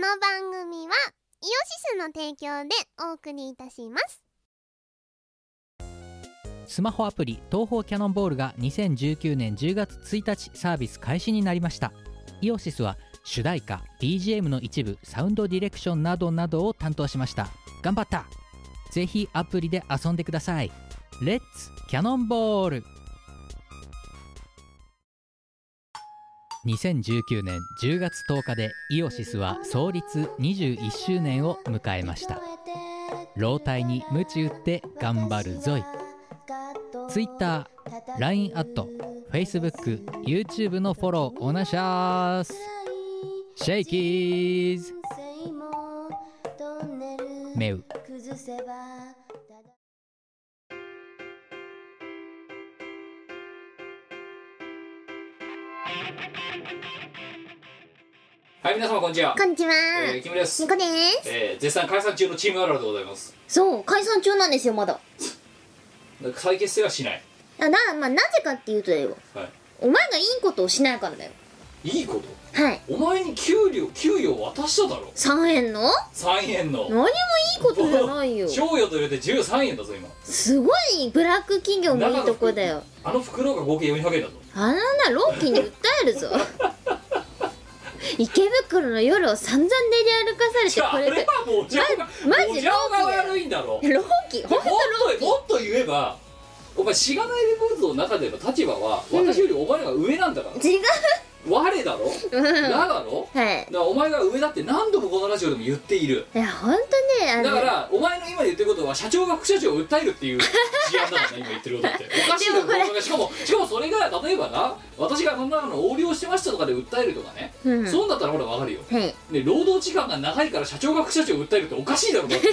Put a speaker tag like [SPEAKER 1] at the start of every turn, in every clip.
[SPEAKER 1] 番組はイオシスの提供でお送りいたします
[SPEAKER 2] スマホアプリ東方キャノンボールが2019年10月1日サービス開始になりましたイオシスは主題歌 BGM の一部サウンドディレクションなどなどを担当しました頑張ったぜひアプリで遊んでくださいレッツキャノンボール2019年10月10日でイオシスは創立21周年を迎えました老体に鞭打って頑張るぞい Twitter、LINE アット、Facebook、YouTube のフォローおなしゃーすシェイキーズメウ
[SPEAKER 3] はい、皆様こんにちは。
[SPEAKER 1] こんにちは、
[SPEAKER 3] えー、キムです
[SPEAKER 1] ニ。コです
[SPEAKER 3] えー、絶賛解散中のチームあるあるでございます。
[SPEAKER 1] そう解散中なんですよまだ
[SPEAKER 3] 再結成はしない。
[SPEAKER 1] あな,、まあ、なぜかっていうとだよ
[SPEAKER 3] は
[SPEAKER 1] お前がいいことをしないからだよ
[SPEAKER 3] い。いいこ
[SPEAKER 1] はい
[SPEAKER 3] とお前に給料、給与渡しただろ。
[SPEAKER 1] 3円の
[SPEAKER 3] 3円の。
[SPEAKER 1] 何もいいことじゃないよ
[SPEAKER 3] 賞与と入れて13円だぞ、今。
[SPEAKER 1] すごいブラック企業もいいとこだよ
[SPEAKER 3] あの袋が合計400円だぞ。
[SPEAKER 1] あのなローキーに訴えるぞ池袋の夜を散々練り歩かされ
[SPEAKER 3] じ
[SPEAKER 1] て
[SPEAKER 3] ゃあ、あ
[SPEAKER 1] こ
[SPEAKER 3] れ
[SPEAKER 1] れで
[SPEAKER 3] はもうお嬢が、
[SPEAKER 1] まマジ
[SPEAKER 3] お嬢が悪いんだろ。
[SPEAKER 1] ローキー
[SPEAKER 3] も
[SPEAKER 1] ほん
[SPEAKER 3] っ
[SPEAKER 1] とロー
[SPEAKER 3] と
[SPEAKER 1] キ
[SPEAKER 3] もっと言えばお前しがないレコーズの中での立場は私よりお前が上なんだから、
[SPEAKER 1] ー違
[SPEAKER 3] 我だろ、
[SPEAKER 1] う
[SPEAKER 3] だ
[SPEAKER 1] うん
[SPEAKER 3] だろ
[SPEAKER 1] は
[SPEAKER 3] だか
[SPEAKER 1] い
[SPEAKER 3] らお前が上だって何度もこのラジオでも言っている
[SPEAKER 1] いやほんとねあ
[SPEAKER 3] だ
[SPEAKER 1] の
[SPEAKER 3] からお前の今言ってることは社長が副社長を訴えるっていう事案だからね今言ってること っておかしい
[SPEAKER 1] でもこれ
[SPEAKER 3] よしかもしかもそれが例えばな私がこんなの横領してましたとかで訴えるとかね、
[SPEAKER 1] うん
[SPEAKER 3] そうなったらほらわかるよ
[SPEAKER 1] はい
[SPEAKER 3] で労働時間が長いから社長が副社長を訴えるっておかしいだろだって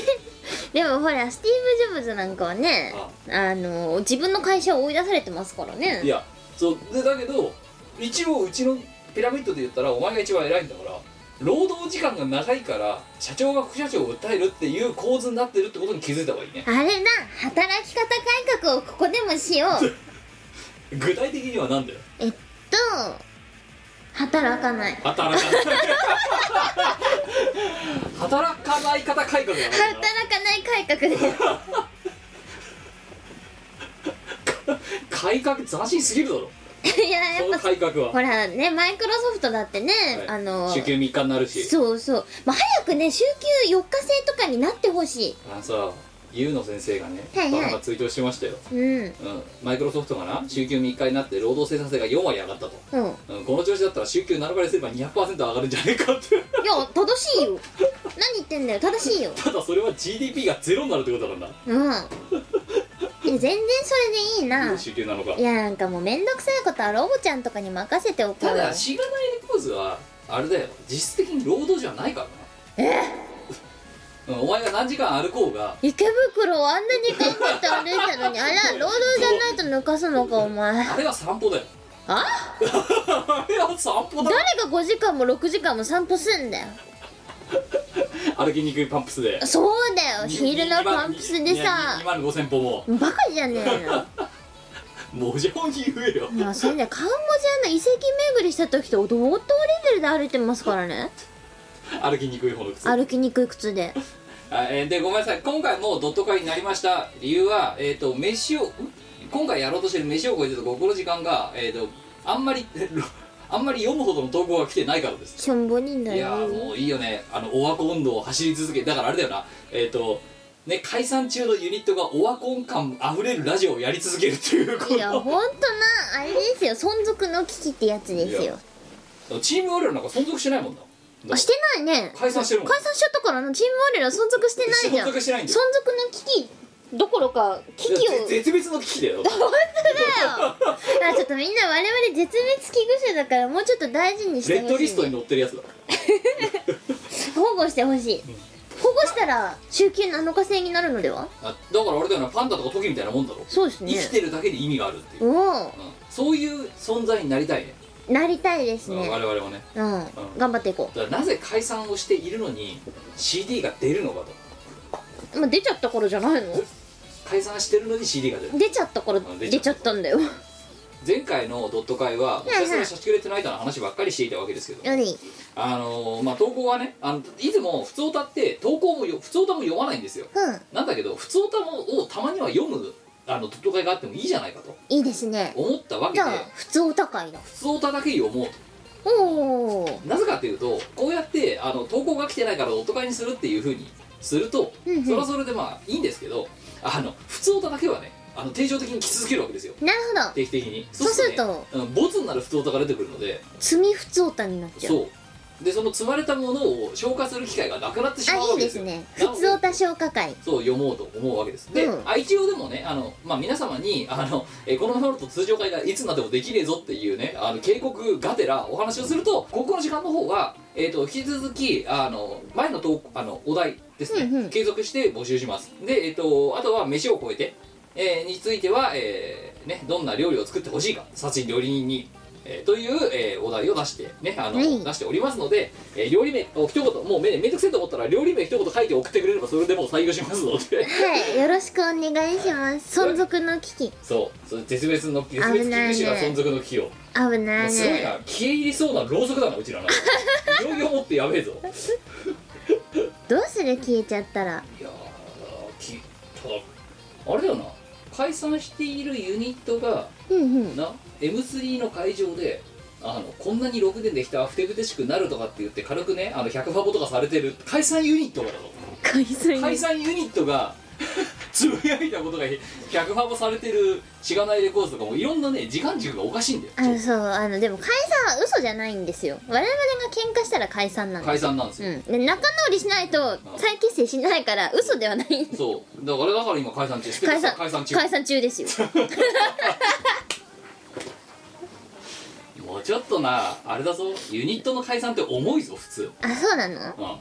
[SPEAKER 1] でもほらスティーブ・ジョブズなんかはねあの自分の会社を追い出されてますからね
[SPEAKER 3] いやそうでだけど一応うちのピラミッドで言ったらお前が一番偉いんだから労働時間が長いから社長が副社長を訴えるっていう構図になってるってことに気づいた方がいいね
[SPEAKER 1] あれな働き方改革をここでもしよう
[SPEAKER 3] 具体的には何だよ
[SPEAKER 1] えっと働かない
[SPEAKER 3] 働かない働かない方改革だな
[SPEAKER 1] 働かない改革だよ
[SPEAKER 3] 改革斬新すぎるだろ
[SPEAKER 1] いやや
[SPEAKER 3] そ
[SPEAKER 1] っ
[SPEAKER 3] の
[SPEAKER 1] ぱ
[SPEAKER 3] 改革は、
[SPEAKER 1] ほらねマイクロソフトだってね、
[SPEAKER 3] はい
[SPEAKER 1] あの
[SPEAKER 3] 週休3日になるし
[SPEAKER 1] そうそう、まあ、早くね週休4日制とかになってほし
[SPEAKER 3] あのさゆうの先生がね、
[SPEAKER 1] はいはい
[SPEAKER 3] バカが追悼してましたよ、
[SPEAKER 1] いうん
[SPEAKER 3] うん、マイクロソフトがな週休3日になって労働生産性が4割上がったと
[SPEAKER 1] うん、いや
[SPEAKER 3] うんこの調子だったら週休7倍すれば200%上がるんじゃねえかって
[SPEAKER 1] 正しいよ何言ってんだよ正しいよ
[SPEAKER 3] ただそれは GDP がゼロになるってことだから
[SPEAKER 1] うんいや全然それでいい
[SPEAKER 3] な、
[SPEAKER 1] な
[SPEAKER 3] 週休なのか
[SPEAKER 1] いやなんかもうめんどくさいことはロボちゃんとかに任せておこ
[SPEAKER 3] た
[SPEAKER 1] うよ
[SPEAKER 3] だしがないレコーズはあれだよ実質的に労働じゃないからなえお前が何時間歩こうが
[SPEAKER 1] 池袋をあんなに頑張って歩いたのにあれは労働じゃないと抜かすのかお前
[SPEAKER 3] あれは散歩だよ
[SPEAKER 1] あ
[SPEAKER 3] あれは散歩だよ
[SPEAKER 1] 誰が5時間も6時間も散歩すんだよ
[SPEAKER 3] 歩きにくいパンプスで
[SPEAKER 1] そうだよ昼のパンプスでさ
[SPEAKER 3] 2万5000歩も
[SPEAKER 1] バカじゃねえの
[SPEAKER 3] もうじゃんに言えよ
[SPEAKER 1] いやそれねカンボジアの遺跡巡りした時と同等レベルで歩いてますから ね
[SPEAKER 3] 歩きにくい方の靴
[SPEAKER 1] 歩きにくい靴で
[SPEAKER 3] あえーでごめんなさい今回もうドット会になりました理由はえっ、と飯をん今回やろうとしてる飯を超えてるとここの時間がえっ、とあんまりあんまり読むほどの投稿が来てないからです
[SPEAKER 1] しょんぼりんだ
[SPEAKER 3] いやー
[SPEAKER 1] よ
[SPEAKER 3] もういいよねあのオワコン度を走り続けだからあれだよなえっ、とね解散中のユニットがオワコン感あふれるラジオをやり続けるっていうこ
[SPEAKER 1] いや
[SPEAKER 3] と
[SPEAKER 1] ほんとなあれですよ存続の危機ってやつです
[SPEAKER 3] い
[SPEAKER 1] よ
[SPEAKER 3] やチーム我らなんか存続してないもんな
[SPEAKER 1] あしてないね
[SPEAKER 3] 解散してるもん
[SPEAKER 1] 解散しちゃったからなチーム我ら存続してないじゃ
[SPEAKER 3] 存
[SPEAKER 1] ん
[SPEAKER 3] 続してないん
[SPEAKER 1] 存
[SPEAKER 3] だ
[SPEAKER 1] 続
[SPEAKER 3] よ
[SPEAKER 1] の危機どころか危機を
[SPEAKER 3] いやぜ絶滅の危機だよ
[SPEAKER 1] 本当だ よあちょっとみんな我々絶滅危惧種だからもうちょっと大事にして
[SPEAKER 3] レッ
[SPEAKER 1] ほ
[SPEAKER 3] ドリ
[SPEAKER 1] し
[SPEAKER 3] スト
[SPEAKER 1] い、
[SPEAKER 3] に
[SPEAKER 1] ね、
[SPEAKER 3] 載ってるやつだ
[SPEAKER 1] 保護してほしい保護したら週休7日制になるのでは
[SPEAKER 3] あだからあれだよなパンダとかトキみたいなもんだろ
[SPEAKER 1] そうですね
[SPEAKER 3] 生きてるだけで意味があるっていう、
[SPEAKER 1] お
[SPEAKER 3] うんそういう存在になりたいね、
[SPEAKER 1] おなりたいです
[SPEAKER 3] うん
[SPEAKER 1] ね
[SPEAKER 3] 我々もね
[SPEAKER 1] うん、頑張っていこ
[SPEAKER 3] だからなぜ解散をしているのに CD が出るのかと
[SPEAKER 1] う、まあ、出ちゃったからじゃないの
[SPEAKER 3] 解散してるのに CD が出る
[SPEAKER 1] 出ちゃったから
[SPEAKER 3] あ出ちゃった
[SPEAKER 1] 出ちゃったんだよ
[SPEAKER 3] 前回のドット会は
[SPEAKER 1] いは
[SPEAKER 3] 「
[SPEAKER 1] い
[SPEAKER 3] 私の差し切れてないとの話ばっかりしていたわけですけど
[SPEAKER 1] より
[SPEAKER 3] あのーまあ投稿はねあのいつも普通歌って投稿もよ普通歌も読まないんですよ
[SPEAKER 1] うん
[SPEAKER 3] なんだけど普通歌もをたまには読むあのドット会があってもいいじゃないかと
[SPEAKER 1] いいですね
[SPEAKER 3] 思ったわ
[SPEAKER 1] じ
[SPEAKER 3] けで
[SPEAKER 1] ゃあ普通お高いだ
[SPEAKER 3] 普通歌だけ読もうと
[SPEAKER 1] おお
[SPEAKER 3] なぜかっていうとこうやってあの投稿が来てないから夫会にするっていうふうにすると、
[SPEAKER 1] うんうん
[SPEAKER 3] それはそれでまあいいんですけどあの普通歌だけはねあの定常的に来続けるわけですよ
[SPEAKER 1] なるほど
[SPEAKER 3] 定期的に
[SPEAKER 1] そうすると
[SPEAKER 3] そうするとね、うん、ボツになる普通歌が出てくるので
[SPEAKER 1] 罪普通おたになっちゃう
[SPEAKER 3] そうでその積まれたものを消化する機会がなくなってしまう
[SPEAKER 1] あい
[SPEAKER 3] わ
[SPEAKER 1] い
[SPEAKER 3] けで
[SPEAKER 1] ですす
[SPEAKER 3] よ
[SPEAKER 1] ね
[SPEAKER 3] なの
[SPEAKER 1] 普
[SPEAKER 3] で
[SPEAKER 1] 通おた消化会
[SPEAKER 3] そう読もうと思うわけですで、
[SPEAKER 1] うん
[SPEAKER 3] あ一応でもねあの、まあ、皆様に あのえこのままだと通常会がいつになってもできねえぞっていうねあの警告がてらお話をするとここの時間の方は、えー、と引き続きあの前のとあのお題ですね、
[SPEAKER 1] うんうん
[SPEAKER 3] 継続して募集しますで、えー、とあとは飯を超えて、えーについては、えーね、どんな料理を作ってほしいか殺人料理人に。えーという、えーお題を出してねあの、
[SPEAKER 1] はい
[SPEAKER 3] 出しておりますので、えー料理名を一言もうめめんどくせえと思ったら料理名一言書いて送ってくれればそれでもう採用しますの で
[SPEAKER 1] はいよろしくお願いします存続の危機
[SPEAKER 3] そうそれ絶滅の絶滅危惧種が存続の危機を、
[SPEAKER 1] 危
[SPEAKER 3] も
[SPEAKER 1] な
[SPEAKER 3] う
[SPEAKER 1] い
[SPEAKER 3] すごいな
[SPEAKER 1] ね
[SPEAKER 3] 消え入りそうなろうそくだなうちらのいよいよ持ってやべえぞ
[SPEAKER 1] どうする消えちゃったら
[SPEAKER 3] いやーきただあれだよな解散しているユニットが
[SPEAKER 1] うんうん
[SPEAKER 3] な M3 の会場であのこんなに6年できたふてぶてしくなるとかって言って軽くねあの100ファボとかされてる解散ユニットがだぞ
[SPEAKER 1] 海水
[SPEAKER 3] 解散ユニットが つぶやいたことが逆幅されてるしがないレコードとかもいろんなね時間軸がおかしいんだよ
[SPEAKER 1] あのそうあのでも解散は嘘じゃないんですよ我々が喧嘩したら解散なんで
[SPEAKER 3] 解
[SPEAKER 1] す
[SPEAKER 3] 散なんです
[SPEAKER 1] う
[SPEAKER 3] よ、
[SPEAKER 1] ん、で仲直りしないと再結成しないから嘘ではないんです
[SPEAKER 3] そうだからだから今解散中して
[SPEAKER 1] 解散
[SPEAKER 3] 解散中
[SPEAKER 1] 解散中ですよ
[SPEAKER 3] もうちょっとなあれだぞユニットの解散って重いぞ普通
[SPEAKER 1] あそうなの
[SPEAKER 3] うん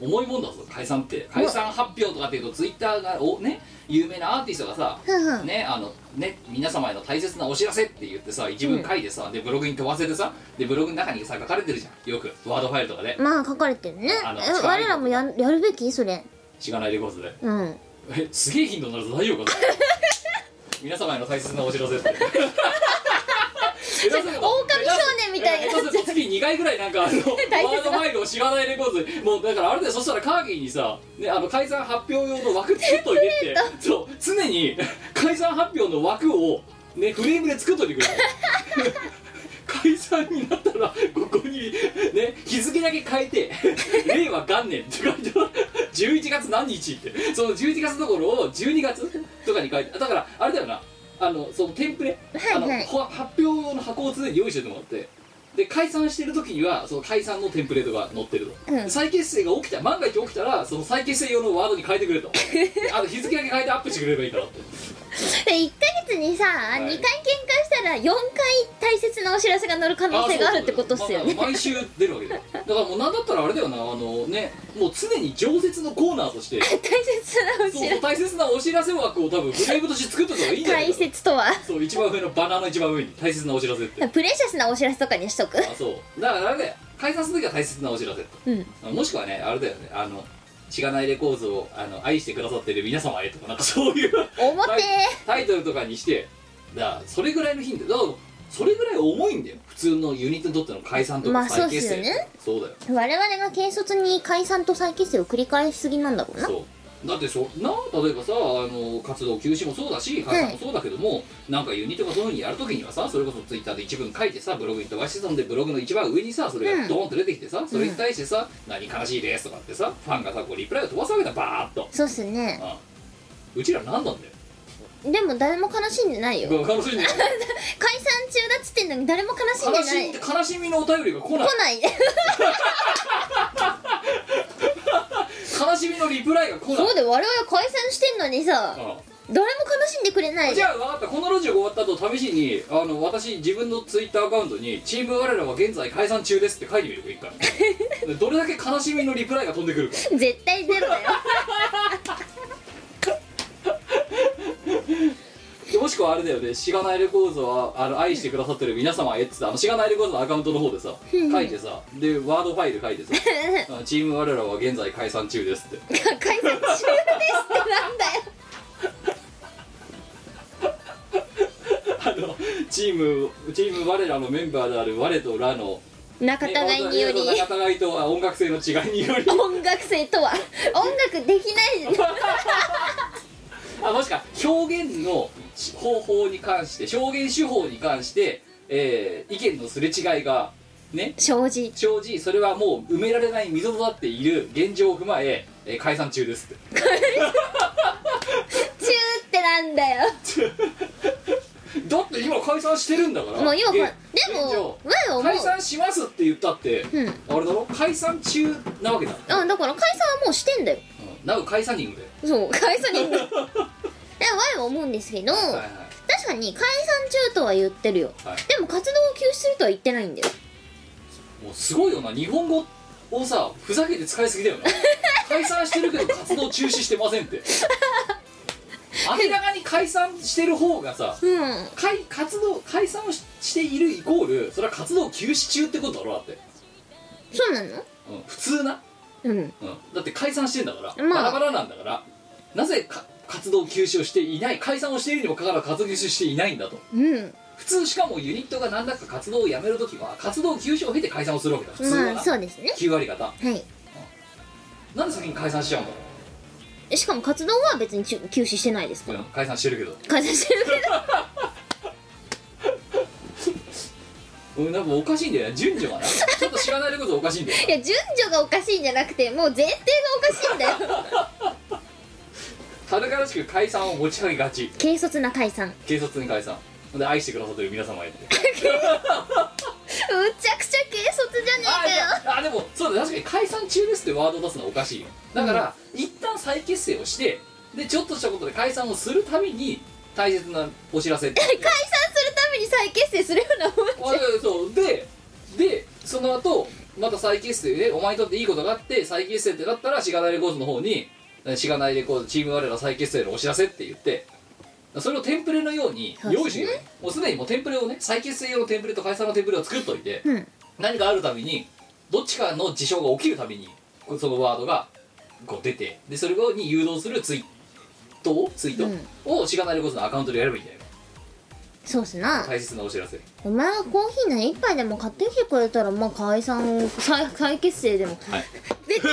[SPEAKER 3] 重いもんだぞ解散って解散発表とかっていうとツイッターがおね有名なアーティストがさ
[SPEAKER 1] ふんふん
[SPEAKER 3] ねあのね皆様への大切なお知らせって言ってさ一文書いてさ、でブログに飛ばせてさでブログの中にさ書かれてるじゃんよくワードファイルとかで
[SPEAKER 1] まあ書かれてるね
[SPEAKER 3] あの
[SPEAKER 1] え
[SPEAKER 3] 使わない
[SPEAKER 1] 我らもややるべきそれ
[SPEAKER 3] しがないレコードで
[SPEAKER 1] うん
[SPEAKER 3] えすげえ頻度になるぞ大丈夫かな皆様への大切なお知らせって狼
[SPEAKER 1] 狼少年みたいになっちゃう
[SPEAKER 3] 月2回ぐらいなんかあの
[SPEAKER 1] 大
[SPEAKER 3] ワー
[SPEAKER 1] 切
[SPEAKER 3] ド
[SPEAKER 1] な
[SPEAKER 3] ファイルを知らないレコードでもうだからあれだよそしたらカーギーにさ、ね、あの解散発表用の枠作っといて ってそう常に解散発表の枠を、ね、フレームで作っといてくれ 解散になったらここに、ね、日付だけ変えて「令和元年」って書いてある11月何日ってその11月のところを12月とかに書いてだからあれだよなあのそのテンプレ、
[SPEAKER 1] はいは
[SPEAKER 3] あの
[SPEAKER 1] い
[SPEAKER 3] ほ発表用の箱を常に用意しててもらってで解散してる時にはその解散のテンプレートが載ってると、
[SPEAKER 1] うん
[SPEAKER 3] 再結成が起きた万が一起きたらその再結成用のワードに変えてくれ とあと日付だけ変えてアップしてくれればいいからって
[SPEAKER 1] で1ヶ月にさ、
[SPEAKER 3] い
[SPEAKER 1] 2回喧嘩したら4回大切なお知らせが乗る可能性があるってことっすよね
[SPEAKER 3] まあ毎週出るわけだよだからもうなんだったらあれだよなあのねもう常に常設のコーナーとして
[SPEAKER 1] 大切なお
[SPEAKER 3] そう
[SPEAKER 1] 知
[SPEAKER 3] そう
[SPEAKER 1] ら
[SPEAKER 3] 大切なお知らせ枠を多分フレームとして作っといた方がいいん
[SPEAKER 1] せ
[SPEAKER 3] じゃない
[SPEAKER 1] 解
[SPEAKER 3] かと
[SPEAKER 1] 説とは
[SPEAKER 3] そう一番上のバナーの一番上に大切なお知らせって
[SPEAKER 1] プレシャスなお知らせとかにしとく
[SPEAKER 3] あそうだからあれだよ解散する時は大切なお知らせ
[SPEAKER 1] うん
[SPEAKER 3] もしくはねあれだよねあのしがないレコーズをあの愛してくださってる皆様へとかなんかそういう
[SPEAKER 1] 表
[SPEAKER 3] タイタイトルとかにしてだからそれぐらいの頻度だからそれぐらい重いんだよ普通のユニットにとっての解散と
[SPEAKER 1] ま
[SPEAKER 3] か
[SPEAKER 1] あ
[SPEAKER 3] 再結成、
[SPEAKER 1] そうっすよね
[SPEAKER 3] そうだよ
[SPEAKER 1] 我々が軽率に解散と再結成を繰り返しすぎなんだろうな
[SPEAKER 3] そうだってそな例えばさあの活動休止もそうだし解散もそうだけども、なんかユニットがそういうふうにやるときにはさそれこそツイッターで一文書いてさブログに飛ばしてたんでブログの一番上にさそれがドーンと出てきてさ、それに対してさ「何悲しいです」とかってさファンがさこうリプライを飛ばすわけだバーッと、
[SPEAKER 1] そうっすね
[SPEAKER 3] うんうちら何なんだよ
[SPEAKER 1] でも誰も悲しんでないよ
[SPEAKER 3] 悲しんで
[SPEAKER 1] 解散中だっつってんのに誰も悲しん
[SPEAKER 3] 悲
[SPEAKER 1] で
[SPEAKER 3] し
[SPEAKER 1] ない
[SPEAKER 3] み悲しみのお便りが来ない
[SPEAKER 1] 来ない
[SPEAKER 3] 悲しみのリプライが来ない
[SPEAKER 1] そうで我々解散してんのにさ
[SPEAKER 3] うん
[SPEAKER 1] 誰も悲しんでくれない
[SPEAKER 3] じ
[SPEAKER 1] じゃん
[SPEAKER 3] ゃあ分かったこのラジオが終わった後試しにあの私自分のツイッターアカウントに「チーム我らは現在解散中です」って書いてみるよ一 回どれだけ悲しみのリプライが飛んでくるか
[SPEAKER 1] 絶対ゼロ だよ
[SPEAKER 3] もしくはあれだよね「しがないレコーズはあの愛してくださってる皆様へ」っつってあのしがないレコーズのアカウントの方でさ書いてさでワードファイル書いてさ「あのチーム我らは現在解散中です」って
[SPEAKER 1] 解散中ですってなんだよ
[SPEAKER 3] あのチームチーム我らのメンバーである我とらの
[SPEAKER 1] 仲違いにより
[SPEAKER 3] ね仲違いとは音楽性の違いにより
[SPEAKER 1] 音楽性とは音楽できない
[SPEAKER 3] あもしか表現の方法に関して表現手法に関して、えー意見のすれ違いがね
[SPEAKER 1] 生じ
[SPEAKER 3] 生じそれはもう埋められない溝となっている現状を踏まええー解散中ですって
[SPEAKER 1] チューってなんだよ
[SPEAKER 3] だって今解散してるんだから
[SPEAKER 1] もう今これ
[SPEAKER 3] え
[SPEAKER 1] で
[SPEAKER 3] 現状
[SPEAKER 1] も前は思う
[SPEAKER 3] 解散しますって言ったって、
[SPEAKER 1] うん
[SPEAKER 3] あれだろ解散中なわけだ、
[SPEAKER 1] あだから解散はもうしてんだよ
[SPEAKER 3] うん、なお解散人で、
[SPEAKER 1] そう解散にでも前は思うんですけど、
[SPEAKER 3] はいはい
[SPEAKER 1] 確かに解散中とは言ってるよ
[SPEAKER 3] はい
[SPEAKER 1] でも活動を休止するとは言ってないんだよ
[SPEAKER 3] もうすごいよな日本語をさふざけて使いすぎだよ な解散してるけど活動中止してませんって明らかに解散してる方がさ
[SPEAKER 1] うん
[SPEAKER 3] 解活動解散をししているイコールそれは活動休止中ってことだろだって、
[SPEAKER 1] そうなの
[SPEAKER 3] うん、普通な、
[SPEAKER 1] うん
[SPEAKER 3] うん、だって解散してんだから、
[SPEAKER 1] ま
[SPEAKER 3] バ
[SPEAKER 1] あ
[SPEAKER 3] ラバラなんだからなぜか活動休止をしていない解散をしているにもかかわらず活動休止していないんだと
[SPEAKER 1] うん
[SPEAKER 3] 普通しかもユニットが何らか活動をやめるときは活動休止を経て解散をするわけだ普通はな、
[SPEAKER 1] まあそうですね
[SPEAKER 3] 9割方
[SPEAKER 1] はい
[SPEAKER 3] なんで先に解散しちゃうんだろ
[SPEAKER 1] しかも活動は別に休休止してないですから
[SPEAKER 3] う解散してるけど
[SPEAKER 1] 解散してるけど
[SPEAKER 3] うんなんかおかしいんだよな順序が なちょっと知らないことおかしいんだよ
[SPEAKER 1] いや順序がおかしいんじゃなくてもう前提がおかしいんだよ
[SPEAKER 3] 軽々しく解散を持ち上げがち
[SPEAKER 1] 軽率な解散
[SPEAKER 3] 警察に解散で愛してくださってる皆様へって
[SPEAKER 1] むちゃくちゃ軽率じゃ
[SPEAKER 3] あ
[SPEAKER 1] ねえ
[SPEAKER 3] い
[SPEAKER 1] かよ
[SPEAKER 3] やあでもそうだ確かに解散中ですってワードを出すのはおかしいよだから、一旦再結成をしてでちょっとしたことで解散をするたびに大切なお知らせって
[SPEAKER 1] 解散するために再結成するようなもん
[SPEAKER 3] あそうででその後また再結成でお前にとっていいことがあって再結成ってなったらしがないレコードの方にえしがないレコードチーム我ら再結成のお知らせって言ってそれをテンプレのように用意してくれもうすでにもうテンプレをね再結成用のテンプレと解散のテンプレを作っといて
[SPEAKER 1] うん
[SPEAKER 3] 何かあるたびにどっちかの事象が起きるたびにこそのワードがこう出てでそれに誘導するツイートをツイートをしがないレコードのアカウントでやればいいんだよ
[SPEAKER 1] そうっすな
[SPEAKER 3] 大切なお知らせ
[SPEAKER 1] お前がコーヒーの一杯でも買ってきてくれたらまあ解散再再結成でも
[SPEAKER 3] はい
[SPEAKER 1] 出てきた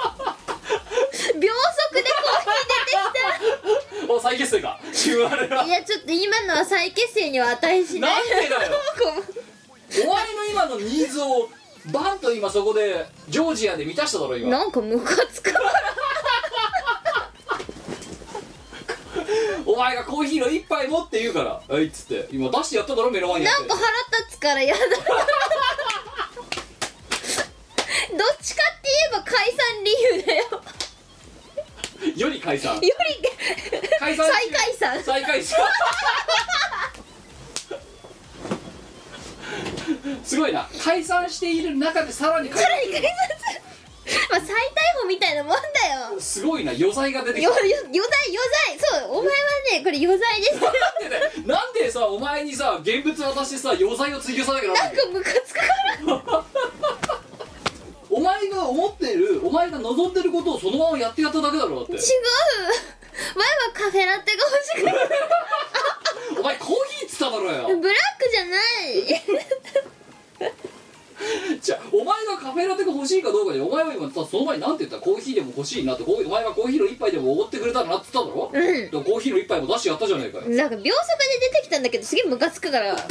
[SPEAKER 1] ー秒速でコーヒー出て
[SPEAKER 3] お再結成か QR
[SPEAKER 1] きたいやちょっと今のは再結成には値しない
[SPEAKER 3] なんでだよ
[SPEAKER 1] こう
[SPEAKER 3] お前の今のニーズをバンと今そこでジョージアで満たしただろ今
[SPEAKER 1] なんかムカつく
[SPEAKER 3] お前がコーヒーの一杯もって言うからはいっつって今出してやっただろ目の前にやっ
[SPEAKER 1] な
[SPEAKER 3] て
[SPEAKER 1] んか腹立つか らやだどっちかって言えば解散理由だよよ
[SPEAKER 3] より解散
[SPEAKER 1] り
[SPEAKER 3] 解散
[SPEAKER 1] 再解散
[SPEAKER 3] 再解 散すごいな解散している中でさらに解
[SPEAKER 1] さらに解散するまあ再逮捕みたいなもんだよ
[SPEAKER 3] 散すごいな余罪が出てき
[SPEAKER 1] よよ
[SPEAKER 3] た
[SPEAKER 1] 余罪余罪そうお前はねこれ余罪ですなん
[SPEAKER 3] な
[SPEAKER 1] か
[SPEAKER 3] んでだよなんでさお前にさ現物渡してさ余罪を追求さなきゃならないの
[SPEAKER 1] ムカつくから
[SPEAKER 3] お前が思ってるお前が望んでることをそのままやってやっただけだろだって
[SPEAKER 1] 違う前はカフェラテが欲しくて
[SPEAKER 3] お前コーヒーっつっただろよ
[SPEAKER 1] ブラックじゃない
[SPEAKER 3] じゃあお前がカフェラテが欲しいかどうかでお前は今さその前に何て言ったコーヒーでも欲しいなってコーヒーお前がコーヒーの一杯でもおごってくれたらなって言っただろ、
[SPEAKER 1] うん
[SPEAKER 3] でもコーヒーの一杯も出してやったじゃないかよ
[SPEAKER 1] なんか秒速で出てきたんだけどすげえムカつくから なんか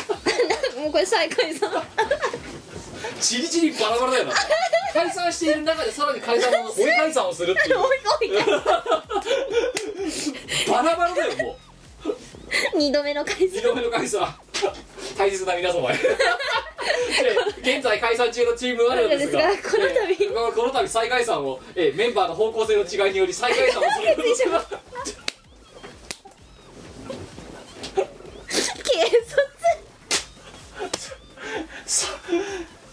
[SPEAKER 1] もうこれ再 解散
[SPEAKER 3] チリチリバラバラ だよな解散している中でさらに解散を追い解散をするってい
[SPEAKER 1] おいおい
[SPEAKER 3] うバラバラだよも
[SPEAKER 1] 二度目の解
[SPEAKER 3] う二
[SPEAKER 1] 散
[SPEAKER 3] 度目の解散大切な皆 様へで現在解散中のチーム我らですが
[SPEAKER 1] 我らですがこの度
[SPEAKER 3] えーこの度再解散を、えーメンバーの方向性の違いにより再解散をすることに
[SPEAKER 1] でし ょ軽率
[SPEAKER 3] さ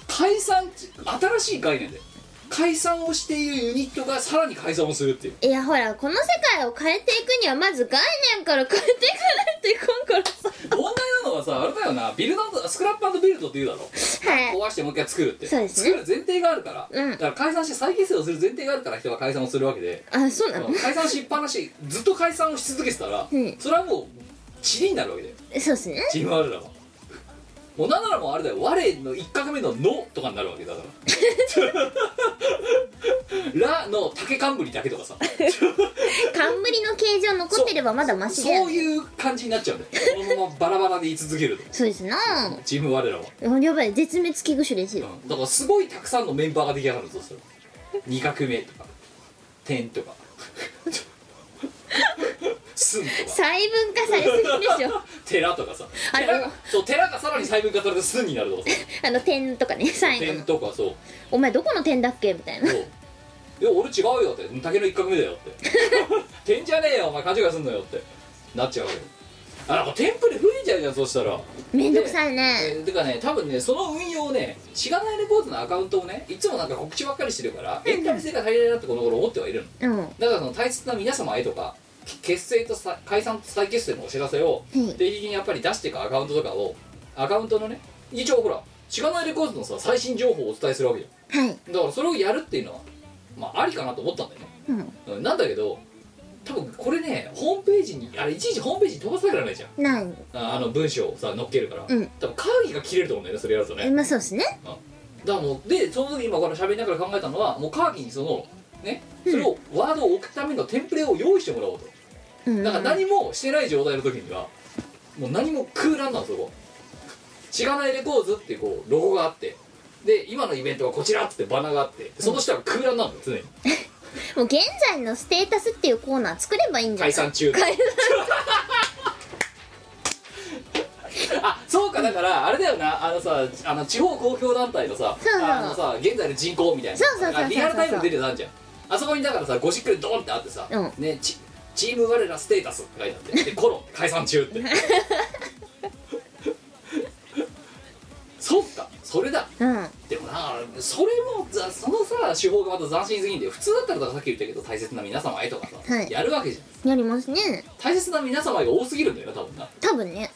[SPEAKER 3] 解散新しい概念で解散をしているユニットがさらに解散をするっていう
[SPEAKER 1] いやほらこの世界を変えていくにはまず概念から変えていかないといかんからさ
[SPEAKER 3] 問題なのはさあれだよなビルドスクラップビルドって言うだろ
[SPEAKER 1] はい
[SPEAKER 3] 壊してもう一回作るって
[SPEAKER 1] そうですね
[SPEAKER 3] 作る前提があるから、
[SPEAKER 1] うん
[SPEAKER 3] だから解散して再結成をする前提があるから人は解散をするわけで、
[SPEAKER 1] あそうなの
[SPEAKER 3] 解散しっぱなしずっと解散をし続けてたら、
[SPEAKER 1] うん
[SPEAKER 3] それはもうチリになるわけだよ
[SPEAKER 1] そうですね
[SPEAKER 3] チームワールドはもうなんならもうあれだよ我の一画目の「の」とかになるわけだから ラの竹冠だけとかさ
[SPEAKER 1] 冠の形状残ってればまだマシだよ
[SPEAKER 3] そう
[SPEAKER 1] ね
[SPEAKER 3] いう感じになっちゃうんだよこのままバラバラで言い続けると
[SPEAKER 1] そうですな
[SPEAKER 3] チーム我らは、
[SPEAKER 1] やばい絶滅危惧種ですよ
[SPEAKER 3] うんだからすごいたくさんのメンバーが出来上がるんですよ2画目とか点 とか寸とか
[SPEAKER 1] 細分化されすぎでしょ
[SPEAKER 3] 寺とかさ
[SPEAKER 1] あれ
[SPEAKER 3] 寺がそう寺がさらに細分化されて寸になるとかさ
[SPEAKER 1] あの点とかね最後
[SPEAKER 3] 点
[SPEAKER 1] の
[SPEAKER 3] とかそう
[SPEAKER 1] お前どこの点だっけみたいな
[SPEAKER 3] そういや俺違うよって竹の一角目だよって 点じゃねえよお前勘違いすんのよってなっちゃうわけよあなんかテンプレ増えちゃうじゃんそうしたら
[SPEAKER 1] めんどくさいね
[SPEAKER 3] えーてかね多分ねその運用をねしがないレポートのアカウントをねいつもなんか告知ばっかりしてるからエンタメ性が足りないなってこの頃思ってはいるの
[SPEAKER 1] うんは
[SPEAKER 3] だからその大切な皆様へとかけ結成とさ解散と再結成のお知らせを
[SPEAKER 1] い
[SPEAKER 3] 定期的にやっぱり出していくアカウントとかをアカウントのね一応ほらしがないレコードのさ最新情報をお伝えするわけよ
[SPEAKER 1] はい
[SPEAKER 3] だからそれをやるっていうのはまあありかなと思ったんだよね
[SPEAKER 1] うん
[SPEAKER 3] うんなんだけど多分これねホームページにあれいちいちホームページに飛ばされられないじゃん
[SPEAKER 1] ない
[SPEAKER 3] ああの文章をさ載っけるから、
[SPEAKER 1] うん
[SPEAKER 3] 多分会議が切れると思うんだよねそれやるとね、
[SPEAKER 1] えまあそうですね
[SPEAKER 3] だからもうでその時今から喋りながら考えたのはもう会議にそのねそれをワードを置くためのテンプレを用意してもらおうと、
[SPEAKER 1] うん
[SPEAKER 3] だから何もしてない状態の時にはもう何も空欄なのそこ「しがないレコーズ」っていうこうロゴがあってで今のイベントはこちらっつってバナーがあってその下は空欄なのよ常に
[SPEAKER 1] もう現在のステータスっていうコーナー作ればいいんじゃ
[SPEAKER 3] 解
[SPEAKER 1] ない
[SPEAKER 3] 散中
[SPEAKER 1] 解散
[SPEAKER 3] あそうかだからあれだよなあのさあの地方公共団体のさ
[SPEAKER 1] そうそう
[SPEAKER 3] あのさ現在の人口みたいな
[SPEAKER 1] そうそうそうそう
[SPEAKER 3] あリアルタイムで出てたんじゃんあそこにだからさゴシックでドンってあってさ、
[SPEAKER 1] うん
[SPEAKER 3] ねチチーム我らステータスって書いてあってでコロン解散中って そっかそれだ
[SPEAKER 1] うん
[SPEAKER 3] でもなそれもざそのさ手法がまた斬新すぎんで普通だったらだからさっき言ったけど大切な皆様へとかさ、
[SPEAKER 1] はい
[SPEAKER 3] やるわけじゃん
[SPEAKER 1] やりますね
[SPEAKER 3] 大切な皆様が多すぎるんだよな多分な
[SPEAKER 1] 多分ね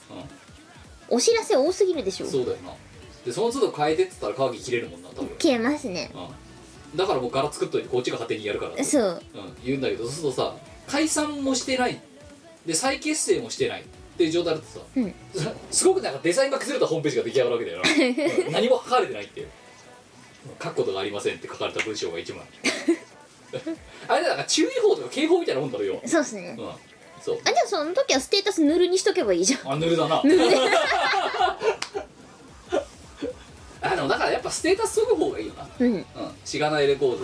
[SPEAKER 3] うん
[SPEAKER 1] お知らせ多すぎるでしょ
[SPEAKER 3] そうだよなでその都度変えてっつったら鍵切れるもんな多分、
[SPEAKER 1] 消えますね
[SPEAKER 3] うん、だからもう柄作っといてこっちが勝手にやるからって、
[SPEAKER 1] そう
[SPEAKER 3] うん、言うんだけどそうするとさ解散もしてないで再結成もしてないっていう状態だとさ、
[SPEAKER 1] うん
[SPEAKER 3] そすごくなんかデザインが崩れたホームページが出来上がるわけだよ な、うん何も書かれてないっていう書くことがありませんって書かれた文章が1枚 あれだから注意報とか警報みたいなもんだろよ、
[SPEAKER 1] そうっすね
[SPEAKER 3] うん、そう
[SPEAKER 1] あじゃあその時はステータスぬるにしとけばいいじゃん
[SPEAKER 3] あぬるだな あでもだからやっぱステータスそぐ方がいいよな
[SPEAKER 1] うん
[SPEAKER 3] う んしがないレコー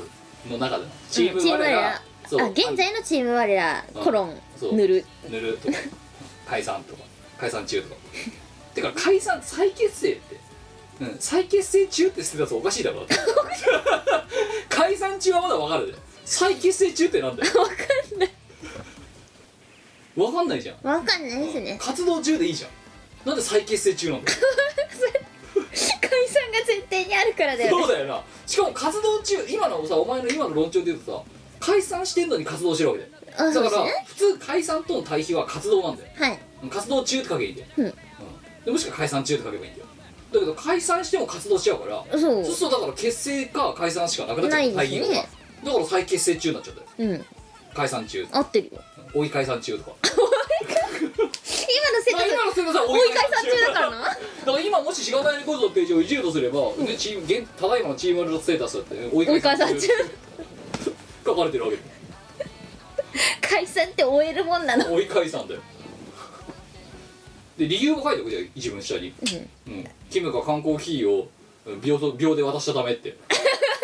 [SPEAKER 3] ドの中でのチーム
[SPEAKER 1] チーム
[SPEAKER 3] 我
[SPEAKER 1] 我
[SPEAKER 3] ら
[SPEAKER 1] ら
[SPEAKER 3] そう
[SPEAKER 1] あ現在のチーム我ら
[SPEAKER 3] うん
[SPEAKER 1] コロン
[SPEAKER 3] そう
[SPEAKER 1] ぬる
[SPEAKER 3] ぬるとか解散とか解散中とか てか解散再結成って、うん、再結成中ってステータスおかしいだろだって 解散中はまだわかるで再結成中ってなんだよ
[SPEAKER 1] わかんない
[SPEAKER 3] わかんないじゃん
[SPEAKER 1] わかんないですね
[SPEAKER 3] 活動中でいいじゃんなんで再結成中なんだよ
[SPEAKER 1] 解散が前提にあるからだよ
[SPEAKER 3] そうだよなしかも活動中今のさお前の今の論調で言うとさ解散してんのに活動してるわけだよ
[SPEAKER 1] あそ
[SPEAKER 3] だ
[SPEAKER 1] うで
[SPEAKER 3] か
[SPEAKER 1] す
[SPEAKER 3] ら
[SPEAKER 1] ね
[SPEAKER 3] 普通解散との対比は活動なんだよ
[SPEAKER 1] はい
[SPEAKER 3] 活動中って書けばいいんだよ、
[SPEAKER 1] うん
[SPEAKER 3] でもしくは解散中って書けばいいんだよだけど解散しても活動しちゃうから
[SPEAKER 1] そう
[SPEAKER 3] そうするとだから結成か解散しかなくなっちゃ
[SPEAKER 1] な
[SPEAKER 3] う
[SPEAKER 1] いですね
[SPEAKER 3] 対義語がだから再結成中になっちゃうんだよ
[SPEAKER 1] うん
[SPEAKER 3] 解散中
[SPEAKER 1] 合ってるよ
[SPEAKER 3] 追い解散中とか
[SPEAKER 1] 今のステー
[SPEAKER 3] まあ今
[SPEAKER 1] タ
[SPEAKER 3] のすいません
[SPEAKER 1] ス追い解散中だからな
[SPEAKER 3] だから今もし仕方ないレコードのページをいじるとすれば、ねチーム現ただいまのチームワールドステータスだって、ね、追い
[SPEAKER 1] 追い
[SPEAKER 3] 解
[SPEAKER 1] 解
[SPEAKER 3] 散
[SPEAKER 1] 散
[SPEAKER 3] 中
[SPEAKER 1] 中
[SPEAKER 3] 書かれてるわけだよ
[SPEAKER 1] 解散って終えるもんなの
[SPEAKER 3] 追い解散だよで理由も書いておくじゃん一文下に、うんキムが観光キーをうん秒と秒で渡したためって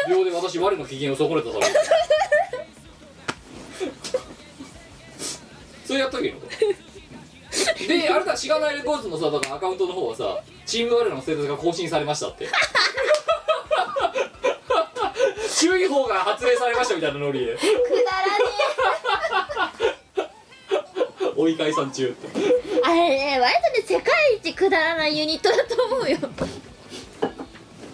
[SPEAKER 3] 秒で私我の機嫌を損ねたためそれやっとけよであれだしがないレコーズのさだからアカウントの方はさチーム我らのステータスが更新されましたって 注意報が発令されましたみたいなノリで
[SPEAKER 1] くだ
[SPEAKER 3] 追い解散中って
[SPEAKER 1] らねえあれね割とね世界一くだらないユニットだと思うよ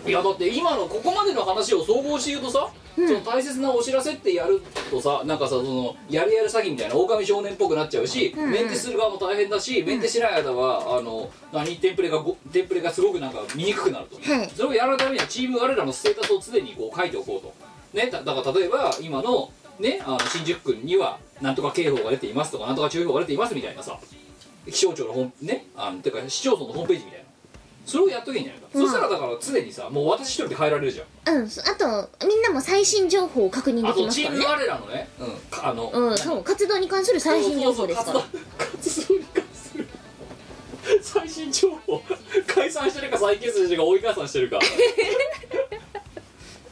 [SPEAKER 3] いやだって今のここまでの話を総合して言うとさ、その大切なお知らせってやるとさなんかさそのやるやる詐欺みたいな狼少年っぽくなっちゃうし、
[SPEAKER 1] んうん
[SPEAKER 3] メンテする側も大変だしメンテしない間はあの何テンプレがごテンプレがすごくなんか見にくくなると、
[SPEAKER 1] はい
[SPEAKER 3] それをやるためにはチーム我らのステータスを常にこう書いておこうとねだだから例えば今のねあの新宿区にはなんとか警報が出ていますとかなんとか注意報が出ていますみたいなさ気象庁のほんねあのてか市町村のホームページみたいなそれをやっとけばいいんじゃないか、
[SPEAKER 1] うん
[SPEAKER 3] そしたらだから常にさもう私一人で変えられるじゃん
[SPEAKER 1] うんそあとみんなも最新情報を確認
[SPEAKER 3] あ
[SPEAKER 1] でき
[SPEAKER 3] と
[SPEAKER 1] ます
[SPEAKER 3] チ
[SPEAKER 1] か
[SPEAKER 3] ー
[SPEAKER 1] ら
[SPEAKER 3] ム
[SPEAKER 1] ね
[SPEAKER 3] 我らのね、うん、かあの、
[SPEAKER 1] うんそう活動に関する最新情報ですから
[SPEAKER 3] そうそうそう活動活動に関する最新情報解散してるか再結成してるか追い解散してるか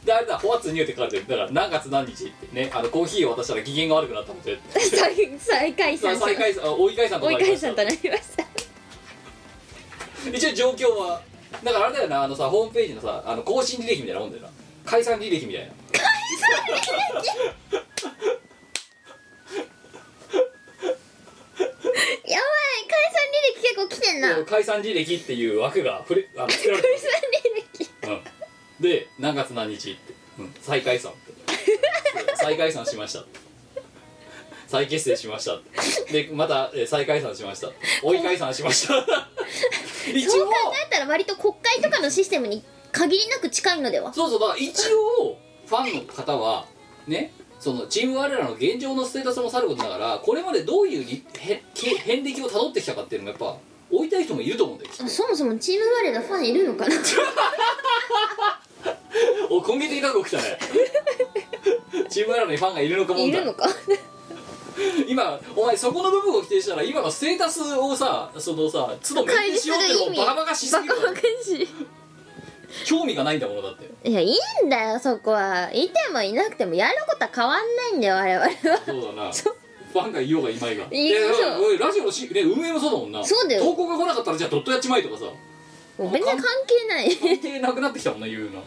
[SPEAKER 3] であれだ「What's New」って書いてるだから何月何日ってねあのコーヒーを渡したら機嫌が悪くなったので
[SPEAKER 1] 再再解
[SPEAKER 3] さ
[SPEAKER 1] 散
[SPEAKER 3] あ
[SPEAKER 1] し
[SPEAKER 3] 再解散あ追い解散と
[SPEAKER 1] 追
[SPEAKER 3] ないりま
[SPEAKER 1] 解
[SPEAKER 3] した
[SPEAKER 1] 散となりました
[SPEAKER 3] 一応状況はだからあれだよなあのさホームページのさあの更新履歴みたいなもんだよな解散履歴みたいな
[SPEAKER 1] やばい解散履歴結構来てんな解
[SPEAKER 3] 解散履歴っていう枠がふれあの作られてる
[SPEAKER 1] 散履歴
[SPEAKER 3] うんで何月何日って、うん、再解散って 再解散しました再結成しましたでまたえー再解散しました追い解散しました 一
[SPEAKER 1] そう
[SPEAKER 3] 応
[SPEAKER 1] 考えたら割と国会とかのシステムに限りなく近いのでは
[SPEAKER 3] そうそうだから一応ファンの方はねそのチーム我らの現状のステータスもさることながらこれまでどういうりへけ遍歴をたどってきたかっていうのもやっぱ追いたい人もいると思うんだよきっと
[SPEAKER 1] あそもそもチーム我らファンいるのかな
[SPEAKER 3] お今月いたとこ来た ねチーム我らにファンがいるのか問
[SPEAKER 1] い
[SPEAKER 3] 題
[SPEAKER 1] るのか
[SPEAKER 3] 今お前そこの部分を否定したら今のステータスをさそのさ都度明示しようっていうのをバカバカしす
[SPEAKER 1] バ
[SPEAKER 3] ぎ
[SPEAKER 1] カ
[SPEAKER 3] る
[SPEAKER 1] バカしい
[SPEAKER 3] 興味がないんだものだって
[SPEAKER 1] いやいいんだよそこはいてもいなくてもやることは変わんないんだよ我々は
[SPEAKER 3] そうだな
[SPEAKER 1] そう
[SPEAKER 3] ファンがいようがいまいが
[SPEAKER 1] いいそう
[SPEAKER 3] だからおいラジオのし、ね、運営もそうだもんな
[SPEAKER 1] そうだよ
[SPEAKER 3] 投稿が来なかったらじゃあドットやっちまいとかさ
[SPEAKER 1] もう別に関係ない
[SPEAKER 3] 関係なくなってきたもんな言うの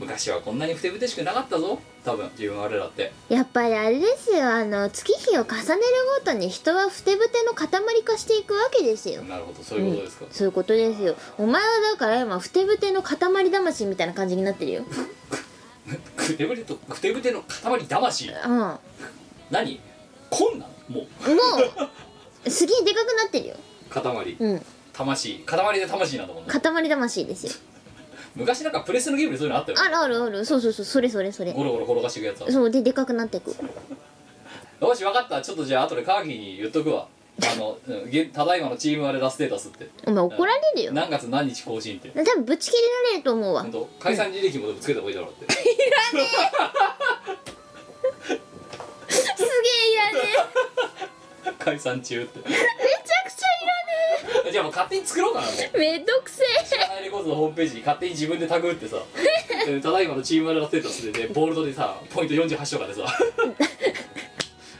[SPEAKER 3] 昔はこんなにふてぶてしくなかったぞ多分自分我らって
[SPEAKER 1] やっぱりあれですよあの月日を重ねるごとに人はふてぶての塊化していくわけですよ
[SPEAKER 3] なるほどそういうことですか、
[SPEAKER 1] そういうことですよお前はだから今ふてぶての塊魂みたいな感じになってるよ
[SPEAKER 3] ふてぶてとふてぶての塊魂
[SPEAKER 1] うんも
[SPEAKER 3] 何こんなんもう
[SPEAKER 1] うすげえでかくなってるよ
[SPEAKER 3] 塊
[SPEAKER 1] うん
[SPEAKER 3] 魂塊で魂なんだもんな
[SPEAKER 1] 塊魂ですよ
[SPEAKER 3] 昔なんかプレステのゲームでそういうのあったよ
[SPEAKER 1] あるあるあるそうそうそうそれそれそれ
[SPEAKER 3] ゴロゴロ転がしていくやつは
[SPEAKER 1] そうででかくなってく
[SPEAKER 3] よし分かったちょっとじゃあ後でカーギーに言っとくわあのうんげただいまのチームあれラステータスって
[SPEAKER 1] お前怒られるよ
[SPEAKER 3] 何月何日更新って
[SPEAKER 1] 多分ぶち切れられると思うわ
[SPEAKER 3] 本当解散履歴もでもつけた方がいいだろうって
[SPEAKER 1] すげえいらねえ
[SPEAKER 3] 解散中って
[SPEAKER 1] めちゃくち
[SPEAKER 3] じゃあもう勝手に作ろうかなもう
[SPEAKER 1] ゃいらねえめんどくせえ
[SPEAKER 3] ハイレコードのホームページに勝手に自分でタグ打ってさうんただいまのチームあれラステータスでねボールドでさポイント48とかでさ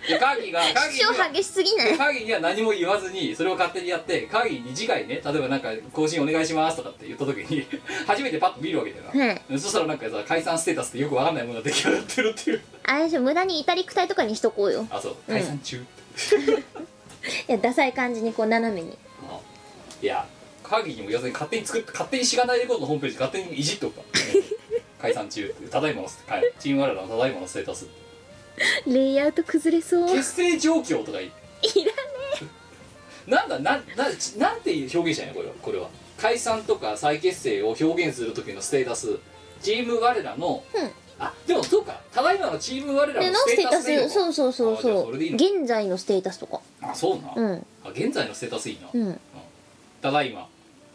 [SPEAKER 3] でカーギーがカーギ
[SPEAKER 1] 主
[SPEAKER 3] ーが
[SPEAKER 1] 張激しすぎない
[SPEAKER 3] 会議には何も言わずにそれを勝手にやって会議に次回ね例えばなんか更新お願いしますとかって言った時に初めてパッと見るわけだよな、
[SPEAKER 1] はい
[SPEAKER 3] そしたらなんかさ解散ステータスってよくわかんないものが出来上がってるっていう
[SPEAKER 1] あれでしょ無駄に至りくたいとかにしとこうよ
[SPEAKER 3] あそう解散中、
[SPEAKER 1] いやダサい感じにこう斜めに
[SPEAKER 3] あいや会議にも言わずに勝手に作って勝手にしがないレコードのホームページ勝手にいじっと くから解散中ってただいまのス、はい、チーム我らのただいまのステータス
[SPEAKER 1] レイアウト崩れそう
[SPEAKER 3] 結成状況とか言って
[SPEAKER 1] いらね
[SPEAKER 3] なんだなんなんちなんていう表現者やねこれはこれは解散とか再結成を表現する時のステータスチーム我らの、
[SPEAKER 1] うん
[SPEAKER 3] あでもそうかただいまのチーム我ら
[SPEAKER 1] え
[SPEAKER 3] の
[SPEAKER 1] の
[SPEAKER 3] ス
[SPEAKER 1] ス
[SPEAKER 3] テ
[SPEAKER 1] テ
[SPEAKER 3] ー
[SPEAKER 1] ー
[SPEAKER 3] タ
[SPEAKER 1] タ
[SPEAKER 3] スでいいの
[SPEAKER 1] スそうそうそう
[SPEAKER 3] あじゃあ
[SPEAKER 1] そ
[SPEAKER 3] そうれでいいの
[SPEAKER 1] 現在のステータスとか
[SPEAKER 3] あそうな、
[SPEAKER 1] うん
[SPEAKER 3] あ現在のステータスいいな、
[SPEAKER 1] うん
[SPEAKER 3] ただいま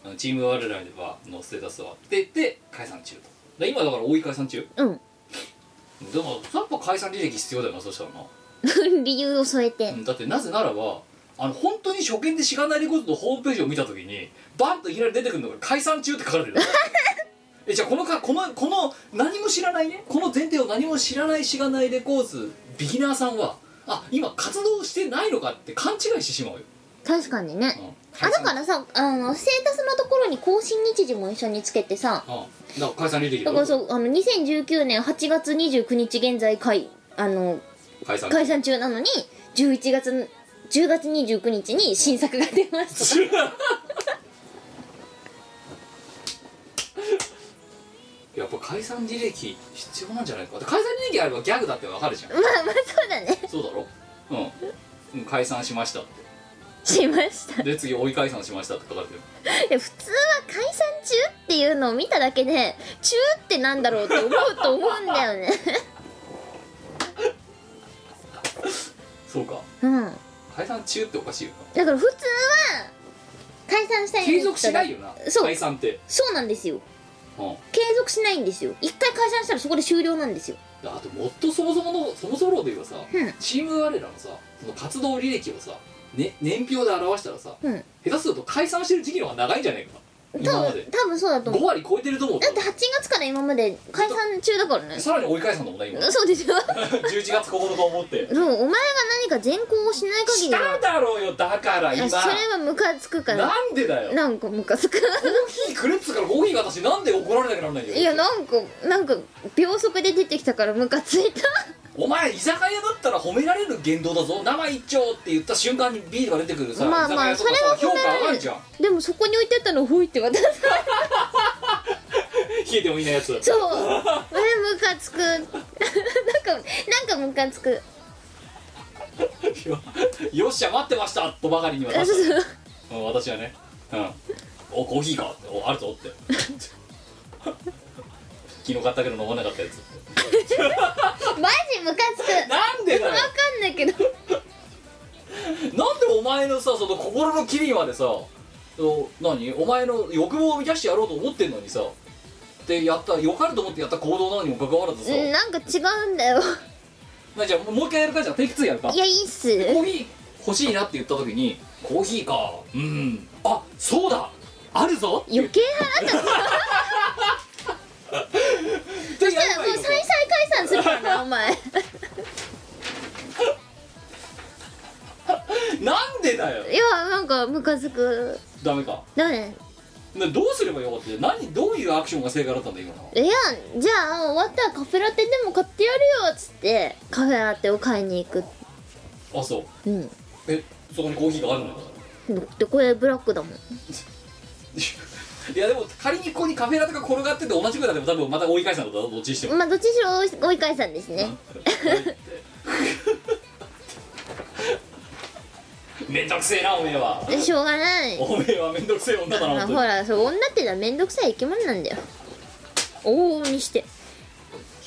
[SPEAKER 3] あのチーム我らではのステータスはって言って解散中とで今だから多い解散中
[SPEAKER 1] うん
[SPEAKER 3] でもやっぱ解散履歴必要だよなそしたらな、
[SPEAKER 1] 理由を添えて
[SPEAKER 3] うんだってなぜならばあの本当に初見でしがないレコードのホームページを見た時にバンといきなり出てくるのが「解散中」って書かれてる えじゃあこのかこのこの何も知らないねこの前提を何も知らないしがないレコーズビギナーさんはあ今活動してないのかって勘違いしてしまうよ、
[SPEAKER 1] 確かにね
[SPEAKER 3] うん
[SPEAKER 1] あ
[SPEAKER 3] 解
[SPEAKER 1] だ
[SPEAKER 3] 散
[SPEAKER 1] からさあのステータスのところに更新日時も一緒につけてさ
[SPEAKER 3] うんだから解散履歴
[SPEAKER 1] だ
[SPEAKER 3] だ
[SPEAKER 1] から
[SPEAKER 3] ろ
[SPEAKER 1] そうあの2019年8月29日現在解あの
[SPEAKER 3] 解散
[SPEAKER 1] 解散中なのに11月10月29日に新作が出ま した
[SPEAKER 3] やっぱ解散履歴必要なんじゃないか解散履歴あればギャグだってわかるじゃん
[SPEAKER 1] まあまあそうだね
[SPEAKER 3] そうだろうんうん解散しましたっ
[SPEAKER 1] しました
[SPEAKER 3] て
[SPEAKER 1] い
[SPEAKER 3] で次追い解散しましたって書かれてる
[SPEAKER 1] や普通は解散中っていうのを見ただけで中ってなんだろうって思うと思うんだよね
[SPEAKER 3] そうか
[SPEAKER 1] うん
[SPEAKER 3] 解散中っておかしいよ
[SPEAKER 1] だから普通は解散した
[SPEAKER 3] ない継続しないよな
[SPEAKER 1] そう
[SPEAKER 3] 解散って
[SPEAKER 1] そうなんですよ
[SPEAKER 3] うん
[SPEAKER 1] 継続しないんですよ一回解散したらそこで終了なんですよ
[SPEAKER 3] あともっとそもそものそもそも論で言えばさ、
[SPEAKER 1] うん
[SPEAKER 3] チーム我らのさその活動履歴をさ、ね、年表で表したらさ
[SPEAKER 1] うん
[SPEAKER 3] 下手すると解散してる時期の方が長いんじゃないかな
[SPEAKER 1] 多
[SPEAKER 3] 今ま
[SPEAKER 1] 分
[SPEAKER 3] で
[SPEAKER 1] 多分そうだと思
[SPEAKER 3] 5
[SPEAKER 1] う
[SPEAKER 3] 割超えてると思う
[SPEAKER 1] だって8月から今まで解散中だからね
[SPEAKER 3] さらに追い返すんだもんね今
[SPEAKER 1] そうですよ
[SPEAKER 3] 11月9日をもって
[SPEAKER 1] そうお前が何か善行をしない
[SPEAKER 3] し
[SPEAKER 1] 限りは
[SPEAKER 3] ただろうよだから
[SPEAKER 1] い
[SPEAKER 3] 今
[SPEAKER 1] やそれはムカつくから
[SPEAKER 3] なんでだよ
[SPEAKER 1] なんかムカつく
[SPEAKER 3] コーヒーくれっつうからコーヒーが私なんで怒られなきゃならないんだよ
[SPEAKER 1] いやなんかなんか秒速で出てきたからムカついた
[SPEAKER 3] お前居酒屋だったら褒められる言動だぞ生一丁って言った瞬間にビールが出てくるさ、
[SPEAKER 1] まあまあ
[SPEAKER 3] 居酒屋とかさ
[SPEAKER 1] それは褒めら
[SPEAKER 3] 評価
[SPEAKER 1] れる
[SPEAKER 3] 上がるじゃん
[SPEAKER 1] でもそこに置いてあったのをほいって渡さ
[SPEAKER 3] 冷えてもいないやつ
[SPEAKER 1] そうえムカつくなんかなんかムカつく
[SPEAKER 3] よ よっしゃ待ってましたとばかりに渡
[SPEAKER 1] あそう
[SPEAKER 3] し
[SPEAKER 1] そう
[SPEAKER 3] た、うん、私はね、うん、おコーヒーかおあるぞって 昨日買ったけど飲まなかったやつ
[SPEAKER 1] マジムカつく
[SPEAKER 3] なんでだよ
[SPEAKER 1] わかんないけど
[SPEAKER 3] なんでお前のさその心の機微までさそう何お前の欲望を満たしてやろうと思ってんのにさでやったよかると思ってやった行動なのにもかかわらずさ、
[SPEAKER 1] うんなんか違うんだよ
[SPEAKER 3] なじゃあもう一回やるかじゃあテイク2やるか
[SPEAKER 1] いやいいっす
[SPEAKER 3] コーヒー欲しいなって言った時にコーヒーかうんあそうだあるぞって言っ
[SPEAKER 1] 余計腹立つ
[SPEAKER 3] てや
[SPEAKER 1] そし
[SPEAKER 3] れば
[SPEAKER 1] たらも
[SPEAKER 3] いういの
[SPEAKER 1] 再々
[SPEAKER 3] か
[SPEAKER 1] 解散するからなお前
[SPEAKER 3] なんでだよ
[SPEAKER 1] いやなんかムカつく
[SPEAKER 3] ダメか
[SPEAKER 1] だね
[SPEAKER 3] などうすればよかったよ何どういうアクションが正解だったんだ今の
[SPEAKER 1] いやじゃあ終わったらカフェラテでも買ってやるよっつってカフェラテを買いに行く
[SPEAKER 3] あそう
[SPEAKER 1] うん
[SPEAKER 3] えそこにコーヒーがあるのか
[SPEAKER 1] でこれブラックだもん
[SPEAKER 3] いやでも仮にここにカフェラテが転がってて同じぐらいでも多分また追い返したんだろどっちにしても
[SPEAKER 1] まあどっちにしろ追い追い返さんですね
[SPEAKER 3] めんどくせえなおめえは
[SPEAKER 1] でしょうがない
[SPEAKER 3] おめえはめんどくせえ女だ
[SPEAKER 1] ま
[SPEAKER 3] な
[SPEAKER 1] あ
[SPEAKER 3] 本 当
[SPEAKER 1] ほ
[SPEAKER 3] に
[SPEAKER 1] らそう女ってのは面倒くさい生き物なんだよ往々にして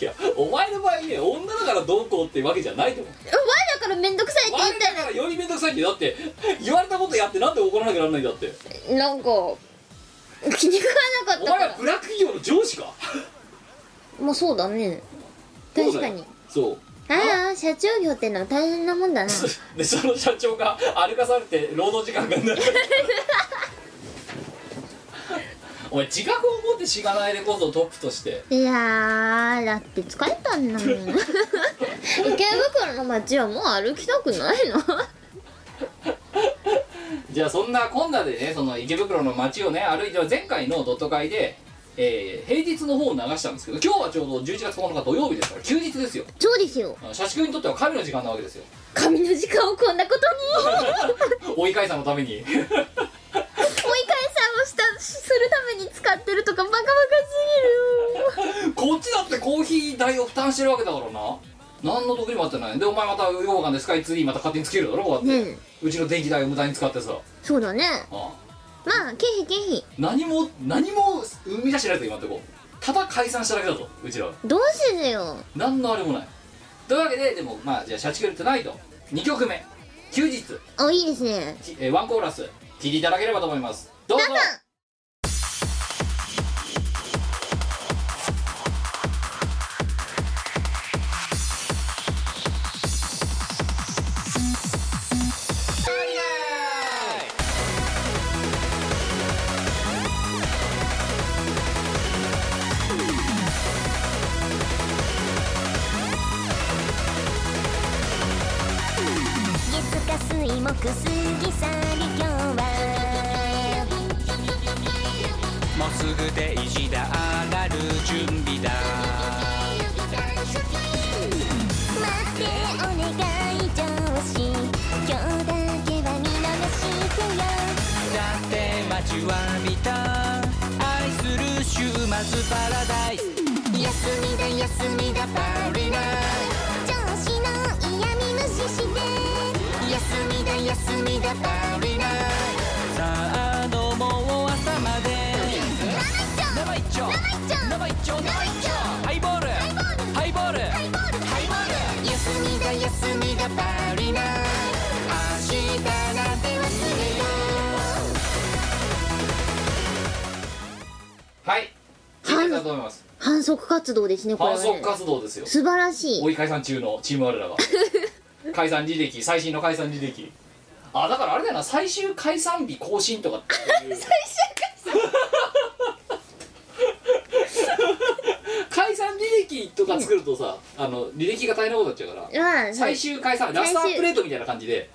[SPEAKER 3] いやお前の場合ね女だからどうこうってわけじゃないと思う
[SPEAKER 1] お前だから面倒くさいって言
[SPEAKER 3] 前
[SPEAKER 1] った
[SPEAKER 3] だからよりめんどくさいってだって言われたことやってなんで怒らなきゃなんないんだって
[SPEAKER 1] らなんか気に食わなか
[SPEAKER 3] お
[SPEAKER 1] ったか
[SPEAKER 3] 前は
[SPEAKER 1] ら
[SPEAKER 3] ブラック企業の上司か
[SPEAKER 1] まあそうだね
[SPEAKER 3] そ
[SPEAKER 1] 確
[SPEAKER 3] う
[SPEAKER 1] か
[SPEAKER 3] だよ
[SPEAKER 1] に
[SPEAKER 3] そう
[SPEAKER 1] ああ社長業ってのは大変なも んだな
[SPEAKER 3] でその社長が歩かされて労働時間が長いお前自覚を持ってしがないでこそトップとして
[SPEAKER 1] いやーだって疲れたんだもん 池袋の街はもう歩きたくない の
[SPEAKER 3] じゃあそんなこんなでねその池袋の街をね歩いて前回のドット会で、えー平日の方を流したんですけど今日はちょうど11月9日土曜日ですから休日ですよ
[SPEAKER 1] そうですよ
[SPEAKER 3] あの社畜にとっては神の時間なわけですよ
[SPEAKER 1] 髪の時間をこんなことに
[SPEAKER 3] 追い返さんのために
[SPEAKER 1] 追い返さんをしたするために使ってるとかバカバカすぎる
[SPEAKER 3] こっちだってコーヒー代を負担してるわけだからな何の得にもあってないでお前またようわかんでスカイツリーまた勝手につけるだろこうやって、
[SPEAKER 1] ねえ
[SPEAKER 3] うちの電気代を無駄に使ってさ
[SPEAKER 1] そうだね
[SPEAKER 3] ああ
[SPEAKER 1] まあ経費経費
[SPEAKER 3] 何も何も生み出してないぞ今んとこただ解散しただけだぞうちらは
[SPEAKER 1] どうするよ
[SPEAKER 3] 何のあれもないというわけででもまあじゃあ社畜よりとないと2曲目休日、
[SPEAKER 1] あいいですね
[SPEAKER 3] きえーワンコーラス聴いていただければと思いますどうぞ
[SPEAKER 1] どうぞ
[SPEAKER 4] 月火水木過ぎ去り今日は
[SPEAKER 5] もうすぐ定時だ上がる準備だ
[SPEAKER 4] 待ってお願い上司今日だけは見逃してよ
[SPEAKER 5] だって待ちわびた愛する週末パラダイス休みが足りない
[SPEAKER 4] 調子の嫌味無視して
[SPEAKER 5] 休みが休みが足りないさあどうも朝まで生一丁生一丁生一丁ハイボールハイボールハイボール休みが休みが足りない明日なんて忘れよう
[SPEAKER 3] はい聞いていたと思います
[SPEAKER 1] 反則活動ですねこれ
[SPEAKER 3] 反
[SPEAKER 1] はね
[SPEAKER 3] 則活動ですよ
[SPEAKER 1] 素晴らしい
[SPEAKER 3] 追い解散中のチーム我ら が解散履歴最新の解散履歴あだからあれだよな最終解散日更新とかって いう最終解散解散履歴とか作るとさあの履歴が大変なことになっちゃうから
[SPEAKER 1] まあ
[SPEAKER 3] 最終解散ラストアップデートみたいな感じで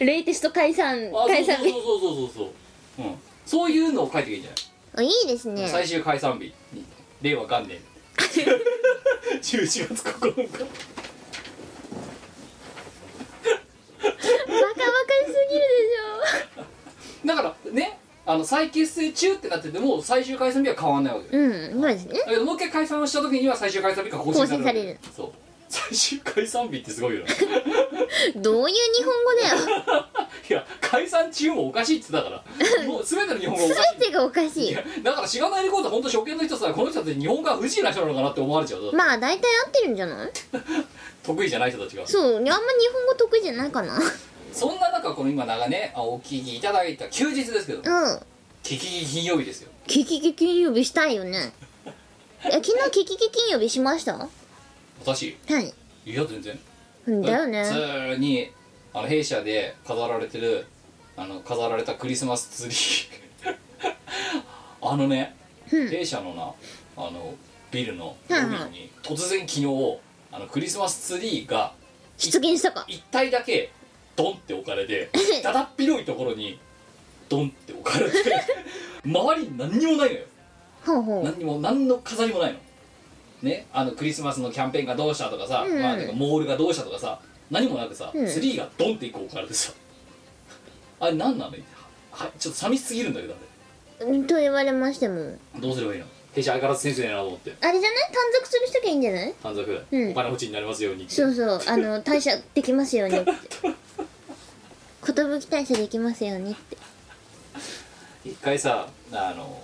[SPEAKER 1] レイテスト解散
[SPEAKER 3] あ
[SPEAKER 1] 解散日
[SPEAKER 3] そうそうそうそうそうそう、うん、そういうのを書いていいんじゃない
[SPEAKER 1] あいいですね
[SPEAKER 3] 最終解散日に令和 元年11月9日
[SPEAKER 1] バカバカしすぎる
[SPEAKER 3] だからねあの再結成中ってなってても最終解散日は変わんないわけだ
[SPEAKER 1] でしょうんそうですね
[SPEAKER 3] けどもう一回解散をした時には最終解散日が更新されるわけ
[SPEAKER 1] 更新される
[SPEAKER 3] そう最終解散日ってすごいよない
[SPEAKER 1] どういう日本語だよ
[SPEAKER 3] や解散中もおかしいって言ってたからもう全ての日本語がおかし
[SPEAKER 1] 全てがおかし
[SPEAKER 3] いい
[SPEAKER 1] い
[SPEAKER 3] やだから知らないレコード本当初見の人さこの人って日本語が不自由な人なのかなって思われちゃう
[SPEAKER 1] まあ大体合ってるんじゃない
[SPEAKER 3] 得意じゃない人たちが
[SPEAKER 1] そうあんま日本語得意じゃないかな
[SPEAKER 3] そんな中この今長ねあお聞きいただいた休日ですけど
[SPEAKER 1] うん
[SPEAKER 3] キキキ金曜日ですよ
[SPEAKER 1] キキキ金曜日したい よねえ昨日キキキ金曜日しましたは
[SPEAKER 3] 私
[SPEAKER 1] い
[SPEAKER 3] いや全然
[SPEAKER 1] うんだよね
[SPEAKER 3] 普通にあの弊社で飾られてるあの飾られたクリスマスツリー あのね、弊社のなあのビルのロビーに突然昨日あのクリスマスツリーが
[SPEAKER 1] 出現したか
[SPEAKER 3] 一体だけドンって置かれ てだだっ広いところにドンって置か れて周りに何にもないのよ
[SPEAKER 1] ほうほう
[SPEAKER 3] 何にも何の飾りもないのねあのクリスマスのキャンペーンがどうしたとかさ、
[SPEAKER 1] うん
[SPEAKER 3] まあ、てかモールがどうしたとかさ何もなくさ、
[SPEAKER 1] うん
[SPEAKER 3] ツリーがドンって1個置かれてさ あれ何なのはちょっと寂しすぎるんだけどあ
[SPEAKER 1] うんと言われましても
[SPEAKER 3] れどうすればいいの弊社相変わらず先生だなと思って
[SPEAKER 1] あれじゃない短冊する人がいいんじゃない
[SPEAKER 3] 短冊、
[SPEAKER 1] うん
[SPEAKER 3] お金持ちになりますようにって
[SPEAKER 1] そうそう あの退社できますようにって寿退社できますようにって
[SPEAKER 3] 一回さあの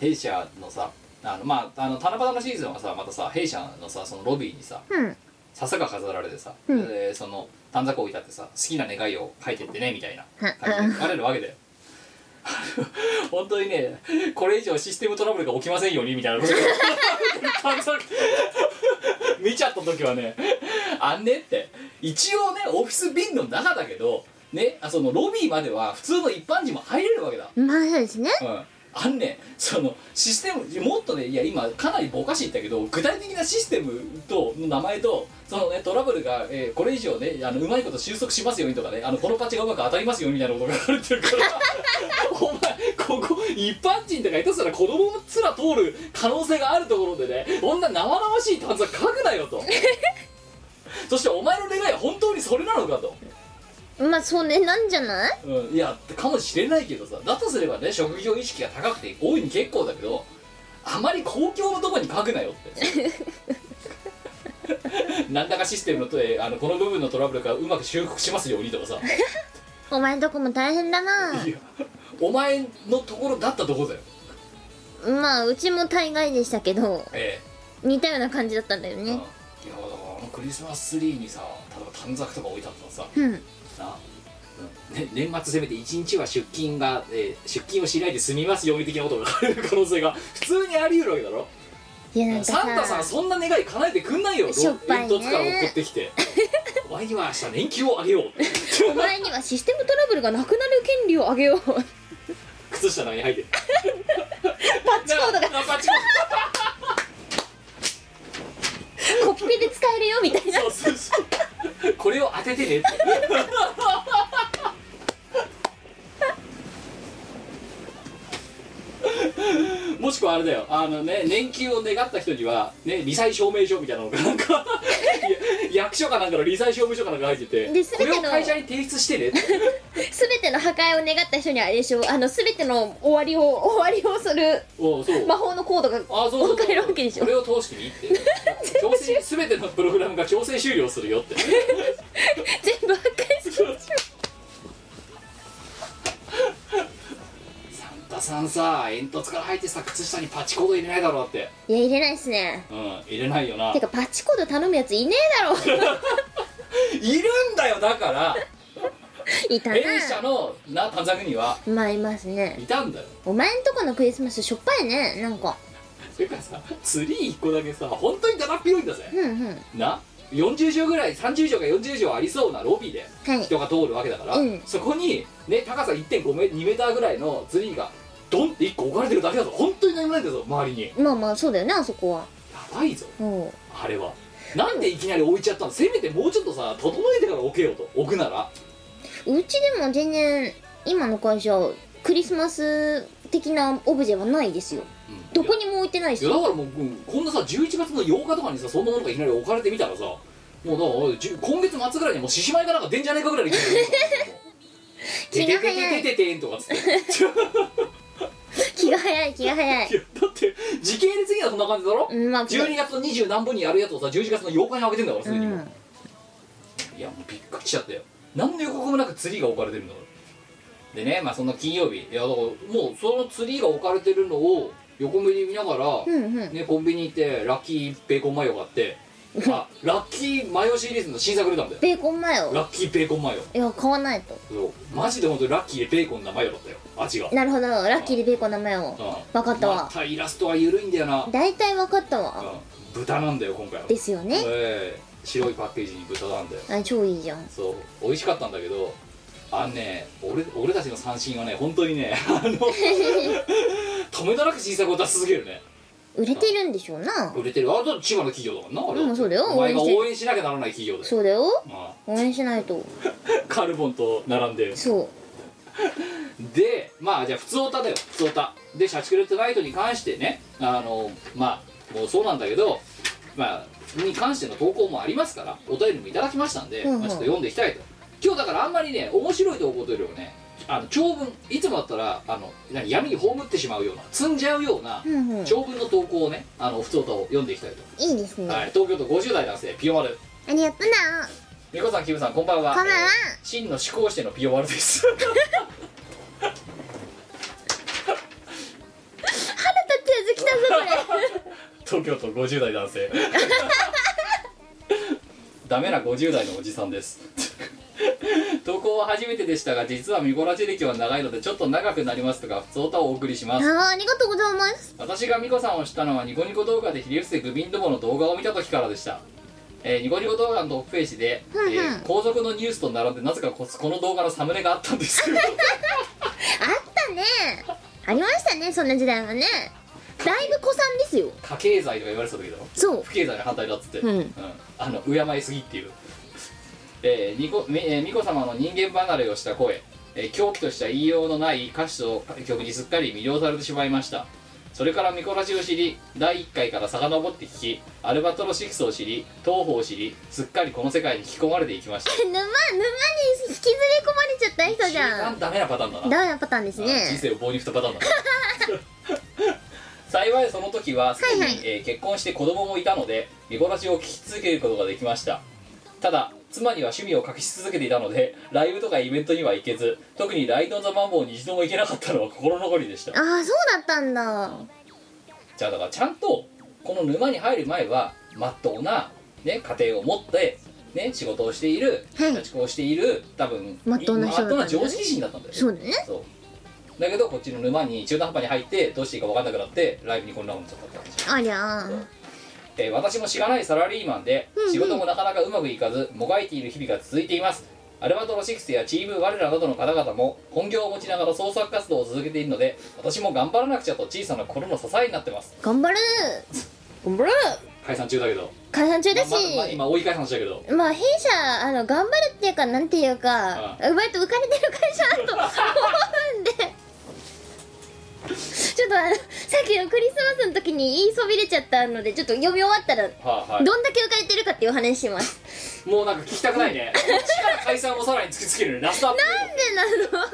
[SPEAKER 3] 弊社のさあのまああの七夕のシーズンはさまたさ弊社のさそのロビーにさ
[SPEAKER 1] うん
[SPEAKER 3] 笹が飾られてさ、
[SPEAKER 1] うん
[SPEAKER 3] でその短冊置いてあってさ好きな願いを書いてってねみたいな
[SPEAKER 1] は
[SPEAKER 3] 感じで書かれるわけだよ 本当にねこれ以上システムトラブルが起きませんようにみたいなことが短冊見ちゃった時はねあんねって一応ねオフィスビルの中だけどねあそのロビーまでは普通の一般人も入れるわけだ
[SPEAKER 1] まあそうですね
[SPEAKER 3] うんあんねそのシステムもっとねいや今かなりぼかしいったけど具体的なシステムとの名前とそのねトラブルが、えーこれ以上ねあのうまいこと収束しますようにとかねあのこのパッチがうまく当たりますようにみたいなことが書かれてるから お前ここ一般人とか下手したら子供すら通る可能性があるところでねこんな生々しい短冊書くなよとそしてお前の願いは本当にそれなのかと。
[SPEAKER 1] まあそうねなんじゃない
[SPEAKER 3] うん、いやかもしれないけどさだとすればね職業意識が高くて大いに結構だけどあまり公共のとこに書くなよって なんだかシステムのとえあのこの部分のトラブルがうまく修復しますようにとかさい
[SPEAKER 1] お前んとこも大変 だな
[SPEAKER 3] やお前のところだったとこだよ
[SPEAKER 1] まあうちも大概でしたけど
[SPEAKER 3] え
[SPEAKER 1] 似たような感じだったんだよ
[SPEAKER 3] えうんい
[SPEAKER 1] ね
[SPEAKER 3] やだからあのクリスマスツリーにさ例えば短冊とか置いてあったらさ
[SPEAKER 1] うん
[SPEAKER 3] な、うんね、年末せめて1日は出勤が、えー出勤をしないで済みますように的なことが書かれる可能性が普通にあり得るわけだろ
[SPEAKER 1] いやなんかさ
[SPEAKER 3] サンタさんそんな願い叶えてくんないよロ
[SPEAKER 1] しょっぱいね
[SPEAKER 3] 煙突から送ってき てお前には明日年休をあげようって
[SPEAKER 1] お前にはシステムトラブルがなくなる権利をあ げよう
[SPEAKER 3] 靴下の中に入ってパッ
[SPEAKER 1] チコードが
[SPEAKER 3] パッチコー
[SPEAKER 1] コピペで使えるよみたいな
[SPEAKER 3] ドそうそうそうこれを当ててねってもしくはあれだよあのね年金を願った人にはね理災証明書みたいなのがなんか いや役所かなんかの理災証明書かなんか入ってて
[SPEAKER 1] で
[SPEAKER 3] こ
[SPEAKER 1] 全
[SPEAKER 3] れ
[SPEAKER 1] て
[SPEAKER 3] を
[SPEAKER 1] の
[SPEAKER 3] 会社に提出してねって
[SPEAKER 1] 全ての破壊を願った人にはあれでしょあの全ての終わりを終わりをする
[SPEAKER 3] おうそう
[SPEAKER 1] 魔法のコードが
[SPEAKER 3] あそうそう
[SPEAKER 1] 置かれるわけでしょ
[SPEAKER 3] これを通してみって 強制全てのプログラムが強制終了するよって
[SPEAKER 1] 全部破壊する
[SPEAKER 3] サンタさんさ煙突から入ってさ靴下にパチコード入れないだろうって
[SPEAKER 1] いや入れないっすね
[SPEAKER 3] うん入れないよな
[SPEAKER 1] てかパチコード頼むやついねえ だろ
[SPEAKER 3] いるんだよだから
[SPEAKER 1] いたな
[SPEAKER 3] 弊社のな短冊には
[SPEAKER 1] まあいますね
[SPEAKER 3] いたんだよ
[SPEAKER 1] お前んとこのクリスマスしょっぱいねなんか
[SPEAKER 3] それからさツリー1個だけさ本当にだだっ広いんだぜ
[SPEAKER 1] うんうん
[SPEAKER 3] な40畳ぐらい30畳か40畳ありそうなロビーで
[SPEAKER 1] はい
[SPEAKER 3] 人が通るわけだから、
[SPEAKER 1] うん
[SPEAKER 3] そこに、ね、高さ1.5メ2メーターぐらいのツリーがドンって1個置かれてるだけだぞ本当に何もないんだぞ周りにや
[SPEAKER 1] まあまあそうだよねあそこは
[SPEAKER 3] ばいぞ
[SPEAKER 1] おう
[SPEAKER 3] あれはなんでいきなり置いちゃったのせめてもうちょっとさ整えてから置けよと置くなら
[SPEAKER 1] うちでも全然今の会社クリスマス的なオブジェはないですよ
[SPEAKER 3] うん
[SPEAKER 1] どこにも置いてないっ
[SPEAKER 3] い
[SPEAKER 1] す
[SPEAKER 3] やだ
[SPEAKER 1] よ
[SPEAKER 3] からもううんこんなさ11月の8日とかにさそんなものがいきなり置かれてみたらさもうだからおいじゅ今月末ぐらいにはもう獅子舞かなんか出んじゃねえかぐらいの勢いで
[SPEAKER 1] 気が早い
[SPEAKER 3] ててててててんとかっつっていや
[SPEAKER 1] 気が早い気が早い
[SPEAKER 3] だって時系列的にはそんな感じだろ、
[SPEAKER 1] うんまあ
[SPEAKER 3] 12月の20何分にやるやつをさ11月の8日に上げてんだからす
[SPEAKER 1] う
[SPEAKER 3] でにもう、
[SPEAKER 1] ん
[SPEAKER 3] いやもうびっくりしちゃったよ何の予告もなくツリーが置かれてるんだからでねまあそんな金曜日いやだからもうそのツリーが置かれてるのを横目に見ながら、
[SPEAKER 1] うんうん
[SPEAKER 3] ね、コンビニ行ってラッキーベーコンマヨ買 ってあラッキーマヨシリーズの新作出たんだよ
[SPEAKER 1] ベーコンマヨ
[SPEAKER 3] ラッキーベーコンマヨ
[SPEAKER 1] いや買わないと
[SPEAKER 3] そうマジで本当にラッキーでベーコンなマヨだったよ味が
[SPEAKER 1] なるほどラッキーでベーコンのマヨ
[SPEAKER 3] うん
[SPEAKER 1] わかった
[SPEAKER 3] ま
[SPEAKER 1] わ
[SPEAKER 3] たイラストは緩いんだよな、
[SPEAKER 1] 大体わかった
[SPEAKER 3] う
[SPEAKER 1] わ
[SPEAKER 3] ん、豚なんだよ今回は
[SPEAKER 1] ですよね
[SPEAKER 3] ええ白いパッケージに豚なんだよ
[SPEAKER 1] あ超いいじゃん
[SPEAKER 3] そう美味しかったんだけどあのね俺俺たちの三振はね本当にね あの止めたなく小さいことは続けるね
[SPEAKER 1] 売れてるんでしょうな
[SPEAKER 3] 売れてるあれだって千葉の企業だからなあれだって
[SPEAKER 1] うんそうだよ
[SPEAKER 3] お前が
[SPEAKER 1] 応援して
[SPEAKER 3] 応援しなきゃならない企業だよ
[SPEAKER 1] そうだよ
[SPEAKER 3] ま
[SPEAKER 1] 応援しないと
[SPEAKER 3] あ、カルボンと並んで
[SPEAKER 1] そう
[SPEAKER 3] でまあじゃあ普通オタだよ普通オタで社畜レッドナイトに関してねあのまあもうそうなんだけどまあに関しての投稿もありますからお便りもいただきましたんで、
[SPEAKER 1] うんうん
[SPEAKER 3] まあ、ちょっと読んでいきたいと今日だからあんまりね面白い投稿というよりもねあの長文いつもだったらあの何闇に葬ってしまうような積んじゃうような
[SPEAKER 1] うんうん
[SPEAKER 3] 長文の投稿をねあの普通オタを読んでいきたいと、
[SPEAKER 1] いいですね
[SPEAKER 3] はい、東京都50代男性ピオマル
[SPEAKER 1] ありがとな
[SPEAKER 3] みこさんキムさんこんばんは
[SPEAKER 1] こんばんは
[SPEAKER 3] えー真の思考してのピオワルです
[SPEAKER 1] 腹立ってやつ来たぞこれ
[SPEAKER 3] 東京都50代男性ダメな50代のおじさんです投稿は初めてでしたが実はミコラチ歴は長いのでちょっと長くなりますとか普通歌をお送りします
[SPEAKER 1] あーありがとうございます
[SPEAKER 3] 私がミコさんを知ったのはニコニコ動画で秀吉でグビンどもの動画を見た時からでした、えーニコニコ動画のトップページで、
[SPEAKER 1] うんうん
[SPEAKER 3] えー後続のニュースと並んでなぜかここの動画のサムネがあったんですけ ど
[SPEAKER 1] あったねありましたねそんな時代はねだいぶ子さんですよ
[SPEAKER 3] 家計財とか言われてた時だろ
[SPEAKER 1] そう
[SPEAKER 3] 不敬罪の反対だっつって、
[SPEAKER 1] うん
[SPEAKER 3] あの敬いすぎっていう、えーニコみえーミコ様の人間離れをした声、えー狂気とした言いようのない歌詞と曲にすっかり魅了されてしまいましたそれからミコラジを知り第1回から遡って聞きアルバトロ6を知り東宝を知りすっかりこの世界に引き込まれていきました
[SPEAKER 1] 沼沼に引きずり込まれちゃった人じゃん
[SPEAKER 3] 一番ダメなパターンだな
[SPEAKER 1] ダメなパターンです
[SPEAKER 3] あ人
[SPEAKER 1] ね
[SPEAKER 3] 生を棒に振ったパターンだな 幸いその時はすでに、
[SPEAKER 1] はいはい
[SPEAKER 3] えー結婚して子供もいたので見殺しを聞き続けることができましたただ妻には趣味を隠し続けていたのでライブとかイベントには行けず特にライド・ザ・マンボウに一度も行けなかったのは心残りでした
[SPEAKER 1] ああそうだったんだ
[SPEAKER 3] じゃあだからちゃんとこの沼に入る前はまっとうな、ね、家庭を持って、ね、仕事をしている
[SPEAKER 1] はい
[SPEAKER 3] 立ちをしている多分
[SPEAKER 1] まっとうな人
[SPEAKER 3] まっ
[SPEAKER 1] だったんだね
[SPEAKER 3] とうな常識人だったんだよね
[SPEAKER 1] そうだね
[SPEAKER 3] そうだけどこっちの沼に中途半端に入ってどうしていいか分かんなくなってライブにこんなもんちゃったって感じ
[SPEAKER 1] ありゃー
[SPEAKER 3] えー私も知らないサラリーマンで
[SPEAKER 1] うんうん
[SPEAKER 3] 仕事もなかなかうまくいかずもがいている日々が続いていますアルバトロ6やチーム我らなどの方々も本業を持ちながら創作活動を続けているので私も頑張らなくちゃと小さな心の支えになってます
[SPEAKER 1] 頑張る頑張る
[SPEAKER 3] 解散中だけど
[SPEAKER 1] 解散中だし
[SPEAKER 3] まあまあ今追い返す話だけど
[SPEAKER 1] まあ弊社あの頑張るっていうかなんていうか
[SPEAKER 3] あ
[SPEAKER 1] 割と浮かれてる会社だと思うんでちょっとちょっとあのさっきのクリスマスの時に言いそびれちゃったのでちょっと読み終わったら
[SPEAKER 3] はいはい
[SPEAKER 1] どんだけ浮かれてるかっていうお話し ます
[SPEAKER 3] もうなんか聞きたくない ねこっちから解散をさらに突きつけるラストアップ
[SPEAKER 1] なんでなの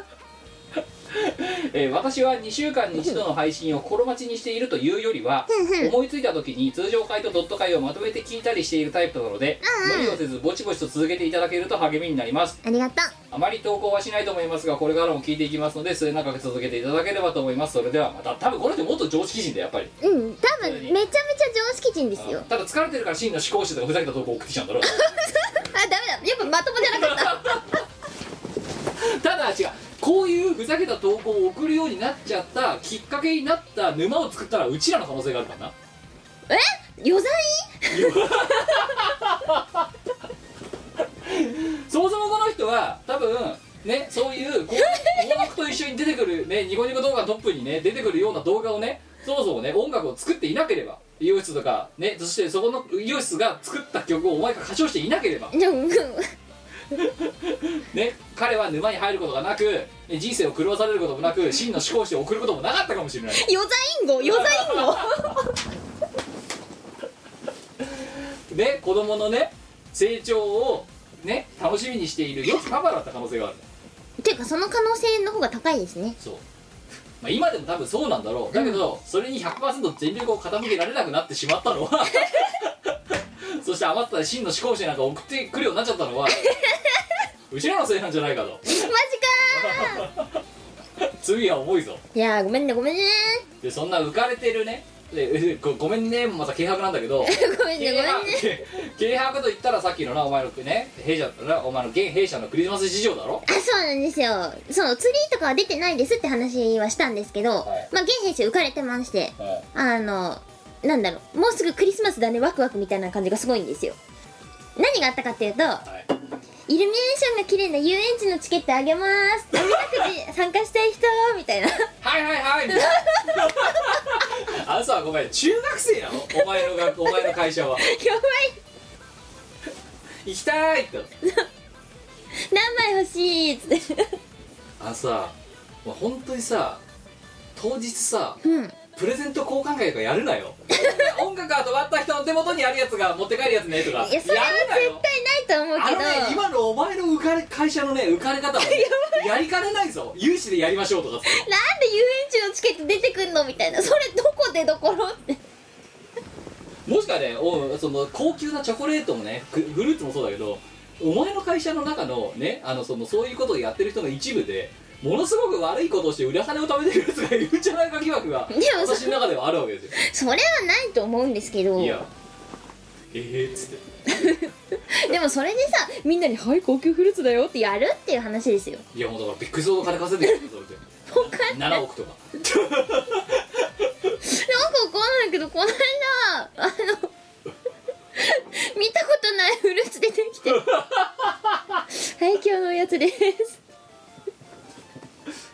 [SPEAKER 3] えー私は2週間に一度の配信を心待ちにしているというよりは思いついた時に通常回とドット回をまとめて聞いたりしているタイプなので
[SPEAKER 1] うんうん
[SPEAKER 3] 無理をせずぼちぼちと続けていただけると励みになります
[SPEAKER 1] ありがと
[SPEAKER 3] あまり投稿はしないと思いますがこれからも聞いていきますので末永く続けていただければと思いますそれではまた多分この人もっと常識人だよやっぱり
[SPEAKER 1] ううん多分めちゃめちゃ常識人ですよ
[SPEAKER 3] ただ疲れてるから真の思考してとかふざけた投稿送ってきちゃうんだろう
[SPEAKER 1] あダメだやっぱまともじゃなかった
[SPEAKER 3] ただ違うこういうふざけた投稿を送るようになっちゃったきっかけになった沼を作ったらうちらの可能性があるからな
[SPEAKER 1] え余罪
[SPEAKER 3] そもそもこの人は多分ねそういうこう音楽と一緒に出てくるねニコニコ動画のトップにね出てくるような動画をねそもそもね音楽を作っていなければ美容室とかねそしてそこの美容室が作った曲をお前が歌唱していなければ
[SPEAKER 1] でもうん
[SPEAKER 3] ね彼は沼に入ることがなくね人生を狂わされることもなく真の思考して送ることもなかったかもしれない
[SPEAKER 1] 余罪隠語余罪隠語
[SPEAKER 3] ね子供のね成長をね楽しみにしている良きパパだった可能性がある
[SPEAKER 1] ていうかその可能性の方が高いですね
[SPEAKER 3] そう、まあ、今でも多分そうなんだろうだけど、それに100%全力を傾けられなくなってしまったの はそして余った真の思考者なんか送ってくるようになっちゃったのはうちらのせいなんじゃないかと
[SPEAKER 1] マジか
[SPEAKER 3] 罪は重いぞ
[SPEAKER 1] ーいやーごめんねごめんね
[SPEAKER 3] でそんな浮かれてるねでえごごめんねもまた軽薄なんだけど
[SPEAKER 1] ごめんねごめんね
[SPEAKER 3] 軽薄と言ったらさっきのなお前のね弊社のなお前の現弊社のクリスマス事情だろ
[SPEAKER 1] あそうなんですよそのツリーとかは出てないですって話はしたんですけど、
[SPEAKER 3] はい
[SPEAKER 1] まあ現兵士浮かれてまして
[SPEAKER 3] はい
[SPEAKER 1] あのなんだろうもうすぐクリスマスだねワクワクみたいな感じがすごいんですよ何があったかっていうと
[SPEAKER 3] はい
[SPEAKER 1] イルミネーションが綺麗な遊園地のチケットあげますおみくじ参加したい人みたいな
[SPEAKER 3] はいはいはい みたいなあのさごめん中学生なのお前の学校お前の会社は
[SPEAKER 1] やばい
[SPEAKER 3] 行きたいって
[SPEAKER 1] 何枚欲しいっつって
[SPEAKER 3] あのさまあ本当にさ当日さ
[SPEAKER 1] うん
[SPEAKER 3] プレゼント交換会とかやるなよ音楽が止まった人の手元にあるやつが持って帰るやつねとか
[SPEAKER 1] いやそれは
[SPEAKER 3] るな
[SPEAKER 1] 絶
[SPEAKER 3] よ
[SPEAKER 1] 対ないと思う
[SPEAKER 3] あ
[SPEAKER 1] け
[SPEAKER 3] の
[SPEAKER 1] ど
[SPEAKER 3] ね今のお前の浮かれ会社のね浮かれ方はね、やりかねないぞ有志でやりましょうとかっつって
[SPEAKER 1] なんで遊園地のチケット出てくんのみたいなそれどこでどころって
[SPEAKER 3] もしかねおその高級なチョコレートもねフフルーツもそうだけどお前の会社の中のねあのそのそういうことをやってる人の一部でものすごく悪いことをして裏金を食べてるやつがいるんじゃないか疑惑が
[SPEAKER 1] でもそ
[SPEAKER 3] 私の中ではあるわけです
[SPEAKER 1] それはないと思うんですけど
[SPEAKER 3] よいやええっつって
[SPEAKER 1] でもそれでさみんなに「はい高級フルーツだよ」ってやるっていう話ですよ
[SPEAKER 3] いやもうだからビッグソード金稼いでるよそれで
[SPEAKER 1] 他なんか
[SPEAKER 3] 7億とか
[SPEAKER 1] わかんないけどこの間あの 見たことないフルーツ出てきて「 はい今日のおやつです」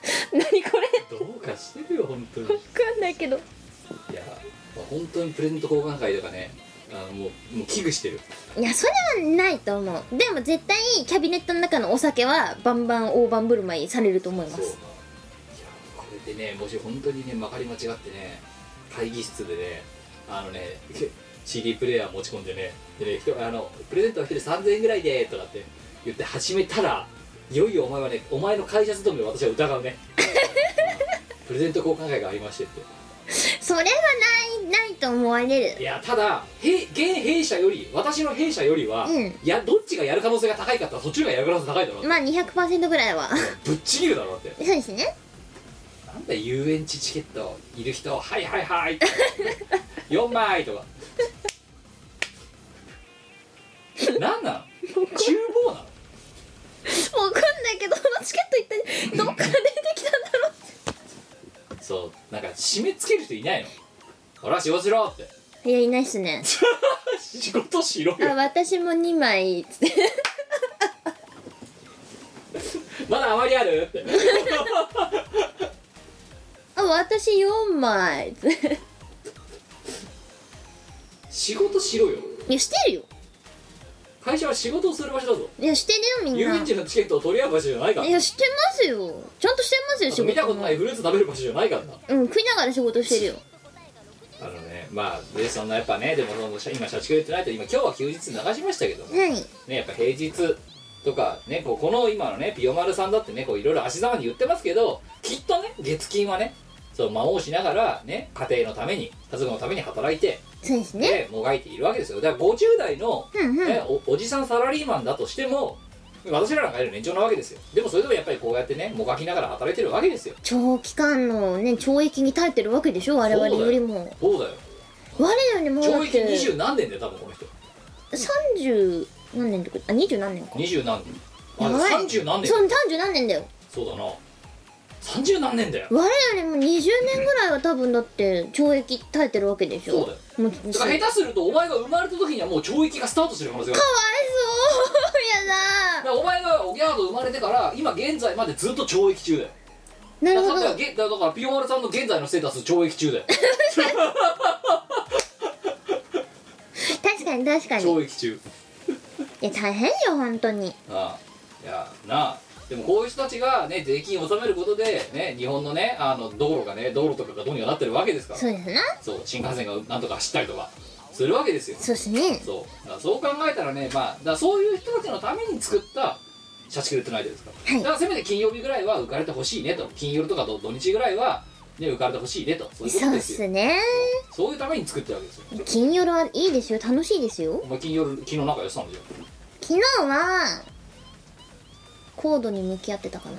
[SPEAKER 1] 何これ
[SPEAKER 3] どうかしてるよ本当に
[SPEAKER 1] わかんないけど
[SPEAKER 3] いや、まあ、本当にプレゼント交換会とかねあのもうもう危惧してる
[SPEAKER 1] いやそれはないと思うでも絶対キャビネットの中のお酒はバンバン大盤振る舞いされると思いま
[SPEAKER 3] そういや
[SPEAKER 1] す
[SPEAKER 3] これでねもし本当にねまかり間違ってね会議室でねあのね CD プレイヤー持ち込んでねでね人あのプレゼントは1人3000円ぐらいでとかって言って始めたらいよいよお前はねお前の会社勤めを私は疑う ねプレゼント交換会がありましてって
[SPEAKER 1] それはないないと思われる
[SPEAKER 3] いやただへ現弊社より私の弊社よりは、
[SPEAKER 1] うん
[SPEAKER 3] いやどっちがやる可能性が高いかって言ったらそっちの方がやる可能性高いだろうって
[SPEAKER 1] まあ200%ぐらいは
[SPEAKER 3] ぶっちぎるだろうって
[SPEAKER 1] そうですね
[SPEAKER 3] なんだ遊園地チケットいる人はいはいはい4枚とかなんなの厨房なの
[SPEAKER 1] わかんないけどそのチケット一体どっから出てきたんだろう
[SPEAKER 3] そうなんか締め付ける人いないの俺は仕事しろって
[SPEAKER 1] いやいないっすね
[SPEAKER 3] 仕事しろ
[SPEAKER 1] あ
[SPEAKER 3] よ
[SPEAKER 1] 私も2枚 つって
[SPEAKER 3] まだあまりあるって
[SPEAKER 1] あ私4枚 つって
[SPEAKER 3] 仕事しろよ
[SPEAKER 1] いやしてるよ
[SPEAKER 3] 会社は仕事をする場所だぞ
[SPEAKER 1] いやしてねよみん
[SPEAKER 3] 遊
[SPEAKER 1] な
[SPEAKER 3] 園地のチケットを取り合う場所じゃないから
[SPEAKER 1] いやしてますよちゃんとしてますよ
[SPEAKER 3] あ
[SPEAKER 1] 仕事
[SPEAKER 3] と見たことないフルーツ食べる場所じゃないからな
[SPEAKER 1] うん食いながら仕事してるよ
[SPEAKER 3] あのねまあでそんなやっぱねでもその社今社畜言ってないと今今日は休日流しましたけどもね
[SPEAKER 1] はい
[SPEAKER 3] やっぱ平日とかねこうこの今のねピオマルさんだってねこういろいろ足ざまに言ってますけどきっとね月金はねそう魔王しながらね家庭のために家族のために働いて
[SPEAKER 1] そうですね
[SPEAKER 3] でもがいているわけですよだから50代の、
[SPEAKER 1] うんうん
[SPEAKER 3] ねおおじさんサラリーマンだとしても私らなんかより年長なわけですよでもそれでもやっぱりこうやってねもがきながら働いてるわけですよ
[SPEAKER 1] 長期間のね懲役に耐えてるわけでしょ我々よりも
[SPEAKER 3] そうだよ
[SPEAKER 1] 我よりもだっ
[SPEAKER 3] 懲役
[SPEAKER 1] て
[SPEAKER 3] 二十何年だよ多分この人
[SPEAKER 1] 30何年ってことあ20何年か
[SPEAKER 3] 二十何年あ
[SPEAKER 1] やばい
[SPEAKER 3] 三十何年
[SPEAKER 1] そう30何年だよ
[SPEAKER 3] そうだな三十何年だよ
[SPEAKER 1] 我よりも20年ぐらいは多分だって懲役耐えてるわけでしょ
[SPEAKER 3] そうだよ
[SPEAKER 1] もう
[SPEAKER 3] だから下手するとお前が生まれた時にはもう懲役がスタートする可能性がある
[SPEAKER 1] かわいそう や
[SPEAKER 3] だ
[SPEAKER 1] だ
[SPEAKER 3] からお前がおぎゃーと生まれてから今現在までずっと懲役中だよ
[SPEAKER 1] なるほ
[SPEAKER 3] だから
[SPEAKER 1] ど
[SPEAKER 3] げだからピオマルさんの現在のステータス懲役中だよ
[SPEAKER 1] 確かに確かに
[SPEAKER 3] 懲役中
[SPEAKER 1] いや大変よ本当に
[SPEAKER 3] ああいやなあでもこういう人たちがね税金を納めることでね日本のねあの道路がね道路とかがどうにかなってるわけですから
[SPEAKER 1] そうですな
[SPEAKER 3] そう新幹線がなんとか走ったりとかするわけですよ
[SPEAKER 1] そうですね
[SPEAKER 3] そうだからそう考えたらね、まあ、だからそういう人たちのために作った社畜ってないですか、
[SPEAKER 1] はい
[SPEAKER 3] だからせめて金曜日ぐらいは浮かれてほしいねと金曜日とかと土日ぐらいは、ね、浮かれてほしいねとそういうこ
[SPEAKER 1] そ
[SPEAKER 3] と
[SPEAKER 1] う
[SPEAKER 3] で
[SPEAKER 1] っ
[SPEAKER 3] す
[SPEAKER 1] す
[SPEAKER 3] よ
[SPEAKER 1] ね
[SPEAKER 3] そういうために作ってるわけですよ
[SPEAKER 1] 金曜はいいですよ楽しいですよ
[SPEAKER 3] お前金曜日昨日なんかやってたんだよ
[SPEAKER 1] 昨日はコードに向き合ってたかな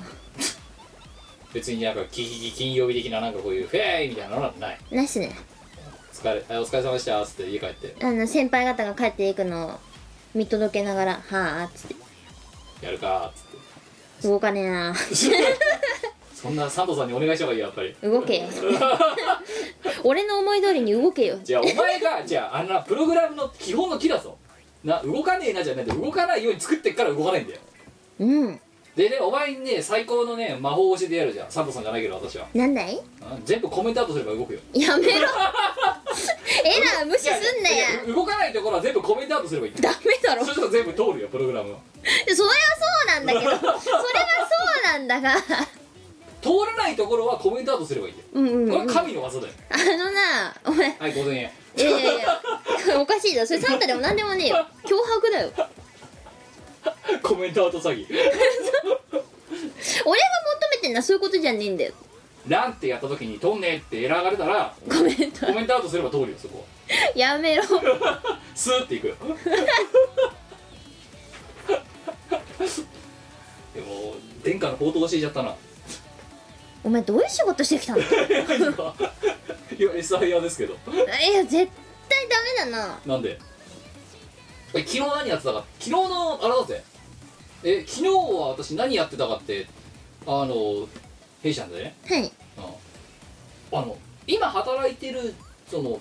[SPEAKER 3] 別になんかキキキ金曜日的ななんかこういうフェーイみたいなのはない
[SPEAKER 1] ないっすね
[SPEAKER 3] 疲れあお疲れ様でしたっつって家帰って
[SPEAKER 1] あの先輩方が帰っていくのを見届けながら「はあ」っつって
[SPEAKER 3] やるかっつ って
[SPEAKER 1] 「動かねえな
[SPEAKER 3] そんなサンドさんにお願いした方がいいよやっぱり
[SPEAKER 1] 動け よ」俺の思い通りに動けよ
[SPEAKER 3] じゃあお前がじゃああんなプログラムの基本の木だぞな動かねえなじゃないんだよ動かないように作ってっから動かないんだよ
[SPEAKER 1] うん
[SPEAKER 3] でねお前にね最高のね魔法を教えてやるじゃんサンタさんじゃないけど私は
[SPEAKER 1] なんだい
[SPEAKER 3] うん全部コメントアウトすれば動くよ
[SPEAKER 1] やめろエラー無視すんない
[SPEAKER 3] やい
[SPEAKER 1] よ
[SPEAKER 3] や動かないところは全部コメントアウトすればいい
[SPEAKER 1] ダメだろ
[SPEAKER 3] そ
[SPEAKER 1] そ
[SPEAKER 3] したら全部通るよプログラムは
[SPEAKER 1] れはそうなんだけどそれはそうなんだが
[SPEAKER 3] 通らないところはコメントアウトすればいいよ
[SPEAKER 1] うんうん、
[SPEAKER 3] こ
[SPEAKER 1] う
[SPEAKER 3] れ
[SPEAKER 1] ん、あ
[SPEAKER 3] 神の技だよ
[SPEAKER 1] のなお前
[SPEAKER 3] はい5000円
[SPEAKER 1] いやいやい やおかしいだろそれサンタでも何でもねえよ脅迫だよ
[SPEAKER 3] コメントアウト詐欺
[SPEAKER 1] 俺が求めてんのはそういうことじゃねえんだよ
[SPEAKER 3] ランってやった時に「通んねえ」ってエラーが出たら
[SPEAKER 1] コメント
[SPEAKER 3] コメントアウトすれば通るよそこ
[SPEAKER 1] やめろ
[SPEAKER 3] スーっていくよでも殿下の宝刀を教えちゃった な
[SPEAKER 1] お前どういう仕事してきたのい
[SPEAKER 3] いや SIR ですけど
[SPEAKER 1] や絶対ダメだな
[SPEAKER 3] なんでえ昨日何やってたか昨日のあれだぜえ昨日は私何やってたかってあの弊社でね、
[SPEAKER 1] はい
[SPEAKER 3] うんあの今働いてるその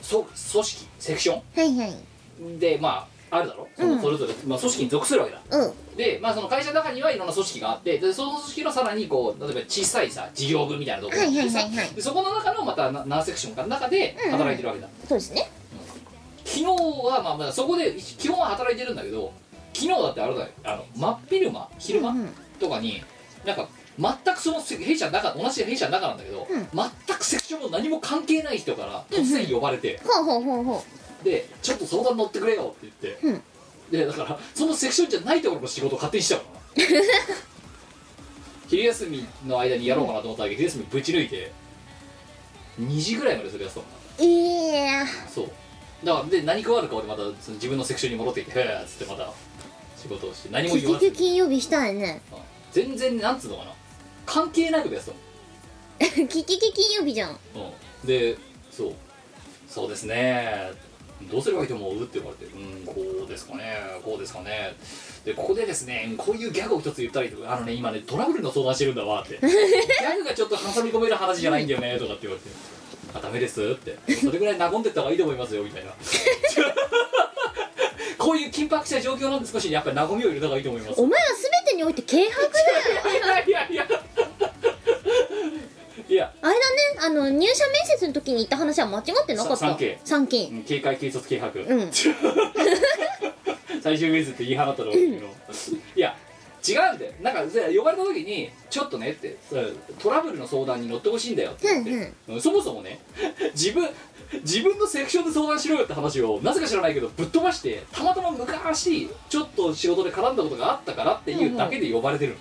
[SPEAKER 3] そ組織セクショ
[SPEAKER 1] はいはい
[SPEAKER 3] ンでまああるだろそ
[SPEAKER 1] うん
[SPEAKER 3] のそれぞれ、まあ、組織に属するわけだ
[SPEAKER 1] うん
[SPEAKER 3] で、まあ、その会社の中にはいろんな組織があってでその組織のさらにこう例えば小さいさ事業部みたいなところがあってさ
[SPEAKER 1] はいはいはいはい
[SPEAKER 3] でそこの中のまたな何セクションかの中で働いてるわけだ、
[SPEAKER 1] そうですね
[SPEAKER 3] 昨日はまあまあそこで一基本は働いてるんだけど昨日だってあれだよあの真っ昼間昼間、
[SPEAKER 1] うんうん
[SPEAKER 3] とかになんか全くそのせ弊社の中同じ弊社の中なんだけど、
[SPEAKER 1] うん
[SPEAKER 3] 全くセクションも何も関係ない人から突然呼ばれて、
[SPEAKER 1] ほうほうほうほ
[SPEAKER 3] でちょっと相談乗ってくれよって言って、
[SPEAKER 1] うん
[SPEAKER 3] でだからそのセクションじゃないところの仕事を勝手にしちゃう からな昼休みの間にやろうかなと思ったけど昼休みぶち抜いて2時ぐらいまでそれやってたもんな
[SPEAKER 1] ういや
[SPEAKER 3] そうだからで何食わぬ顔でまたその自分のセクションに戻ってきて「へえ」っつってまた仕事をして何も
[SPEAKER 1] 結
[SPEAKER 3] 言わず
[SPEAKER 1] 局金曜日したいね
[SPEAKER 3] 全然なんつうのかな関係ないことやってた
[SPEAKER 1] キキキ金曜日じゃん
[SPEAKER 3] もん、うん、でそうそうですねどうすればいいと思うって言われて「うんこうですかねこうですかね」でここでですねこういうギャグを一つ言ったりとか「あのね今ねトラブルの相談してるんだわ」って「ギャグがちょっと挟み込める話じゃないんだよね」とかって言われて「あダメです」って「それぐらい和んでった方がいいと思いますよ」みたいな こういう緊迫した状況なんで少しやっぱり和みを入れた方がいいと思います
[SPEAKER 1] お前は全てにおいて軽薄だよ
[SPEAKER 3] いやいやいやいや
[SPEAKER 1] あれだねあの入社面接の時に言った話は間違ってなかった
[SPEAKER 3] さ産経
[SPEAKER 1] 産経
[SPEAKER 3] 警戒警察軽薄
[SPEAKER 1] うん
[SPEAKER 3] さ最終クイズって言い放ったの俺のいや違うんだよなんかで呼ばれた時に「ちょっとね」って「トラブルの相談に乗ってほしいんだよ」って言って、うんそもそもね自分自分のセクションで相談しろよって話をなぜか知らないけどぶっ飛ばしてたまたま昔ちょっと仕事で絡んだことがあったからっていうだけで呼ばれてるの、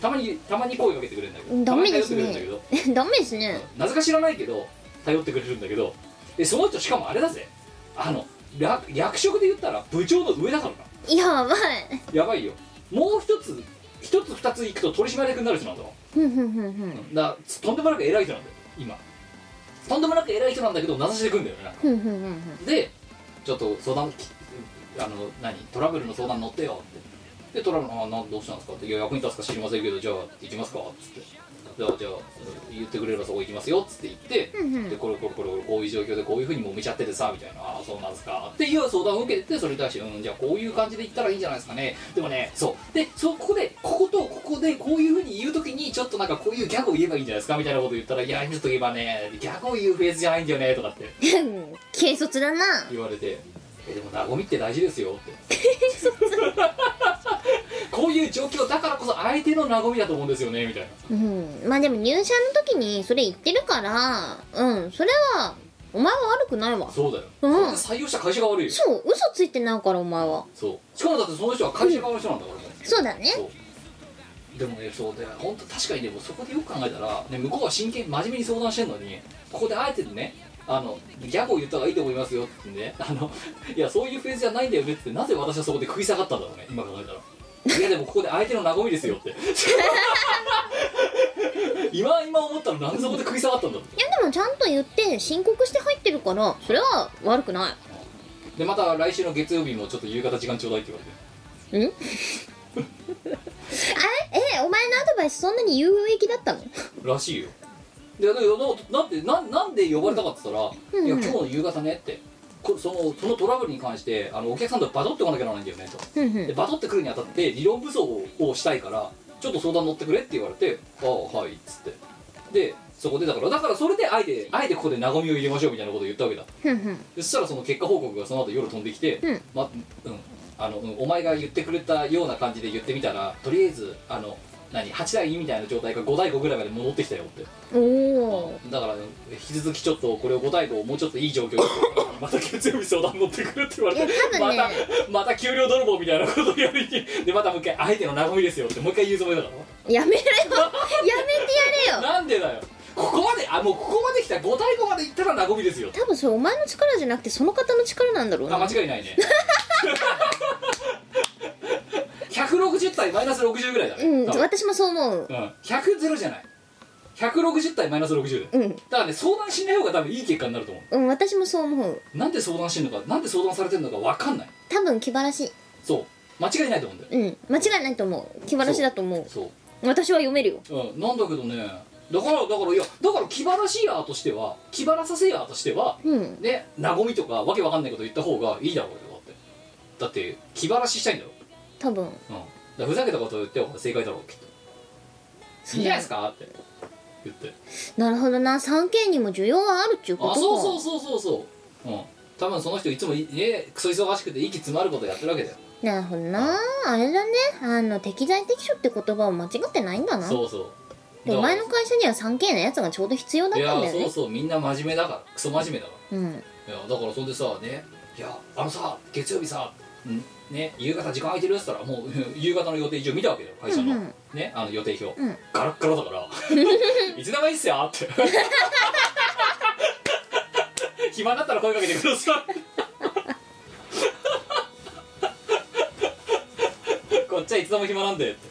[SPEAKER 3] たまにたまに声かけてくれるんだけど
[SPEAKER 1] ダメです
[SPEAKER 3] たまに頼ってくれるんだけ
[SPEAKER 1] ね
[SPEAKER 3] ど
[SPEAKER 1] ダメですね
[SPEAKER 3] なぜか知らないけど頼ってくれるんだけどでその人しかもあれだぜあのら役職で言ったら部長の上だからな
[SPEAKER 1] やばい
[SPEAKER 3] やばいよもう一つ一つ二つ行くと取締役になる人なんだもん
[SPEAKER 1] ふんふんふんふん
[SPEAKER 3] だからつとんでもなく偉い人なんだよ今とんでもなく偉い人なんだけど名指しでくんだよねなんか
[SPEAKER 1] ふんふんふんふん
[SPEAKER 3] でちょっと相談きあの何トラブルの相談乗ってよってでトラブルあなんどうしたんですかっていや役に立つか知りませんけどじゃあ行きますかっつってじゃあじゃあ言ってくれればそこ行きますよっつって言って、
[SPEAKER 1] うんうん
[SPEAKER 3] でこれこれこれこれこういう状況でこういうふうにもめちゃっててさみたいなああそうなんですかっていう相談を受けてそれに対してうんじゃあこういう感じで言ったらいいんじゃないですかねでもねそうでそうここでこことここでこういうふうに言うときにちょっとなんかこういうギャグを言えばいいんじゃないですかみたいなこと言ったらいやちょっと今ねギャグを言うフェーズじゃないんだよねとかって
[SPEAKER 1] 軽率だな
[SPEAKER 3] 言われて「えでも和みって大事ですよ」って こういう状況だからこそ相手の和みだと思うんですよねみたいな
[SPEAKER 1] うんまあでも入社の時にそれ言ってるからうんそれはお前は悪くないわ
[SPEAKER 3] そうだよ、
[SPEAKER 1] うん
[SPEAKER 3] それで採用した会社が悪いよ
[SPEAKER 1] そう嘘ついてないからお前は
[SPEAKER 3] そうしかもだってその人は会社側の人なんだからね、
[SPEAKER 1] そうだね
[SPEAKER 3] そうでもねそうで本当確かにでもそこでよく考えたら、ね、向こうは真剣真面目に相談してんのにここであえてねあのギャグを言った方がいいと思いますよってねあのいやそういうフェーズじゃないんだよねってなぜ私はそこで食い下がったんだろうね今考えたらいやでもここで相手の和みですよって 今今思ったらなんでそこで食い下がったんだろう
[SPEAKER 1] いやでもちゃんと言って申告して入ってるからそれは悪くな
[SPEAKER 3] でまた来週の月曜日もちょっと夕方時間ちょうだいって言われて
[SPEAKER 1] いん あれえお前のアドバイスそんなに有益だったの
[SPEAKER 3] らしいよでだけどななんてななんで呼ばれたかって言ったら「
[SPEAKER 1] うん
[SPEAKER 3] いや
[SPEAKER 1] うん
[SPEAKER 3] 今日の夕方ね」ってこそのそのトラブルに関してあのお客さんとバトってこなきゃならないんだよねと
[SPEAKER 1] ふんふ
[SPEAKER 3] で
[SPEAKER 1] ん
[SPEAKER 3] バトってくるにあたって理論武装をしたいからちょっと相談乗ってくれって言われて「ああはい」っつってでそこでだからだからそれであえてあえてここで和みを入れましょうみたいなことを言ったわけだ
[SPEAKER 1] ふんふん
[SPEAKER 3] でそしたらその結果報告がその後夜飛んできて、
[SPEAKER 1] うん
[SPEAKER 3] まうんあのうんお前が言ってくれたような感じで言ってみたらとりあえずあの何8対2みたいな状態が5対5ぐらいまで戻ってきたよって
[SPEAKER 1] お お
[SPEAKER 3] だから引き続きちょっとこれを5対5をもうちょっといい状況に また月曜日相談乗ってくるって言われて、
[SPEAKER 1] いや多分
[SPEAKER 3] ま
[SPEAKER 1] ね
[SPEAKER 3] たまた給料泥棒みたいなことをやりに でまたもう一回相手の和みですよってもう一回言うつもりだから
[SPEAKER 1] やめろよ やめてやれよ
[SPEAKER 3] なんでだよここまであもうここまで来た5対5までいったら和みですよ
[SPEAKER 1] 多分それお前の力じゃなくてその方の力なんだろう
[SPEAKER 3] あ
[SPEAKER 1] な
[SPEAKER 3] 間違いないね 160対マイナス60ぐらいだね、
[SPEAKER 1] うん
[SPEAKER 3] 多分
[SPEAKER 1] 私もそう思う
[SPEAKER 3] うん、100ゼロじゃない160対マイナス60で
[SPEAKER 1] う
[SPEAKER 3] だ
[SPEAKER 1] ん
[SPEAKER 3] からね相談しない方が多分いい結果になると思
[SPEAKER 1] うん私もそう思う
[SPEAKER 3] うなんで相談してんのかなんで相談されてんのか分かんない
[SPEAKER 1] 多分気晴らしい
[SPEAKER 3] そう間違いないと思うんだよ
[SPEAKER 1] うん間違いないと思う気晴らしだと思
[SPEAKER 3] そう
[SPEAKER 1] 私は読めるよ
[SPEAKER 3] う、うん、なんだけどねだからだからいやだから気晴らしいやとしては気晴らさせやとしては
[SPEAKER 1] うん
[SPEAKER 3] ね和みとかわけわかんないこと言った方がいいだろうよだってだって気晴らししたいんだろ
[SPEAKER 1] 多分
[SPEAKER 3] うん、だからふざけたことを言っても正解だろうきっと
[SPEAKER 1] そう
[SPEAKER 3] いいじゃないですかって言って
[SPEAKER 1] なるほどな 3K にも需要はあるっちゅうこと
[SPEAKER 3] あ
[SPEAKER 1] か
[SPEAKER 3] そうそうそうそうそううん多分その人いつもいねクソ忙しくて息詰まることやってるわけだよ
[SPEAKER 1] なるほどなあれだねあの適材適所って言葉を間違ってないんだな
[SPEAKER 3] そうそう
[SPEAKER 1] でお前の会社には 3K のやつがちょうど必要だっ
[SPEAKER 3] い
[SPEAKER 1] たんだ
[SPEAKER 3] や
[SPEAKER 1] よ
[SPEAKER 3] そう
[SPEAKER 1] ね
[SPEAKER 3] そうみんな真面目だからクソ真面目だか
[SPEAKER 1] うん
[SPEAKER 3] らいやだからそんでさねいやあのさ月曜日さんね夕方時間空いてるっつったらもう 夕方の予定一応見たわけだよ会社の、
[SPEAKER 1] うんうん
[SPEAKER 3] ねあの予定表、
[SPEAKER 1] うん
[SPEAKER 3] ガラッガラだから いつでもいいっすよって 暇になったら声かけてください こっちはいつでも暇 なんでって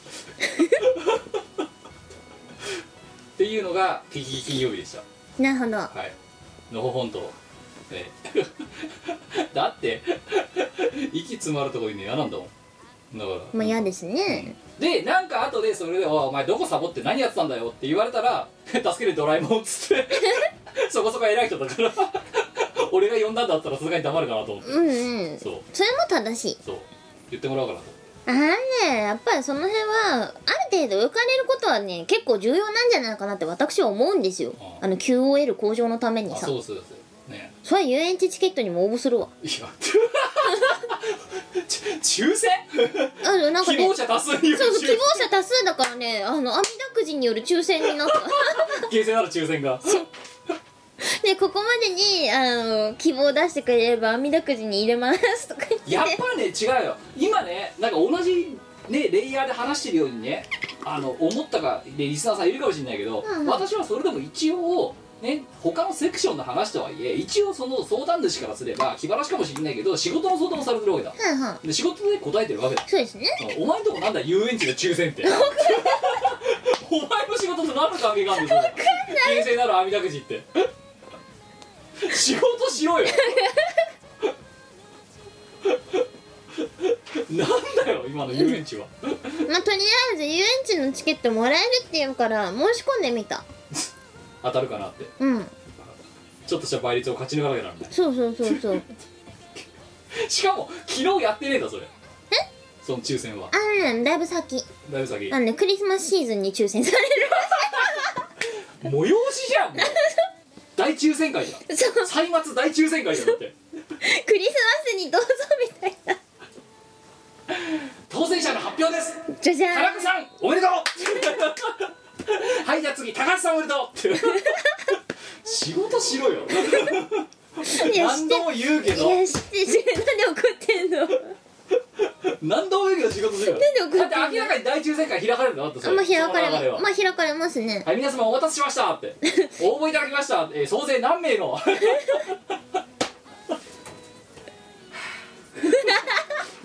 [SPEAKER 3] っていうのがピキ金曜日でした
[SPEAKER 1] なるほど
[SPEAKER 3] はいのほほんと、ええ だって息詰まるとこいるの嫌なんだもんだから
[SPEAKER 1] まあ嫌ですね
[SPEAKER 3] でなんか後でそれで「おいお前どこサボって何やってたんだよ」って言われたら 「助けるドラえもん」っつって そこそこ偉い人だから 俺が呼んだんだったらさすがに黙るかなと思って
[SPEAKER 1] うんうん
[SPEAKER 3] そう
[SPEAKER 1] それも正しい
[SPEAKER 3] そう言ってもらおうかなと
[SPEAKER 1] あのねやっぱりその辺はある程度浮かれることはね結構重要なんじゃないかなって私は思うんですよ
[SPEAKER 3] あ
[SPEAKER 1] あの QOL 向上のために
[SPEAKER 3] あ
[SPEAKER 1] さ
[SPEAKER 3] そうそうそうね
[SPEAKER 1] それは遊園地チケットにも応募するわ
[SPEAKER 3] いや ち抽選
[SPEAKER 1] あのなんか
[SPEAKER 3] 希
[SPEAKER 1] ね
[SPEAKER 3] 望者多数による
[SPEAKER 1] そうそ
[SPEAKER 3] 抽
[SPEAKER 1] う希
[SPEAKER 3] 選
[SPEAKER 1] 望者多数だからねあの網だくじによる抽選になった
[SPEAKER 3] ゲーセンなら抽選が
[SPEAKER 1] でここまでにあの希望を出してくれれば網だくじに入れますとか言って
[SPEAKER 3] やっぱね違うよ今ねなんか同じねレイヤーで話してるようにねあの思ったかでリスナーさんいるかもしれないけど、
[SPEAKER 1] うんうん
[SPEAKER 3] 私はそれでも一応ね他のセクションの話とはいえ一応その相談主からすれば気晴らしかもしれないけど仕事の相談をされてるわけだ
[SPEAKER 1] はいはい
[SPEAKER 3] で仕事で答えてるわけだ
[SPEAKER 1] そうですね
[SPEAKER 3] お前んとこなんだ遊園地の抽選ってお前の仕事と何の関係があるんだよ平成なら網だくじって仕事しろよなんだよ今の遊園地は
[SPEAKER 1] まあとりあえず遊園地のチケットもらえるっていうから申し込んでみた
[SPEAKER 3] 当たるかなって
[SPEAKER 1] うん
[SPEAKER 3] ちょっとした倍率を勝ち抜かなきゃならない
[SPEAKER 1] そうそうそうそう
[SPEAKER 3] しかも昨日やってねえんだそれえその抽選は
[SPEAKER 1] あのねだいぶ先
[SPEAKER 3] だいぶ先
[SPEAKER 1] なんでクリスマスシーズンに抽選される
[SPEAKER 3] 催しじゃんもう大抽選会じゃん
[SPEAKER 1] そう
[SPEAKER 3] 歳末大抽選会じゃんだって
[SPEAKER 1] クリスマスにどうぞみたいな
[SPEAKER 3] 当選者の発表です
[SPEAKER 1] じゃじゃ
[SPEAKER 3] 田中
[SPEAKER 1] ーん
[SPEAKER 3] さんおめでとう はいじゃあ次高橋さんおめでとう仕事しろよ
[SPEAKER 1] いや知
[SPEAKER 3] 何
[SPEAKER 1] って
[SPEAKER 3] 度も言うけど
[SPEAKER 1] いや知って知ってなんで怒ってんの
[SPEAKER 3] 何度も言うけど仕事しろよ
[SPEAKER 1] なんで怒
[SPEAKER 3] だ
[SPEAKER 1] っ
[SPEAKER 3] って
[SPEAKER 1] んの
[SPEAKER 3] て明らかに大抽選会開かれるのだってそ
[SPEAKER 1] あんま開かれ
[SPEAKER 3] その流
[SPEAKER 1] ま
[SPEAKER 3] は
[SPEAKER 1] まあ開かれますね
[SPEAKER 3] はい皆様お待たせしましたって応募いただきました、えー総勢何名の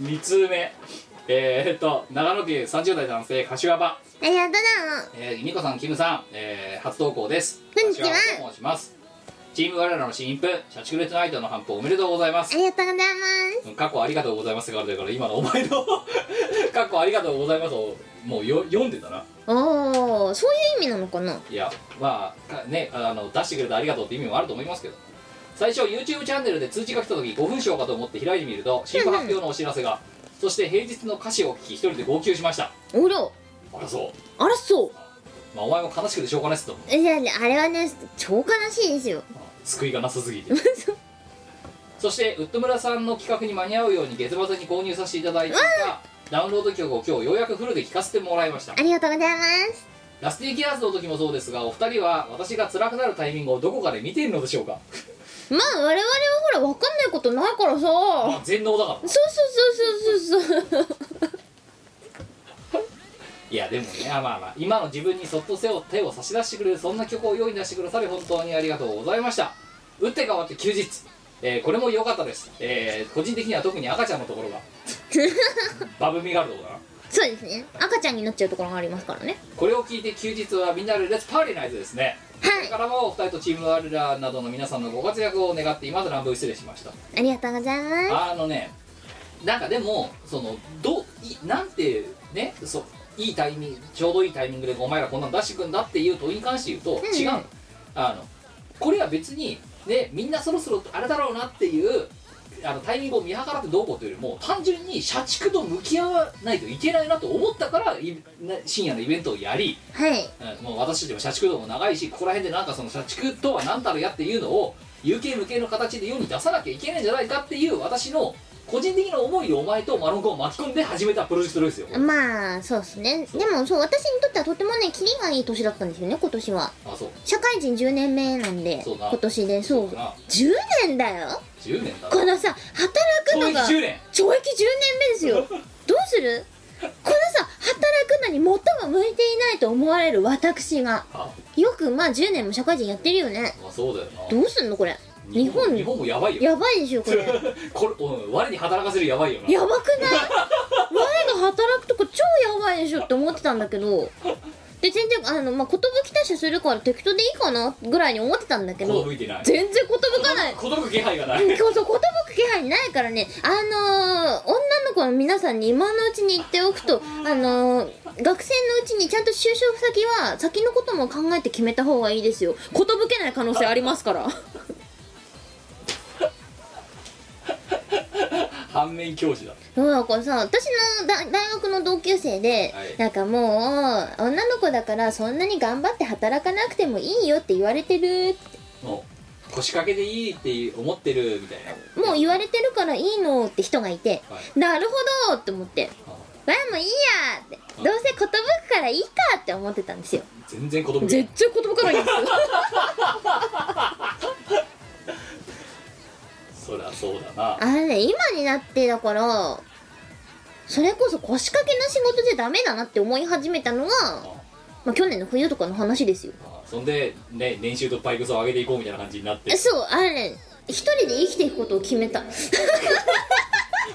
[SPEAKER 3] 2通目えー、っと長野県30代男性柏場
[SPEAKER 1] えやだな
[SPEAKER 3] えー、ニコさん、キムさん、えー、初投稿です。
[SPEAKER 1] こんにちは
[SPEAKER 3] 柏原と申します。チーム我らの新婦、社畜レッドナイトの反復おめでとうございま
[SPEAKER 1] あ
[SPEAKER 3] す。
[SPEAKER 1] りがとうございま
[SPEAKER 3] うん過去ありがとうございますがあるから、今のお前の、 過去ありがとうございますを、もうよ読んでたな。
[SPEAKER 1] すおおそういう意味なのかない
[SPEAKER 3] や、まあ、かね、あの、出してくれてありがとうって意味もあると思いますけど。最初、YouTube チャンネルで通知が来た時、5分賞かと思って開いてみると、新婦発表のお知らせが、そして平日の歌詞を聞き、一人で号泣しました。
[SPEAKER 1] おら
[SPEAKER 3] あら、そう。
[SPEAKER 1] あらそう
[SPEAKER 3] まあ、お前も悲しくてしょうがないっすと思う。
[SPEAKER 1] いやいやあれはね超悲しいですよ
[SPEAKER 3] 救いがなさすぎてそしてウッド村さんの企画に間に合うように月末に購入させていただいていたダウンロード曲を今日ようやくフルで聴かせてもらいました
[SPEAKER 1] ありがとうございます
[SPEAKER 3] ラスティーギアーズの時もそうですがお二人は私が辛くなるタイミングをどこかで見ているのでしょうか
[SPEAKER 1] まあ我々はほら分かんないことないからさ
[SPEAKER 3] あ全能だから
[SPEAKER 1] そうそうそうそうそうそう
[SPEAKER 3] いやでもねあまあまあ今の自分にそっと背を手を差し出してくれるそんな曲を用意出してくださり本当にありがとうございました打って変わって休日、えーこれも良かったです、えー個人的には特に赤ちゃんのところがバブミがあるところだな
[SPEAKER 1] そうですね赤ちゃんになっちゃうところがありますからね
[SPEAKER 3] これを聞いて休日はみんなでレッツパーリーナイズですねこ
[SPEAKER 1] は
[SPEAKER 3] れ
[SPEAKER 1] い
[SPEAKER 3] からもお二人とチームワールダーなどの皆さんのご活躍を願って今まで乱暴失礼しました
[SPEAKER 1] ありがとうございま
[SPEAKER 3] あのねなんかでもそのどういなんてねそういいタイミングちょうどいいタイミングでお前らこんなの出してくんだっていう問いに関して言うと、
[SPEAKER 1] うん
[SPEAKER 3] 違うのあのこれは別にねみんなそろそろあれだろうなっていうあのタイミングを見計らってどうこうというよりも単純に社畜と向き合わないといけないなと思ったからいな深夜のイベントをやり、
[SPEAKER 1] すはい
[SPEAKER 3] うんもう私たちも社畜道も長いしここら辺でなんかその社畜とは何たるやっていうのを有形無形の形で世に出さなきゃいけないんじゃないかっていう私の個人的な思いをお前とマロンコを巻き込んで始めたプロジェクトですよこれ
[SPEAKER 1] まあそうですねでもそう私にとってはとてもねキリがいい年だったんですよね今年は
[SPEAKER 3] あそう
[SPEAKER 1] 社会人10年目なんで
[SPEAKER 3] そうだ
[SPEAKER 1] 今年でそう
[SPEAKER 3] そうだな
[SPEAKER 1] 10年だよ
[SPEAKER 3] 10年だな
[SPEAKER 1] このさ働く
[SPEAKER 3] 懲
[SPEAKER 1] の
[SPEAKER 3] 役
[SPEAKER 1] が
[SPEAKER 3] 10年
[SPEAKER 1] 懲役10年目 ですよどうするこのさ働くのに最も向いていないと思われる私が
[SPEAKER 3] あ
[SPEAKER 1] よくまあ10年も社会人やってるよね
[SPEAKER 3] まあそうだよな
[SPEAKER 1] どうすんのこれ日本
[SPEAKER 3] 日本もやばいよ
[SPEAKER 1] やばいでしょこれ
[SPEAKER 3] これ、うん、我に働かせるやばいよな
[SPEAKER 1] やばくない前が働くとこ超やばいでしょって思ってたんだけどで全然あのまあ寿退社するから適当でいいかなぐらいに思ってたんだけど
[SPEAKER 3] 寿いてない
[SPEAKER 1] 全然寿かない
[SPEAKER 3] 孤独気配がない
[SPEAKER 1] うんそうそう、言葉く気配ないからね、あのー、女の子の皆さんに今のうちに言っておくと、あのー、学生のうちにちゃんと就職先は、先のことも考えて決めた方がいいですよ。言ぶけない可能性ありま すから。
[SPEAKER 3] 反面教師だ
[SPEAKER 1] そうだからさ、私のだ大学の同級生で、
[SPEAKER 3] はい
[SPEAKER 1] なんかもう、女の子だからそんなに頑張って働かなくてもいいよって言われてるって
[SPEAKER 3] も腰掛けでいいって思ってるみたいな
[SPEAKER 1] もう言われてるからいいのって人がいて、
[SPEAKER 3] はい
[SPEAKER 1] なるほどって思って
[SPEAKER 3] あ
[SPEAKER 1] わあもういいやーってどうせ寿からいいかって思ってたんですよ
[SPEAKER 3] 全然子供
[SPEAKER 1] 絶対寿からいいんですよ
[SPEAKER 3] そりゃそうだな
[SPEAKER 1] あれね今になってだからそれこそ腰掛けの仕事じゃダメだなって思い始めたのが、まあ、去年の冬とかの話ですよ
[SPEAKER 3] あそんで、ね、年収とパイクスを上げていこうみたいな感じになって
[SPEAKER 1] そうあれね一人で生きていくことを決めた こ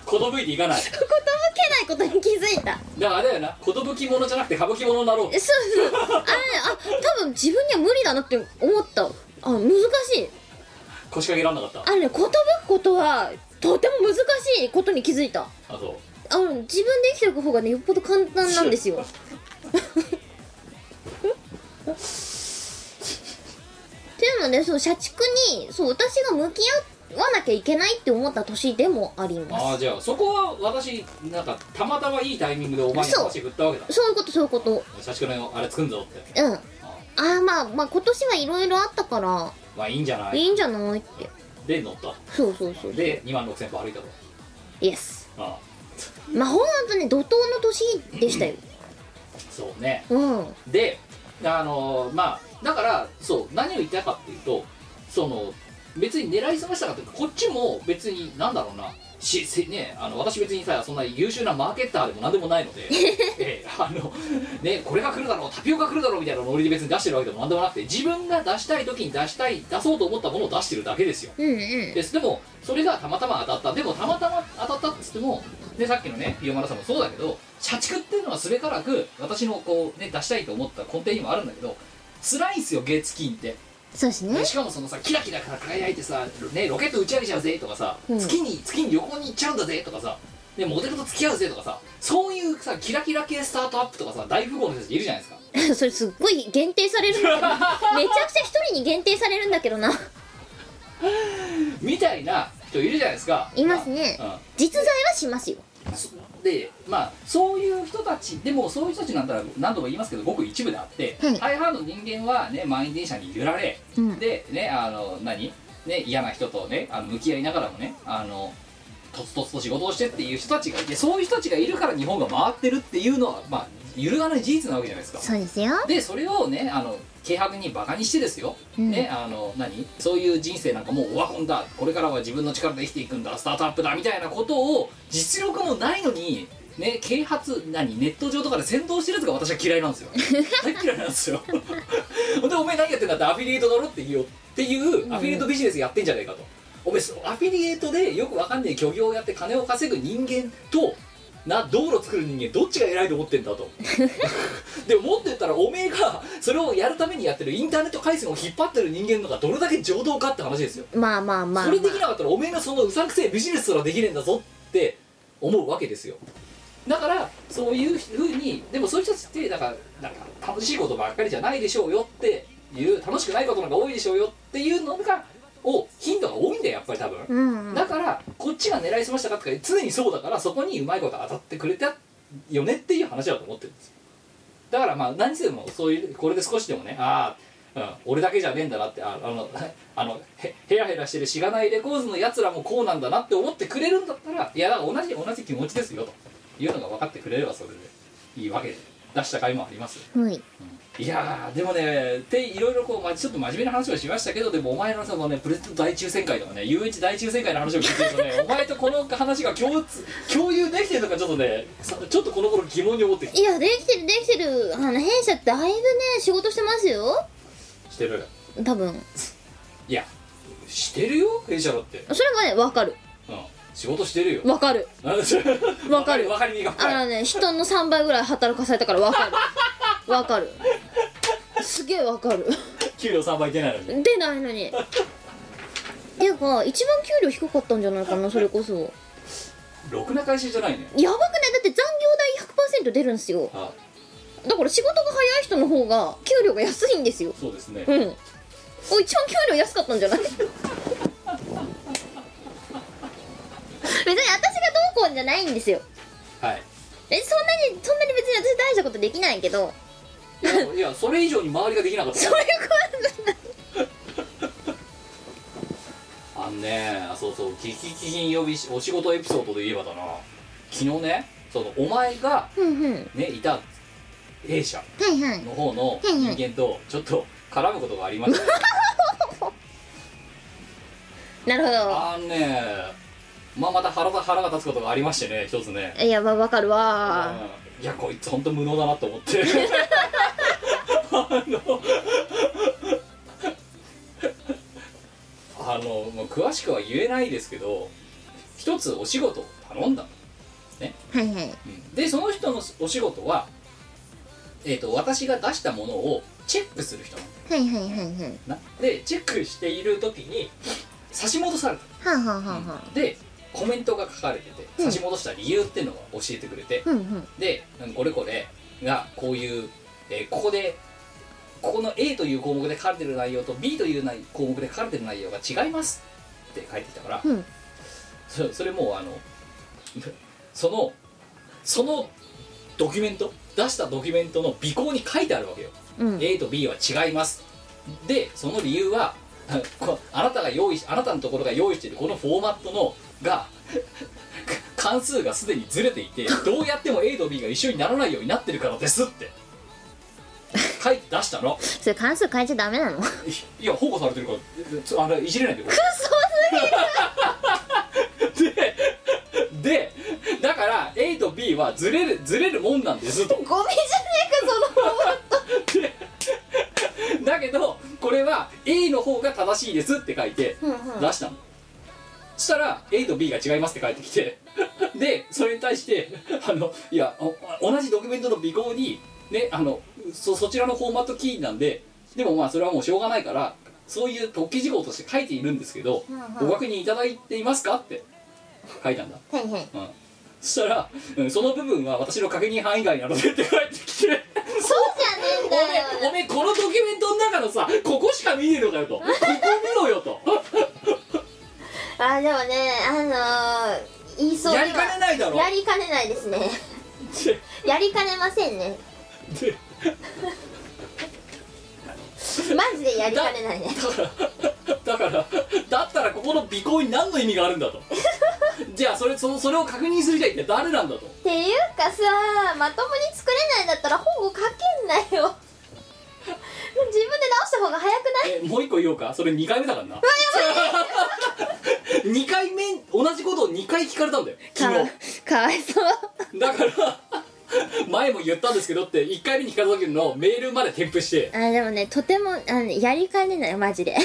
[SPEAKER 1] と
[SPEAKER 3] 子供いていかない
[SPEAKER 1] ぶけないことに気づいた
[SPEAKER 3] だからあれだよな寿者じゃなくて歌舞伎者になろう
[SPEAKER 1] そうそうあれねあ多分自分には無理だなって思ったあ難しい
[SPEAKER 3] 腰掛けらんなかった
[SPEAKER 1] あのね言ぶくことはとても難しいことに気づいた
[SPEAKER 3] あそう
[SPEAKER 1] あの自分で生きていく方がねよっぽど簡単なんですよっていうのでそう社畜にそう私が向き合わなきゃいけないって思った年でもあり
[SPEAKER 3] あ
[SPEAKER 1] ま
[SPEAKER 3] あじゃあそこは私なんかたまたまいいタイミングでお前に話振ったわけだ
[SPEAKER 1] すそういうことそういうこと
[SPEAKER 3] 社畜のあれ作んぞって
[SPEAKER 1] うんあ
[SPEAKER 3] あ
[SPEAKER 1] あまあまあ今年はいろいろあったから
[SPEAKER 3] まあいいんじゃないい
[SPEAKER 1] いんじゃないって
[SPEAKER 3] で乗った
[SPEAKER 1] そうそうそう
[SPEAKER 3] で2万6000歩歩いたと
[SPEAKER 1] イエス
[SPEAKER 3] ああ
[SPEAKER 1] まあほんとね怒涛の年でしたよ
[SPEAKER 3] そうね
[SPEAKER 1] うん
[SPEAKER 3] であのまあだからそう何を言いたいかっていうとその別に狙いすましたかっていうかこっちも別になんだろうなしせねあの私別にさそんな優秀なマーケッターでも何でもないので、ええあのねこれが来るだろうタピオカ来るだろうみたいなノリで別に出してるわけでも何でもなくて自分が出したい時に出したい出そうと思ったものを出してるだけですよ
[SPEAKER 1] うんうん
[SPEAKER 3] ですでもそれがたまたま当たったでもたまたま当たったっつってもでさっきのねピオマラさんもそうだけど社畜っていうのはすべからく私のこうね出したいと思った根底にもあるんだけど辛いんすよ月金って
[SPEAKER 1] そうですね
[SPEAKER 3] でしかもそのさキラキラ輝いてさ、ね、ロケット打ち上げちゃうぜとかさ、
[SPEAKER 1] うん
[SPEAKER 3] 月に月に旅行に行っちゃうんだぜとかさでモデルと付き合うぜとかさそういうさキラキラ系スタートアップとかさ大富豪の人たちいるじゃないですか
[SPEAKER 1] それすっごい限定されるんだけど めちゃくちゃ一人に限定されるんだけどな
[SPEAKER 3] みたいな人いるじゃないですか
[SPEAKER 1] いますね
[SPEAKER 3] うん
[SPEAKER 1] 実在はしますよ
[SPEAKER 3] そでまあそういう人たちでもそういう人たちなんだら何度も言いますけどごく一部であって、
[SPEAKER 1] はい
[SPEAKER 3] 大半の人間はね満員電車に揺られ、
[SPEAKER 1] うん
[SPEAKER 3] でねあの何ね嫌な人とねあの向き合いながらもねあのとつとつと仕事をしてっていう人たちがいてそういう人たちがいるから日本が回ってるっていうのはまあ揺るがない事実なわけじゃないですか
[SPEAKER 1] そうですよ
[SPEAKER 3] でそれをねあの軽薄にバカにしてですよ、
[SPEAKER 1] うん
[SPEAKER 3] ねあの何そういう人生なんかもうオワコンだこれからは自分の力で生きていくんだスタートアップだみたいなことを実力もないのにね啓発何ネット上とかで先導してるやつが私は嫌いなんですよ大嫌いなんですよほんでお前何やってんだってアフィリエイトだろって言うよっていうアフィリエイトビジネスやってんじゃねえかと、お前そうアフィリエイトでよくわかんない漁業をやって金を稼ぐ人間とな道路作る人間どっちが偉いと思ってんだとでももっと言ったらおめえがそれをやるためにやってるインターネット回線を引っ張ってる人間のがどれだけ情動かって話ですよ
[SPEAKER 1] まあまあまあ、
[SPEAKER 3] それできなかったらおめえのそのうさんくせえビジネスすらできねえんだぞって思うわけですよだからそういうふうにでもそういう人たちってなんかなんか楽しいことばっかりじゃないでしょうよっていう楽しくないことなんか多いでしょうよっていうのがを頻度が多いんだよやっぱり多分、
[SPEAKER 1] うんうん
[SPEAKER 3] だからこっちが狙いすましたかってか常にそうだからそこにうまいこと当たってくれたよねっていう話だと思ってるんですよだからまあ何せでもそういうこれで少しでもねああ、うん、俺だけじゃねえんだなってああの あのへヘラヘラしてるしがないレコーズのやつらもこうなんだなって思ってくれるんだったらいやだから同じ同じ気持ちですよというのが分かってくれればそれでいいわけで出した回もありますよ
[SPEAKER 1] はい
[SPEAKER 3] いやーでもねっていろいろこう、まあ、ちょっと真面目な話をしましたけどでもお前のそのねプレゼント大抽選会とかね UH 大抽選会の話を聞いてるとねお前とこの話が共通共有できてるのかちょっとねさちょっとこの頃疑問に思ってき
[SPEAKER 1] いやできてるできてるあの弊社だいぶね仕事してますよ
[SPEAKER 3] してる
[SPEAKER 1] 多分
[SPEAKER 3] いやしてるよ弊社だって、
[SPEAKER 1] それはねわかる
[SPEAKER 3] うん、仕事して るよ
[SPEAKER 1] わかるわかる
[SPEAKER 3] 分かりみが
[SPEAKER 1] あ
[SPEAKER 3] 深い
[SPEAKER 1] のね人の3倍ぐらい働かされたから わかるわかるすげえわかる
[SPEAKER 3] 給料3倍出ないのに
[SPEAKER 1] 出ないのにていうか一番給料低かったんじゃないかなそれこそ
[SPEAKER 3] ろくな会社じゃないね
[SPEAKER 1] やばくないだって残業代100%出るんですよ
[SPEAKER 3] あ
[SPEAKER 1] だから仕事が早い人の方が給料が安いんですよ
[SPEAKER 3] そうですね
[SPEAKER 1] うんお一番給料安かったんじゃない 別に私がどうこうじゃないんですよ
[SPEAKER 3] はい
[SPEAKER 1] えそんなにそんなに別に私大したことできないけど
[SPEAKER 3] いやいやそれ以上に周りができなかった
[SPEAKER 1] そういうことじゃない
[SPEAKER 3] んねそうそうキキキキン予備しお仕事エピソードで言えばだな昨日ねそのお前が
[SPEAKER 1] ふんふんは
[SPEAKER 3] ねいた弊社
[SPEAKER 1] いはい
[SPEAKER 3] の方の
[SPEAKER 1] はい
[SPEAKER 3] 人
[SPEAKER 1] はい
[SPEAKER 3] 間とちょっと絡むことがありましたね
[SPEAKER 1] なるほ
[SPEAKER 3] あのねまあまた腹が腹が立つことがありましてね一つね
[SPEAKER 1] どいやわわかるわ
[SPEAKER 3] うんいやこいつ本当無能だなと思って あのあのもう詳しくは言えないですけど一つお仕事を頼んだ、
[SPEAKER 1] はいはい
[SPEAKER 3] うんでその人のお仕事は、えー、と私が出したものをチェックする人なん
[SPEAKER 1] はいはいはいはい
[SPEAKER 3] だよなでチェックしている時に差し戻された、
[SPEAKER 1] はあはあはあはあ
[SPEAKER 3] でコメントが書かれてて
[SPEAKER 1] うん
[SPEAKER 3] 差し戻した理由っていうのが教えてくれて、
[SPEAKER 1] ふんふん
[SPEAKER 3] でうんこれこれがこういう、えーここでここの A という項目で書かれてる内容と B という内項目で書かれてる内容が違いますって書いてきたから、
[SPEAKER 1] うん
[SPEAKER 3] そそれもうあのそのそのドキュメント出したドキュメントの尾行に書いてあるわけよ、
[SPEAKER 1] うん
[SPEAKER 3] A と B は違いますでその理由は こあなたが用意しあなたのところが用意しているこのフォーマットのが 関数がすでにずれていてどうやっても A と B が一緒にならないようになってるからですって書いて出したの
[SPEAKER 1] それ関数変えちゃダメなのク
[SPEAKER 3] いいや保護されてるからつあれいじれないでこれ
[SPEAKER 1] ソ
[SPEAKER 3] でだから A と B はずれるずれるもんなんですと
[SPEAKER 1] ゴミじゃねえかその
[SPEAKER 3] だけどこれは A の方が正しいですって書いて
[SPEAKER 1] うんうん
[SPEAKER 3] 出したの、そしたら A と B が違いますって返ってきて でそれに対してあのいやお同じドキュメントの尾行にねあのそそちらのフォーマットキーなんででもまあそれはもうしょうがないからそういう特記事項として書いているんですけど、ご確認いただいていますかって書いたんだ
[SPEAKER 1] はいはい
[SPEAKER 3] うんそしたら、うんその部分は私の確認範囲外なのでって返ってきて
[SPEAKER 1] そうじゃねえんだよ
[SPEAKER 3] おめえおめえこのドキュメントの中のさここしか見ねえのかよとここ見ろよと
[SPEAKER 1] あでもねあのー、言いそうでは
[SPEAKER 3] やりかねないだろ
[SPEAKER 1] やりかねないですね やりかねませんね
[SPEAKER 3] で
[SPEAKER 1] マジでやりかねないね
[SPEAKER 3] だからだからだったらここの尾行に何の意味があるん だとじゃあそれそのそれを確認するじゃ一体誰なんだと
[SPEAKER 1] っていうかさまともに作れないんだったら保護かけんなよもう自分で直した方が早くない
[SPEAKER 3] えもう一個言おうかそれ2回目だからな 2回目同じことを2回聞かれたんだよ昨日
[SPEAKER 1] かかわいそう
[SPEAKER 3] だから前も言ったんですけどって1回目に聞かれた時のメールまで添付して、
[SPEAKER 1] あでもねとてもあのやりかねないマジで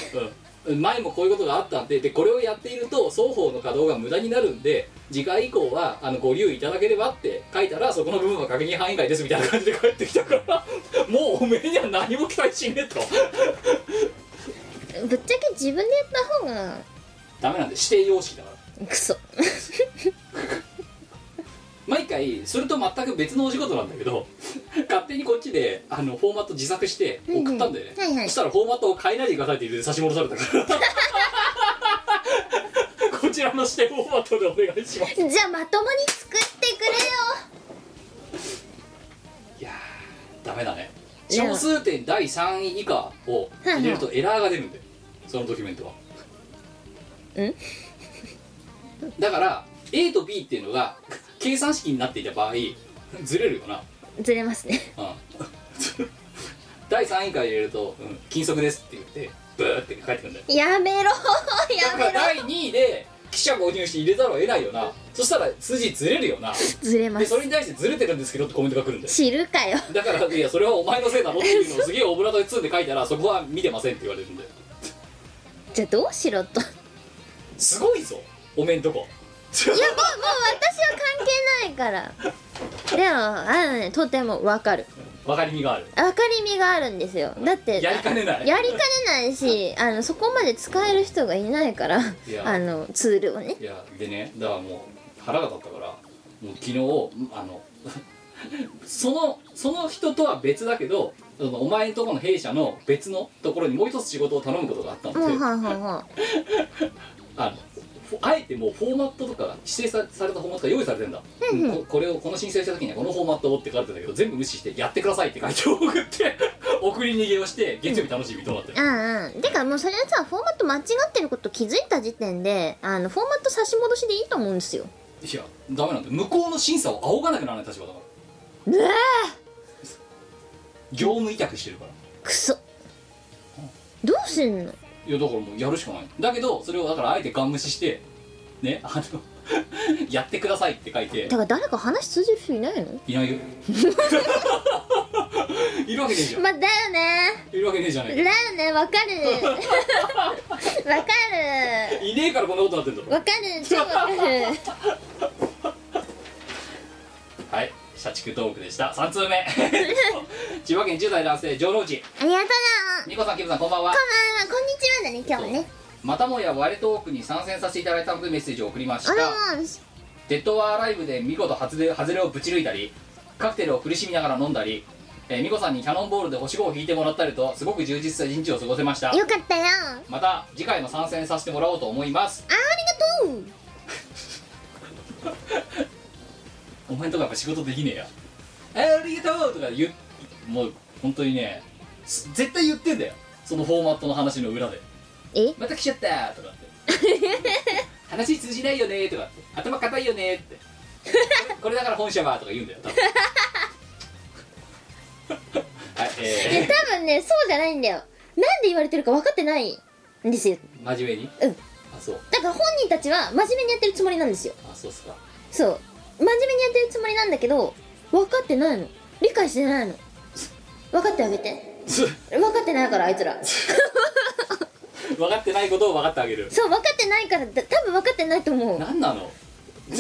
[SPEAKER 3] うん、前もこういうことがあったんででこれをやっていると双方の稼働が無駄になるんで次回以降はあのご留意いただければって書いたらそこの部分は確認範囲外ですみたいな感じで帰ってきたから もうおめえには何も期待しねえと
[SPEAKER 1] ぶっちゃけ自分でやった方が
[SPEAKER 3] ダメなんで指定様式だから
[SPEAKER 1] クソ
[SPEAKER 3] 毎回それと全く別のお仕事なんだけど 勝手にこっちであのフォーマット自作して送ったんだよね、
[SPEAKER 1] うんうんはいはい
[SPEAKER 3] そしたらフォーマットを変えないでくださいって言って差し戻されたから こちらの指定フォーマットでお願いします
[SPEAKER 1] じゃあまともに作ってくれよ
[SPEAKER 3] いやーダメだね
[SPEAKER 1] いや
[SPEAKER 3] 小数点第3位以下を入れるとエラーが出るんだよそのドキュメン トは
[SPEAKER 1] ん
[SPEAKER 3] だから A と B っていうのが計算式になっていた場合ずれるよな
[SPEAKER 1] ずれますね
[SPEAKER 3] うん 第3位から入れると「うん、禁則です」って言ってブーって返ってくるんだよ
[SPEAKER 1] やめろ
[SPEAKER 3] だ
[SPEAKER 1] や
[SPEAKER 3] から
[SPEAKER 1] め
[SPEAKER 3] 第
[SPEAKER 1] ろ
[SPEAKER 3] 2位で記者購入して入れざるを得ないよなそしたら筋ずれるよな
[SPEAKER 1] ずれま
[SPEAKER 3] ですそれに対してずれてるんですけどってコメントが来るんだよ
[SPEAKER 1] 知るかよ
[SPEAKER 3] だからいやそれはお前のせいだろっていうのをすげえオブラートで包んで書いたらそこは見てませんって言われるんだよ
[SPEAKER 1] じゃあどうしろとい
[SPEAKER 3] すごいぞおめんとこ
[SPEAKER 1] やもうもう私は関係ないからでもあのねとてもわかる
[SPEAKER 3] わかりみがある
[SPEAKER 1] 分かりみがあるんですよだって
[SPEAKER 3] やりかねない
[SPEAKER 1] やりかねないしあのそこまで使える人がいないから
[SPEAKER 3] や
[SPEAKER 1] あのツールをね
[SPEAKER 3] いやでねだからもう腹が立ったからもう昨日あの そのその人とは別だけどそのお前のところの弊社の別のところにもう一つ仕事を頼むことがあったんで、
[SPEAKER 1] もうはんはんはん
[SPEAKER 3] あのフォあえてもうフォーマットとか指定さされたフォーマットが用意されてんだ、ここれをこの申請した時にはこのフォーマットをって書かれてんだけど全部無視して「やってください」って書いて送って 送り逃げをして月曜日楽しみとなってる、
[SPEAKER 1] うんうん。てかもうそれはさ、フォーマット間違ってること気づいた時点で、あの、フォーマット差し戻しでいいと思うんですよ。
[SPEAKER 3] いやダメなんだよ向こうの審査を仰がなくならない立場だから
[SPEAKER 1] ねえ
[SPEAKER 3] 業務委託してるから
[SPEAKER 1] くそ。どうすんの
[SPEAKER 3] いやだからもうやるしかないだけどそれをだからあえてガン無視してねあの やってくださいって書いて
[SPEAKER 1] だから誰か話通じる人いないの
[SPEAKER 3] い ないよいるわけねえじゃん
[SPEAKER 1] まあ、だよね
[SPEAKER 3] いるわけねえじゃね
[SPEAKER 1] だ
[SPEAKER 3] えか
[SPEAKER 1] よね、わか る。わかる。
[SPEAKER 3] いねえからこんなことになってんだろ
[SPEAKER 1] わかる、超わかる。
[SPEAKER 3] はい社畜トークでした3通目千葉県10代男性城之内
[SPEAKER 1] ありがとう
[SPEAKER 3] ニコさんキムさんこんばんは
[SPEAKER 1] な。こんばんは、こんにちはだね、今日はね。
[SPEAKER 3] またもやワレトークに参戦させていただいたのでメッセージを送りまし
[SPEAKER 1] あら
[SPEAKER 3] たデッドアライブで見事外れ外れをぶち抜いたりカクテルを苦しみながら飲んだり、えー、ミコさんにキャノンボールで星5を引いてもらったりとすごく充実した一日を過ごせました
[SPEAKER 1] まよかったよ。
[SPEAKER 3] また次回も参戦させてもらおうと思います
[SPEAKER 1] あ、ありがとう。
[SPEAKER 3] お前んとこやっぱ仕事できねえやありがとうとか言うもう本当にねす絶対言ってんだよそのフォーマットの話の裏で
[SPEAKER 1] え
[SPEAKER 3] また来ちゃったとかって 話通じないよねとかって頭固いよねってこれだから本社はとか言うんだよ多 分はい
[SPEAKER 1] で
[SPEAKER 3] え
[SPEAKER 1] 多分ねそうじゃないんだよなんで言われてるか分かってないんですよ
[SPEAKER 3] ー、真面目に
[SPEAKER 1] うん
[SPEAKER 3] あそう
[SPEAKER 1] だから本人たちは真面目にやってるつもりなんですよ
[SPEAKER 3] あそうっ すか
[SPEAKER 1] そう真面目にやってるつもりなんだけど分かってないの理解してないの分かってあげて
[SPEAKER 3] す
[SPEAKER 1] 分かってないからあいつ ら
[SPEAKER 3] 分かってないことを分かってあげる
[SPEAKER 1] そう分かってないからだ多分分かってないと思う
[SPEAKER 3] 何なの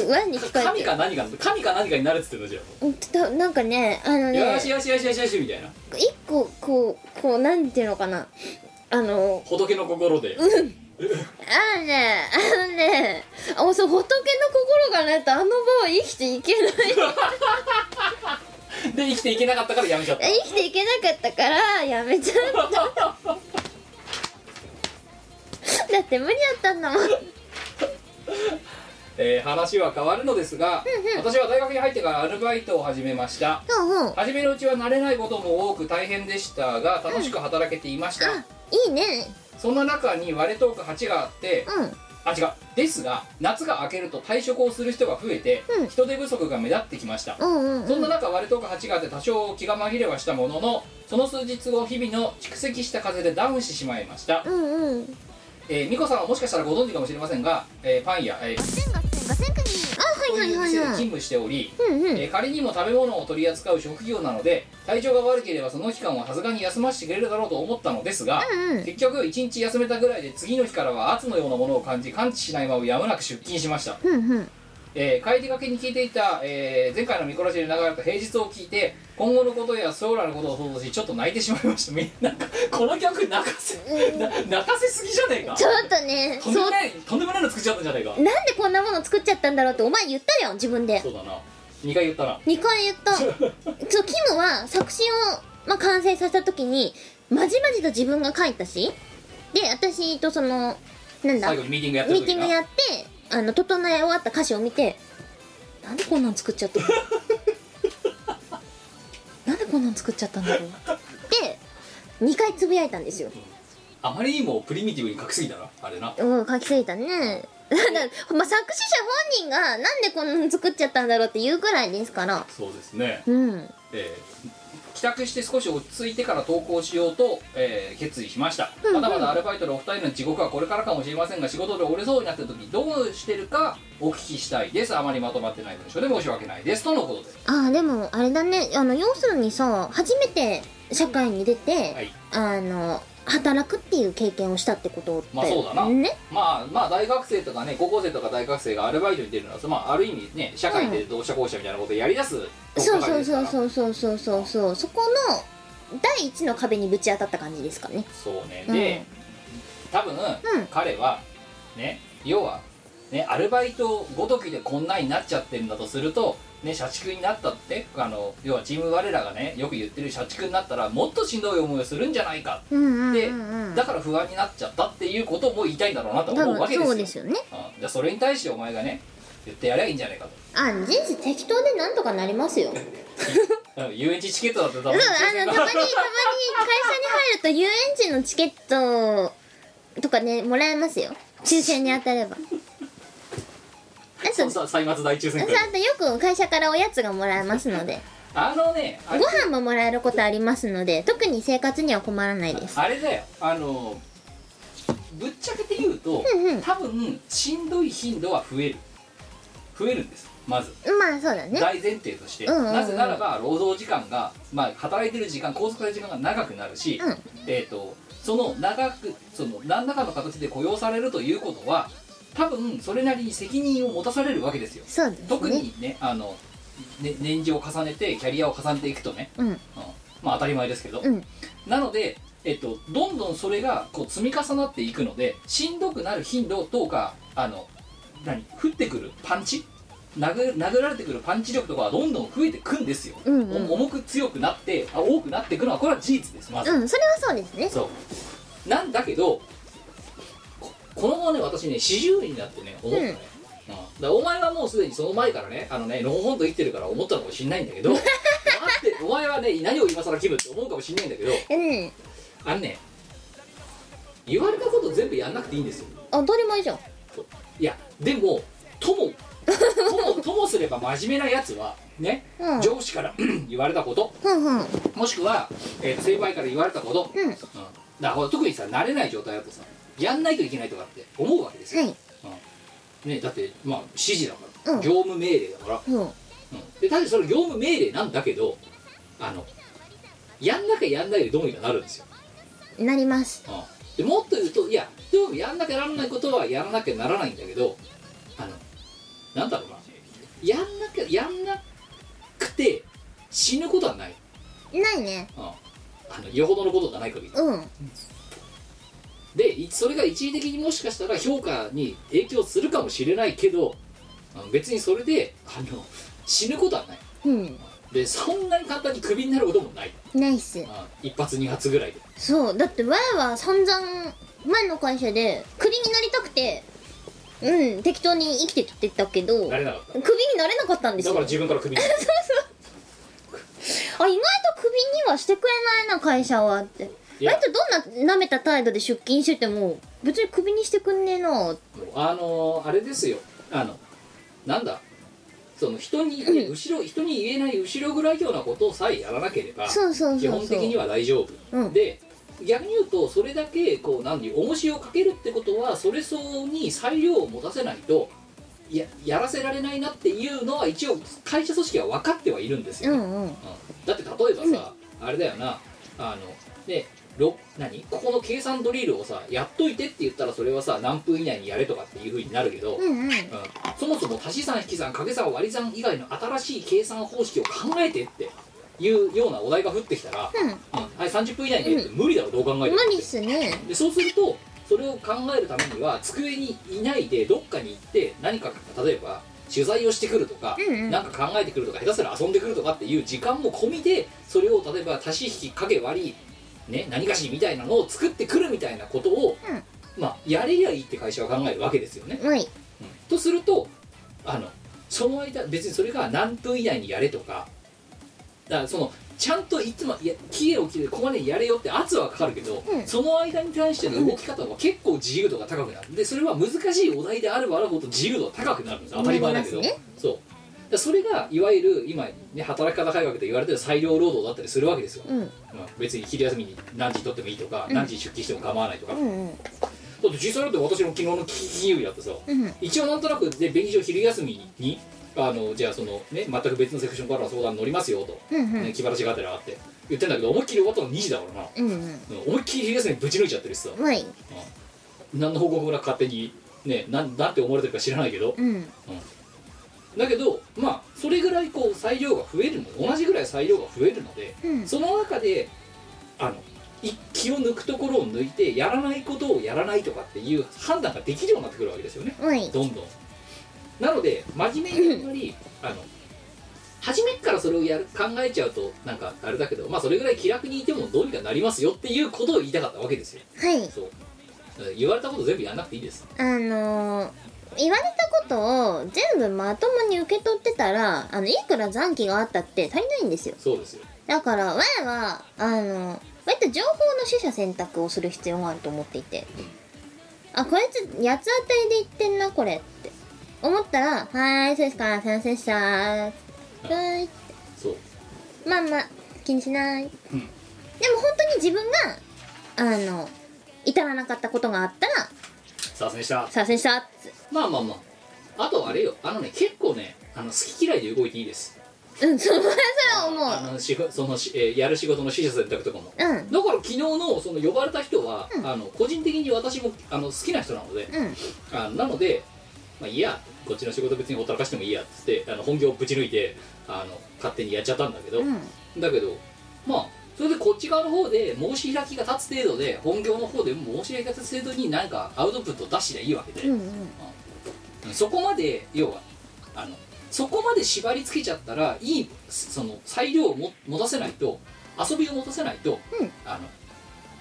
[SPEAKER 1] ワンに聞こえ
[SPEAKER 3] 神
[SPEAKER 1] て
[SPEAKER 3] か何か神か何かになるっつってんのじゃあ
[SPEAKER 1] うんたなんかねあの
[SPEAKER 3] よ
[SPEAKER 1] ね
[SPEAKER 3] しよしよしよしよしみたいな
[SPEAKER 1] 一個こうこうなんていうのかなあの
[SPEAKER 3] 仏の心で
[SPEAKER 1] あのねあのねあもうそう仏の心がないとあの場は生きていけない
[SPEAKER 3] で生きていけなかったからやめちゃった
[SPEAKER 1] 生きていけなかったからやめちゃっただって無理だったんだもん
[SPEAKER 3] えー話は変わるのですが私は大学に入ってからアルバイトを始めました
[SPEAKER 1] うんうん
[SPEAKER 3] 初めのうちは慣れないことも多く大変でしたが楽しく働けていました、
[SPEAKER 1] いいね
[SPEAKER 3] そんな中に割れトーク8があって
[SPEAKER 1] うんうん
[SPEAKER 3] あ違うですが夏が明けると退職をする人が増えて、
[SPEAKER 1] うん
[SPEAKER 3] 人手不足が目立ってきました、
[SPEAKER 1] うんう
[SPEAKER 3] そん
[SPEAKER 1] ん
[SPEAKER 3] な中割れトーク8があって多少気が紛れはしたもののその数日後日々の蓄積した風でダウンしてしまいました、
[SPEAKER 1] うんうん
[SPEAKER 3] えー、美子さんはもしかしたらご存知かもしれませんが、えーパン屋、えー
[SPEAKER 1] あ
[SPEAKER 3] そう
[SPEAKER 1] はいいうはい
[SPEAKER 3] 店で勤
[SPEAKER 1] はいはい
[SPEAKER 3] 務しており、
[SPEAKER 1] うんうん
[SPEAKER 3] えー仮にも食べ物を取り扱う職業なので体調が悪ければその期間はさすがに休ませてくれるだろうと思ったのですが、
[SPEAKER 1] うんうん
[SPEAKER 3] 結局1日休めたぐらいで次の日からは圧のようなものを感じ完治しないままやむなく出勤しました、
[SPEAKER 1] うんうん
[SPEAKER 3] えー帰りがけに聞いていた、えー前回の見殺しで流れた平日を聞いて今後のことや将来のことを想像しちょっと泣いてしまいましたみんななんかこの曲泣かせ、な泣かせすぎじゃねえか
[SPEAKER 1] ちょっとね
[SPEAKER 3] と
[SPEAKER 1] そ
[SPEAKER 3] んでも
[SPEAKER 1] う
[SPEAKER 3] ないとんでもないの作っちゃったじゃねえか
[SPEAKER 1] なんでこんなもの作っちゃったんだろうってお前言ったよ自分で
[SPEAKER 3] そうだな2回言ったな
[SPEAKER 1] 2回言った そうキムは作詞を、まあ、完成させた時にまじまじと自分が書いたしで私とそのなんだ
[SPEAKER 3] 最後にミーティングやって
[SPEAKER 1] ミ
[SPEAKER 3] る
[SPEAKER 1] ーティ
[SPEAKER 3] 時
[SPEAKER 1] ン
[SPEAKER 3] な
[SPEAKER 1] グやってあの整え終わった歌詞を見てなんでこんなん作っち ゃったのなんでこんなん作っちゃったんだろうで2回つぶやいたんですよ
[SPEAKER 3] あまりにもプリミティブに書きすぎたなあれな
[SPEAKER 1] うん書きすぎたね だからまあ、作詞者本人がなんでこんなの作っちゃったんだろうって言うくらいですから
[SPEAKER 3] そうですね、
[SPEAKER 1] うん
[SPEAKER 3] えー帰宅して少し落ち着いてから投稿しようと、えー決意しました、
[SPEAKER 1] んうん
[SPEAKER 3] まだまだアルバイトでお二人の地獄はこれからかもしれませんが仕事で折れそうになった時どうしてるかお聞きしたいですあまりまとまってない文章で申し訳ないですとのことです
[SPEAKER 1] ああでもあれだねあの要するにさ初めて社会に出て、
[SPEAKER 3] はい
[SPEAKER 1] あの働くっていう経験をしたってことだ
[SPEAKER 3] まあそうだな
[SPEAKER 1] ね
[SPEAKER 3] まあまあ大学生とかね高校生とか大学生がアルバイトに出るのは、まあ、ある意味ね社会で同社公社みたいなことをやりだす
[SPEAKER 1] そうそうそう
[SPEAKER 3] う
[SPEAKER 1] そうそうそうそうそうそこの第一の壁にぶち当たった感じですかね
[SPEAKER 3] そうねで、
[SPEAKER 1] うん
[SPEAKER 3] 多分、
[SPEAKER 1] ん
[SPEAKER 3] 彼はね要はねアルバイトごときでこんなになっちゃってんだとするとね社畜になったってあの要はチーム我らがねよく言ってる社畜になったらもっとしんどい思いをするんじゃないか
[SPEAKER 1] うんうんうん
[SPEAKER 3] で
[SPEAKER 1] うん
[SPEAKER 3] だから不安になっちゃったっていうことも言いたいんだろうなと
[SPEAKER 1] 多
[SPEAKER 3] 思うわ
[SPEAKER 1] 分
[SPEAKER 3] けです
[SPEAKER 1] そ
[SPEAKER 3] よ
[SPEAKER 1] うですよね
[SPEAKER 3] うんじゃあそれに対してお前がね言ってやればいいんじゃないかと
[SPEAKER 1] あ人生適当でなんとかなります よ
[SPEAKER 3] うん遊園地チケットだって多
[SPEAKER 1] そう
[SPEAKER 3] 分
[SPEAKER 1] あのたまにたまに会社に入ると遊園地のチケットとかねもらえますよ抽選に当たればえそう
[SPEAKER 3] さ歳末大抽選
[SPEAKER 1] そう
[SPEAKER 3] 会
[SPEAKER 1] あとよく会社からおやつがもらえますので
[SPEAKER 3] あのねあ
[SPEAKER 1] ご
[SPEAKER 3] れ
[SPEAKER 1] 飯ももらえることありますので特に生活には困らないです
[SPEAKER 3] あれだよあのぶっちゃけて言うと
[SPEAKER 1] うんうん
[SPEAKER 3] 多分しんどい頻度は増える増えるんですまず
[SPEAKER 1] まあそうだね
[SPEAKER 3] 大前提として、
[SPEAKER 1] うんうんうん
[SPEAKER 3] なぜならば労働時間が、まあ、働いてる時間拘束される時間が長くなるし、
[SPEAKER 1] うん
[SPEAKER 3] えー、とその長くその何らかの形で雇用されるということは多分それなりに責任を持たされるわけですよ
[SPEAKER 1] そうですね
[SPEAKER 3] 特にねあのね年次を重ねてキャリアを重ねていくとね、
[SPEAKER 1] うん
[SPEAKER 3] うんまあ当たり前ですけど、
[SPEAKER 1] うん
[SPEAKER 3] なので、えっと、どんどんそれがこう積み重なっていくのでしんどくなる頻度とかあの何降ってくるパンチ殴殴られてくるパンチ力とかはどんどん増えてくんですよ、
[SPEAKER 1] うんうん
[SPEAKER 3] お重く強くなってあ多くなっていくのはこれは事実ですまず、
[SPEAKER 1] うんそれはそうですね
[SPEAKER 3] そうなんだけどここのままね私ね40になってね思ったね、うんだからお前はもうすでにその前からねあのねのほほんと生きてるから思ったのかもしんないんだけど待ってお前はね何を今更気分って思うかもしんないんだけど
[SPEAKER 1] うん
[SPEAKER 3] あのね言われたこと全部やんなくていいんですよ
[SPEAKER 1] 当たり前じゃん
[SPEAKER 3] いやでもともともともすれば真面目なやつはね、
[SPEAKER 1] うん
[SPEAKER 3] 上司から 言われたこと
[SPEAKER 1] ふんふんうん
[SPEAKER 3] もしくは、えー先輩から言われたこと、
[SPEAKER 1] うん
[SPEAKER 3] だからほら特にさ慣れない状態だとさやんないといけないとかって思うわけですよ、
[SPEAKER 1] はい
[SPEAKER 3] ね、だってまあ指示だから、
[SPEAKER 1] うん
[SPEAKER 3] 業務命令だから、
[SPEAKER 1] うん
[SPEAKER 3] うん、で確かにそれ業務命令なんだけどあのやんなきゃやんないでどうにかなるんですよ、
[SPEAKER 1] なります
[SPEAKER 3] うんでもっと言うといやでもやんなきゃならないことはやらなきゃならないんだけどあのなんだろうなやんなきゃやんなくて死ぬことはない、
[SPEAKER 1] ないね
[SPEAKER 3] うん、あのよほどのことじゃない限り
[SPEAKER 1] うん
[SPEAKER 3] でいそれが一時的にもしかしたら評価に影響するかもしれないけどあの別にそれであの死ぬことはない
[SPEAKER 1] うん
[SPEAKER 3] でそんなに簡単にクビになることもない
[SPEAKER 1] ナイス
[SPEAKER 3] あ一発二発ぐらいで
[SPEAKER 1] そうだってわいは散々前の会社でクビになりたくてうん適当に生きてきてたけどク
[SPEAKER 3] なれ
[SPEAKER 1] ビ
[SPEAKER 3] な
[SPEAKER 1] に
[SPEAKER 3] かった
[SPEAKER 1] なれなかったんです
[SPEAKER 3] だ
[SPEAKER 1] よ
[SPEAKER 3] から
[SPEAKER 1] あ意
[SPEAKER 3] 自分からクビになる
[SPEAKER 1] 外とクビにはしてくれないな会社はって
[SPEAKER 3] いや
[SPEAKER 1] 割とどんな舐めた態度で出勤してても別にクビにしてくんねえな
[SPEAKER 3] あのあれですよあのなんだその人に
[SPEAKER 1] うん
[SPEAKER 3] 後ろ人に言えない後ろぐらいようなことさえやらなければ
[SPEAKER 1] そうそうそうそう
[SPEAKER 3] 基本的には大丈夫、
[SPEAKER 1] うん
[SPEAKER 3] で逆に言うとそれだけこう何重しをかけるってことはそれ相応に裁量を持たせないとややらせられないなっていうのは一応会社組織は分かってはいるんです
[SPEAKER 1] う
[SPEAKER 3] よ、
[SPEAKER 1] んうん
[SPEAKER 3] うんだって例えばさ、あれだよなあのねろ何ここの計算ドリルをさやっといてって言ったらそれはさ何分以内にやれとかっていうふうになるけど、
[SPEAKER 1] うんうん
[SPEAKER 3] うんそもそも足し算引き算掛け算割り算以外の新しい計算方式を考えてっていうようなお題が降ってきたら、
[SPEAKER 1] う
[SPEAKER 3] うんはい、30分以内にって無理だろどう考えて
[SPEAKER 1] ん
[SPEAKER 3] も
[SPEAKER 1] 無理っすね
[SPEAKER 3] でそうするとそれを考えるためには机にいないでどっかに行って何か例えば取材をしてくるとか、
[SPEAKER 1] うんうん
[SPEAKER 3] なんか考えてくるとか下手すら遊んでくるとかっていう時間も込みでそれを例えば足し引き掛け割り、ね、何かしみたいなのを作ってくるみたいなことを、
[SPEAKER 1] うん
[SPEAKER 3] まあ、やれりゃいいって会社は考えるわけですよね。
[SPEAKER 1] はい
[SPEAKER 3] とするとあのその間別にそれが何分以内にやれとかだからそのちゃんといつもいや期限を切れてここまでやれよって圧はかかるけど、
[SPEAKER 1] うん
[SPEAKER 3] その間に対しての動き方は結構自由度が高くなるでそれは難しいお題であればあるほど自由度が高くなるんです当たり前だけど、
[SPEAKER 1] なりま
[SPEAKER 3] そうだからそれがいわゆる今、ね、働き方改革で言われてる裁量労働だったりするわけですよ、
[SPEAKER 1] うん
[SPEAKER 3] うん別に昼休みに何時に取ってもいいとか、何時に出勤しても構わないとか、
[SPEAKER 1] う
[SPEAKER 3] だ
[SPEAKER 1] んうん
[SPEAKER 3] って実際だって私の昨日の金曜日だってさ、
[SPEAKER 1] うん
[SPEAKER 3] 一応なんとなくで便宜上昼休みにあのじゃあそのね全く別のセクションからの相談乗りますよと、
[SPEAKER 1] うんうん
[SPEAKER 3] ね、気晴らしがてらあって言ってんだけど思いっきり終わったの2時だからな、
[SPEAKER 1] うん
[SPEAKER 3] うん思いっきり昼休みぶち抜いちゃってるしさ、
[SPEAKER 1] うんはい
[SPEAKER 3] 何の報告もなく勝手にねなんなんて思われてるか知らないけど
[SPEAKER 1] うん
[SPEAKER 3] だけどまあそれぐらいこう裁量が増えるの同じぐらい裁量が増えるので
[SPEAKER 1] うん
[SPEAKER 3] その中であのい気を抜くところを抜いてやらないことをやらないとかっていう判断ができるようになってくるわけですよね
[SPEAKER 1] はい
[SPEAKER 3] どんどんなので真面目にあんまりあの初めっからそれをやる考えちゃうとなんかあれだけどまあそれぐらい気楽にいてもどうにかなりますよっていうことを言いたかったわけですよ
[SPEAKER 1] はい
[SPEAKER 3] そう言われたこと全部やんなくていいです
[SPEAKER 1] あのー言われたことを全部まともに受け取ってたらあのいくら残機があったって足りないんですよ
[SPEAKER 3] そうですよ
[SPEAKER 1] だからわいはあのわいと情報の取捨選択をする必要があると思っていてあこいつ八つ当たりで言ってんなこれって思ったら「はーいそうですか賛成したはーい
[SPEAKER 3] そう
[SPEAKER 1] まあまあ気にしない」
[SPEAKER 3] うん
[SPEAKER 1] でも本当に自分があの至らなかったことがあったら
[SPEAKER 3] さすがした
[SPEAKER 1] 「賛成した」って
[SPEAKER 3] まあまあまああとあれよあのね結構ねあの好き嫌いで動いていいです
[SPEAKER 1] うんそのそれは
[SPEAKER 3] あ
[SPEAKER 1] 思う
[SPEAKER 3] のしごそのし、えーやる仕事の取捨選択とかも
[SPEAKER 1] うん
[SPEAKER 3] だから昨日のその呼ばれた人は、
[SPEAKER 1] うん
[SPEAKER 3] あの個人的に私もあの好きな人なので、
[SPEAKER 1] うん
[SPEAKER 3] あなので、まあ、いいやこっちの仕事別にほったらかしてもいいやっつってあの本業をぶち抜いてあの勝手にやっちゃったんだけど、
[SPEAKER 1] うん
[SPEAKER 3] だけどまあそれでこっち側の方で申し開きが立つ程度で本業の方でも申し開きが立つ程度になんかアウトプット出しでいいわけで
[SPEAKER 1] う、ん
[SPEAKER 3] そこまで要はあのそこまで縛りつけちゃったらいいその裁量をも持たせないと遊びを持たせないと、
[SPEAKER 1] うん
[SPEAKER 3] あの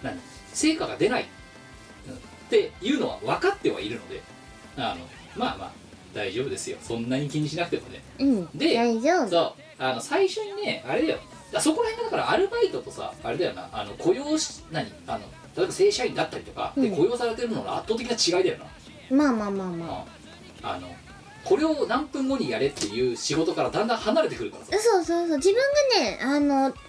[SPEAKER 3] 何成果が出ない、うんっていうのは分かってはいるのであのまあまあ大丈夫ですよそんなに気にしなくてもね
[SPEAKER 1] うんうん
[SPEAKER 3] で
[SPEAKER 1] 大丈夫
[SPEAKER 3] そうあの最初にねあれだよあそこら辺だからアルバイトとさあれだよなあの雇用し何あの例えば正社員だったりとかで
[SPEAKER 1] うん
[SPEAKER 3] 雇用されてるのの圧倒的な違いだよな、
[SPEAKER 1] まあまあまあまあ
[SPEAKER 3] あのこれを何分後にやれっていう仕事からだんだん離れてくるからさ
[SPEAKER 1] そうそうそう自分がねあの続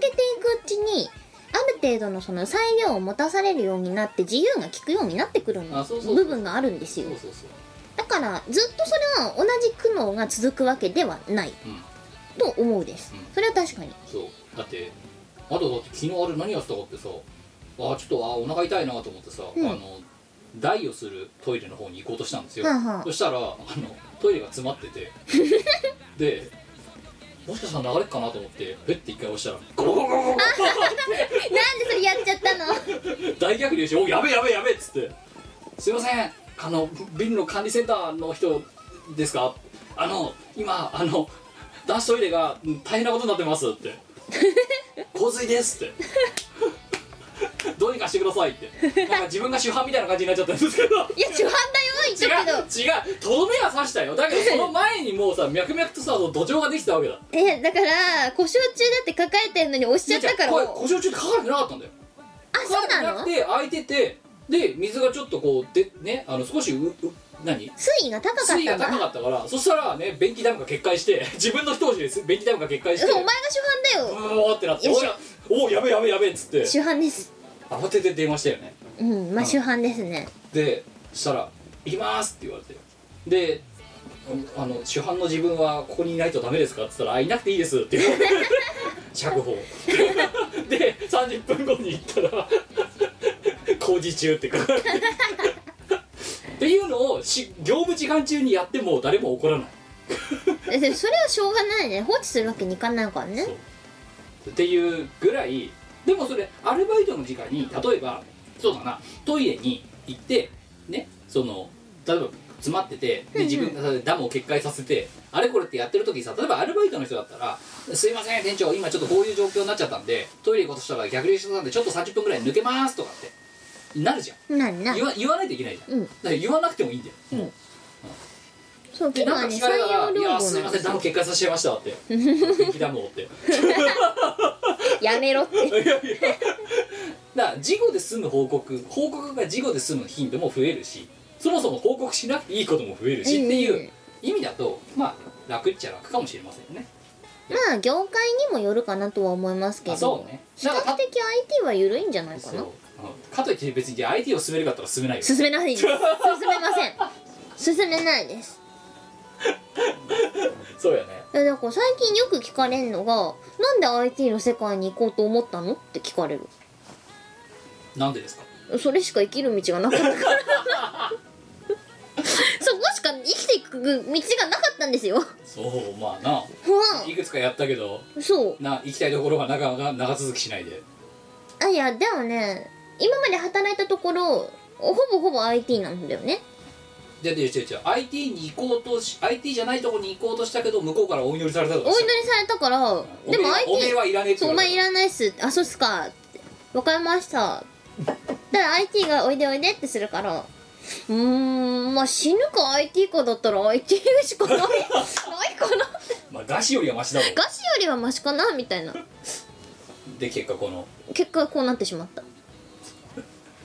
[SPEAKER 1] けていくうちにある程度のその裁量を持たされるようになって自由が利くようになってくる
[SPEAKER 3] あそうそう
[SPEAKER 1] 部分があるんです
[SPEAKER 3] そう
[SPEAKER 1] よ
[SPEAKER 3] そうそう
[SPEAKER 1] だからずっとそれは同じ苦悩が続くわけではない
[SPEAKER 3] うん
[SPEAKER 1] と思うです
[SPEAKER 3] うん
[SPEAKER 1] それは 確かに
[SPEAKER 3] そうだってあとだって昨日あれ何やってたかってさあちょっとあお腹痛いなと思ってさ、
[SPEAKER 1] うん
[SPEAKER 3] あの台をするトイレの方に行こうとしたんですよ、
[SPEAKER 1] はあはあ
[SPEAKER 3] そしたらあのトイレが詰まっててでもしかしたら流れっかなと思ってペッて一回押したらゴロゴロゴロゴロ
[SPEAKER 1] なんでそれやっちゃったの
[SPEAKER 3] 大逆流して「おやべやべやべ」っつって「すいませんあのビルの管理センターの人ですかあの今あの男子トイレがうん大変なことになってます」って「洪水です」って「どうにかしてください」ってなんか自分が主犯みたいな感じになっちゃったんですけど
[SPEAKER 1] いや主犯だよ言っ
[SPEAKER 3] 違
[SPEAKER 1] と
[SPEAKER 3] う違うとどめは刺したよだけどその前にもうさ脈々とさ土壌ができてたわけだ
[SPEAKER 1] くけどえだから故障中だって書かれてるのに押しちゃったから
[SPEAKER 3] いや
[SPEAKER 1] も
[SPEAKER 3] 違う
[SPEAKER 1] う
[SPEAKER 3] これ故障中って書かれてなかったんだよ
[SPEAKER 1] あそうなの
[SPEAKER 3] で開いててで水がちょっとこうでねあの少しうう何
[SPEAKER 1] 水位が高かった
[SPEAKER 3] 水
[SPEAKER 1] ん
[SPEAKER 3] 位が
[SPEAKER 1] だ
[SPEAKER 3] 高かったからそしたらね便器ダムが決壊して 自分の一押しです便器ダムが決壊し
[SPEAKER 1] そ
[SPEAKER 3] て
[SPEAKER 1] うお前が主犯
[SPEAKER 3] ブ
[SPEAKER 1] だよ
[SPEAKER 3] ワーってなって
[SPEAKER 1] よ
[SPEAKER 3] お
[SPEAKER 1] い
[SPEAKER 3] い
[SPEAKER 1] しょ
[SPEAKER 3] やおうやべやべやべっつって
[SPEAKER 1] 主犯です
[SPEAKER 3] 慌てて電話したよね
[SPEAKER 1] うんまあ主犯ですね
[SPEAKER 3] でしたら「行きます」って言われてで「あの主犯の自分はここにいないとダメですか?」っつったらあ「いなくていいです」って言われて釈放 で30分後に行ったら「工事中」って書かれてっていうのをし業務時間中にやっても誰も怒らない
[SPEAKER 1] えでもそれはしょうがないね放置するわけにいかないからね
[SPEAKER 3] そうっていうぐらいでもそれアルバイトの時間に例えばそうだなトイレに行ってねその例えば詰まっててで自分がダムを決壊させてあれこれってやってる時さ例えばアルバイトの人だったら「すいません店長今ちょっとこういう状況になっちゃったんでトイレ行こうとしたら逆流してたんでちょっと30分ぐらい抜けます」とかってなるじゃん
[SPEAKER 1] なんな
[SPEAKER 3] 言わ言わないといけないじゃん、
[SPEAKER 1] うん
[SPEAKER 3] だから言わなくてもいいんだよ、
[SPEAKER 1] そう
[SPEAKER 3] で
[SPEAKER 1] 今
[SPEAKER 3] な
[SPEAKER 1] は
[SPEAKER 3] んか
[SPEAKER 1] ね
[SPEAKER 3] 聞
[SPEAKER 1] 採
[SPEAKER 3] かれたら「い
[SPEAKER 1] 用療
[SPEAKER 3] や
[SPEAKER 1] 法
[SPEAKER 3] すい
[SPEAKER 1] な
[SPEAKER 3] ま
[SPEAKER 1] ん
[SPEAKER 3] せ
[SPEAKER 1] で
[SPEAKER 3] ん
[SPEAKER 1] す
[SPEAKER 3] ダム決壊させちゃいました」 って「電気ダムを」って
[SPEAKER 1] やめろって
[SPEAKER 3] いやいやだから事故で済む報告報告が事故で済む頻度も増えるしそもそも報告しなくていいことも増えるしっていう意味だとまあ楽っちゃ楽かもしれませんね
[SPEAKER 1] まあ業界にもよるかなとは思いますけ
[SPEAKER 3] あ
[SPEAKER 1] ど
[SPEAKER 3] そうね
[SPEAKER 1] 比較
[SPEAKER 3] た
[SPEAKER 1] 的 IT は緩いんじゃないか
[SPEAKER 3] そう
[SPEAKER 1] な
[SPEAKER 3] うんかといって別に IT を進めるかったら進めないよ
[SPEAKER 1] 進めな いです進めません進めないです
[SPEAKER 3] そうやね
[SPEAKER 1] いやだから最近よく聞かれるのがなんで IT の世界に行こうと思ったのって聞かれる
[SPEAKER 3] なんでですか
[SPEAKER 1] それしか生きる道がなかったから そこしか生きていく道がなかったんですよ
[SPEAKER 3] そうまあな
[SPEAKER 1] う
[SPEAKER 3] いくつかやったけど
[SPEAKER 1] んそう
[SPEAKER 3] な行きたいところがなかなか長続きしないで
[SPEAKER 1] あいやでもね今まで働いたところほぼほぼ IT なんだよね
[SPEAKER 3] じゃ違う違う違う IT に行こうとし IT じゃないとこに行こうとしたけど向こうからお祈りされたと
[SPEAKER 1] お
[SPEAKER 3] かし
[SPEAKER 1] 祈
[SPEAKER 3] た
[SPEAKER 1] りされたからでも
[SPEAKER 3] おめえ
[SPEAKER 1] IT
[SPEAKER 3] おめえはいらねえって
[SPEAKER 1] そう
[SPEAKER 3] 言
[SPEAKER 1] お
[SPEAKER 3] われ
[SPEAKER 1] 前
[SPEAKER 3] た
[SPEAKER 1] いらないっすあそうっすかってわかりましただから IT がおいでおいでってするからうーんまあ死ぬか IT かだったら IT しかな いないかな
[SPEAKER 3] まあガシよりはマシだろ
[SPEAKER 1] ガシよりはマシかなみたいな
[SPEAKER 3] で結果この
[SPEAKER 1] 結果こうなってしまった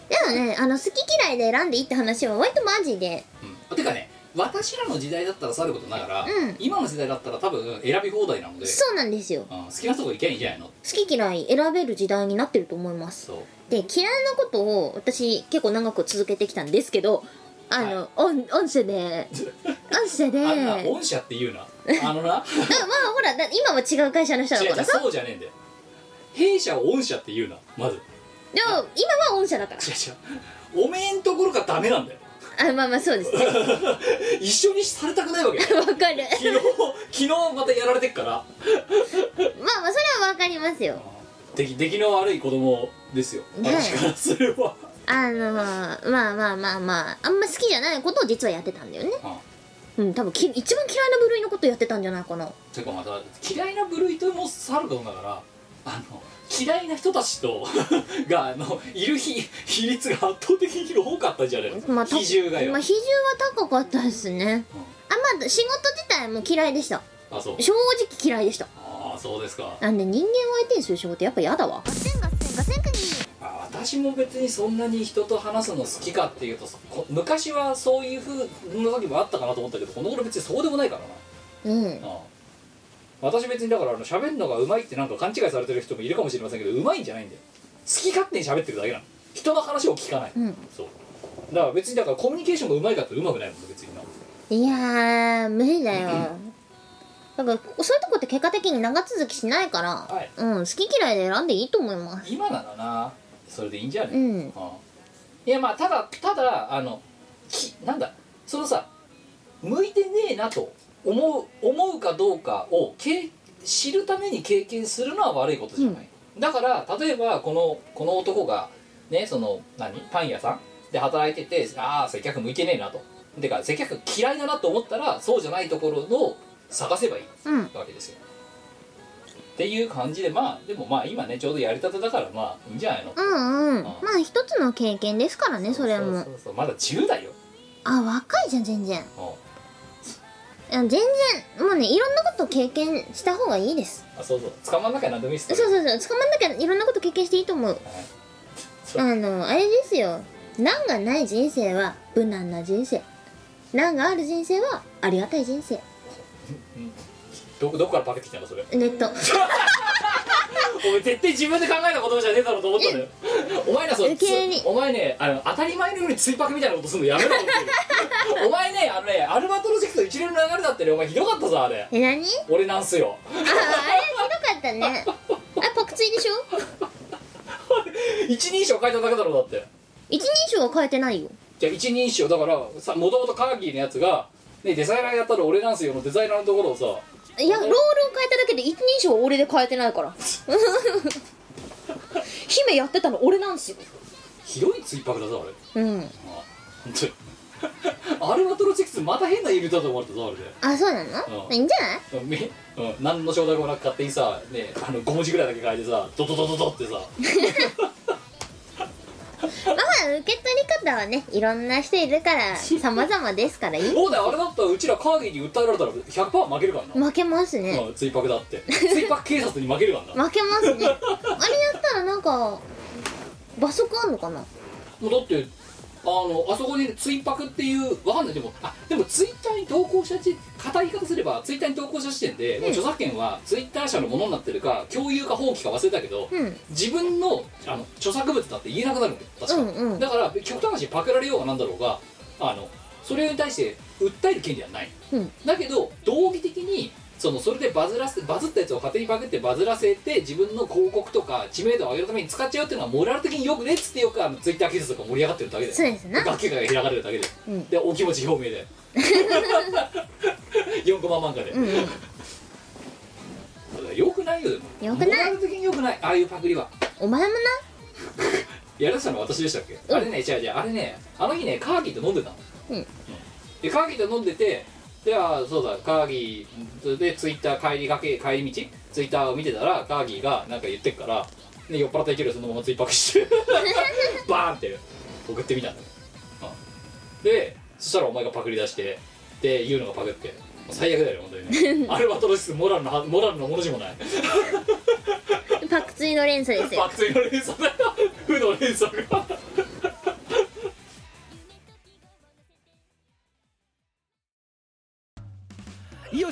[SPEAKER 1] でもねあの好き嫌いで選んでいいって話は割とマジで
[SPEAKER 3] うん、てかね私らの時代だったらさることながら、
[SPEAKER 1] うん
[SPEAKER 3] 今の時代だったら多分選び放題なので、
[SPEAKER 1] そうなんですよ
[SPEAKER 3] うん好きなとこ行けばいいんじゃないの
[SPEAKER 1] 好き嫌い選べる時代になってると思います
[SPEAKER 3] そう
[SPEAKER 1] で嫌いなことを私結構長く続けてきたんですけどあの、
[SPEAKER 3] は
[SPEAKER 1] 音音 声で音声で
[SPEAKER 3] あんな
[SPEAKER 1] だから
[SPEAKER 3] 御社って言うなあのな
[SPEAKER 1] まあほらだ今は違う会社の人
[SPEAKER 3] 違
[SPEAKER 1] だ
[SPEAKER 3] う
[SPEAKER 1] か
[SPEAKER 3] 違う
[SPEAKER 1] らさ
[SPEAKER 3] そうじゃねえんだよ弊社を御社って言うなまず違
[SPEAKER 1] でも今は御社だから
[SPEAKER 3] う違うおめえんところがダメなんだよ
[SPEAKER 1] あまあま あそうですね
[SPEAKER 3] 一緒にされたくないわけ よ
[SPEAKER 1] わかる
[SPEAKER 3] 昨日昨日またやられてっから
[SPEAKER 1] まあまあそれはわかりますよ
[SPEAKER 3] 出来出来の悪い子供ですよ
[SPEAKER 1] ねえ
[SPEAKER 3] 私からすれば、
[SPEAKER 1] あのまあまあまあまああんま好きじゃないことを実はやってたんだよね
[SPEAKER 3] うん
[SPEAKER 1] うん多分き一番嫌いな部類のことやってたんじゃないかな
[SPEAKER 3] てかまた嫌いな部類ともさることだからあの嫌いな人たちと があのいる比比率が圧倒的に多かったじゃないですか、
[SPEAKER 1] まあた
[SPEAKER 3] 比重がよ、
[SPEAKER 1] まあ比重は高かったですねあまあ仕事自体も嫌いでした
[SPEAKER 3] うんあそう
[SPEAKER 1] 正直嫌いでした
[SPEAKER 3] ああそうですか
[SPEAKER 1] なんで人間を相手にする仕事やっぱ嫌だわ
[SPEAKER 3] あ私も別にそんなに人と話すの好きかっていうとこ昔はそういうふうな時もあったかなと思ったけどこの頃別にそうでもないから
[SPEAKER 1] うん
[SPEAKER 3] な、うん、私別にだからあの喋るのがうまいってなんか勘違いされてる人もいるかもしれませんけどうまいんじゃないんだよ好き勝手に喋ってるだけなの人の話を聞かない、
[SPEAKER 1] うん
[SPEAKER 3] そうだから別にだからコミュニケーションがうまいかってうまくないもんね別にない
[SPEAKER 1] やー無理だよだからそういうとこって結果的に長続きしないから、
[SPEAKER 3] はい
[SPEAKER 1] うん好き嫌いで選んでいいと思います
[SPEAKER 3] 今ならなそれでいいんじゃね
[SPEAKER 1] う
[SPEAKER 3] い、
[SPEAKER 1] ん
[SPEAKER 3] いやまあただただあのきなんだそのさ向いてねえなと思う思うかどうかをけ知るために経験するのは悪いことじゃない、だから例えばこのこの男がねその何パン屋さんで働いててああ接客向いてねえなとてか接客嫌いだなと思ったらそうじゃないところを探せばいい
[SPEAKER 1] うん
[SPEAKER 3] わけですよっていう感じでまあでもまあ今ねちょうどやりたてだからまあいいんじゃないの
[SPEAKER 1] うんうん
[SPEAKER 3] あ
[SPEAKER 1] まあ一つの経験ですからねそれも
[SPEAKER 3] うそうそうまだ10代よ
[SPEAKER 1] あ若いじゃん全然
[SPEAKER 3] うん
[SPEAKER 1] いや全然もうねいろんなこと経験した方がいいです
[SPEAKER 3] あそうそう捕まんなきゃ何でもいいっす
[SPEAKER 1] そう
[SPEAKER 3] よ
[SPEAKER 1] そうそう捕まんなきゃいろんなこと経験していいと思う
[SPEAKER 3] はい
[SPEAKER 1] あのあれですよ難がない人生は無難な人生難がある人生はありがたい人生
[SPEAKER 3] どどこからパケってきたのそれ
[SPEAKER 1] ネット
[SPEAKER 3] お前絶対自分で考えたことじゃねえだろうと思ったのよお前なそう
[SPEAKER 1] 余計に
[SPEAKER 3] つお前ねあの当たり前のように追パクみたいなことするのやめろ本当に お前ねあのねアルバトロジェクト一連の流れだったねお前ひどかったぞあれ
[SPEAKER 1] え何
[SPEAKER 3] 俺なんすよ
[SPEAKER 1] ああれひどかっ たねあパクツイでしょ
[SPEAKER 3] 一人称書いただけだろうだって
[SPEAKER 1] 一人称は変えてないよ
[SPEAKER 3] じゃあ一人称だからさもともとカーギーのやつが、ね、デザイナーやったら俺なんすよのデザイナーのところをさ
[SPEAKER 1] いやロールを変えただけで一人称は俺で変えてないから 姫やってたの俺なんすよ
[SPEAKER 3] 広い追パクだぞあれ
[SPEAKER 1] うん
[SPEAKER 3] あ本当に アルバトロジェクトまた変なイルだと思われたぞあれで
[SPEAKER 1] あそうなの
[SPEAKER 3] うん
[SPEAKER 1] いいんじゃない
[SPEAKER 3] めうん、何の承諾もなく勝手にさ、ね、あの5文字ぐらいだけ書いてさドドドドドってさ
[SPEAKER 1] まあ受け取り方はねいろんな人いるから様々ですからいい
[SPEAKER 3] そうだよあれだったらうちらカーゲンに訴えられたら100%負けるからな、
[SPEAKER 1] 負けますね、
[SPEAKER 3] うん、追白だって追白警察に負けるからな、
[SPEAKER 1] 負けますねあれやったらなんか罰則あんのかな
[SPEAKER 3] もうだってあのあそこに追白っていうわかんないでもあでもツイッターに投稿した時片言い方すればツイッターに投稿した時点で、もう著作権はツイッター社のものになってるか共有か放棄か忘れたけど、
[SPEAKER 1] うん
[SPEAKER 3] 自分のあの著作物だって言えなくなるんだよ確か、
[SPEAKER 1] うんうん
[SPEAKER 3] だから極端な話パクられようがなんだろうがあのそれに対して訴える権利はない、
[SPEAKER 1] うん
[SPEAKER 3] だけど道義的にそのそれでバズらせバズったやつを勝手にパクってバズらせて自分の広告とか知名度を上げるために使っちゃうっていうのはモラル的によくねっつってよくあのツイッター記述とか盛り上がってるだけで
[SPEAKER 1] そうですな
[SPEAKER 3] 楽器会が開かれるだけで、
[SPEAKER 1] うん
[SPEAKER 3] でお気持ち表明 で4コマ漫画で、
[SPEAKER 1] うんうん
[SPEAKER 3] よくないよでも
[SPEAKER 1] 良くない
[SPEAKER 3] モラル的によくないああいうパクリは
[SPEAKER 1] お前もな
[SPEAKER 3] やらしたの私でしたっけ、
[SPEAKER 1] うん
[SPEAKER 3] あれね違う違うあれねあの日ねカーキーと飲んでたの
[SPEAKER 1] うん
[SPEAKER 3] でカーギーと飲んでてではそうだカーギーでツイッター帰りがけ帰り道ツイッターを見てたらカーギーがなんか言ってっからで酔っ払った勢いでそのままツイパクして バーンって送ってみたんだよ、うんでそしたらお前がパクり出してで言うのがパクってもう最悪だよ本当にねアルバトロスモラルのはモラルのものじもない
[SPEAKER 1] パクツイの連鎖ですよ
[SPEAKER 3] バッツイの連鎖だよ負の連鎖が
[SPEAKER 6] イオ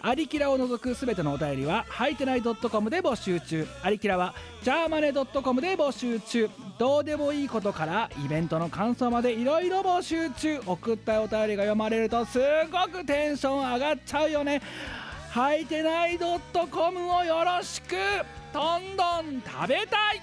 [SPEAKER 6] アリキラを除くすべてのお便りははいてない .com で募集中アリキラはジャーマネ .com で募集中どうでもいいことからイベントの感想までいろいろ募集中送ったお便りが読まれるとすごくテンション上がっちゃうよねはいてない .com をよろしくどんどん食べたい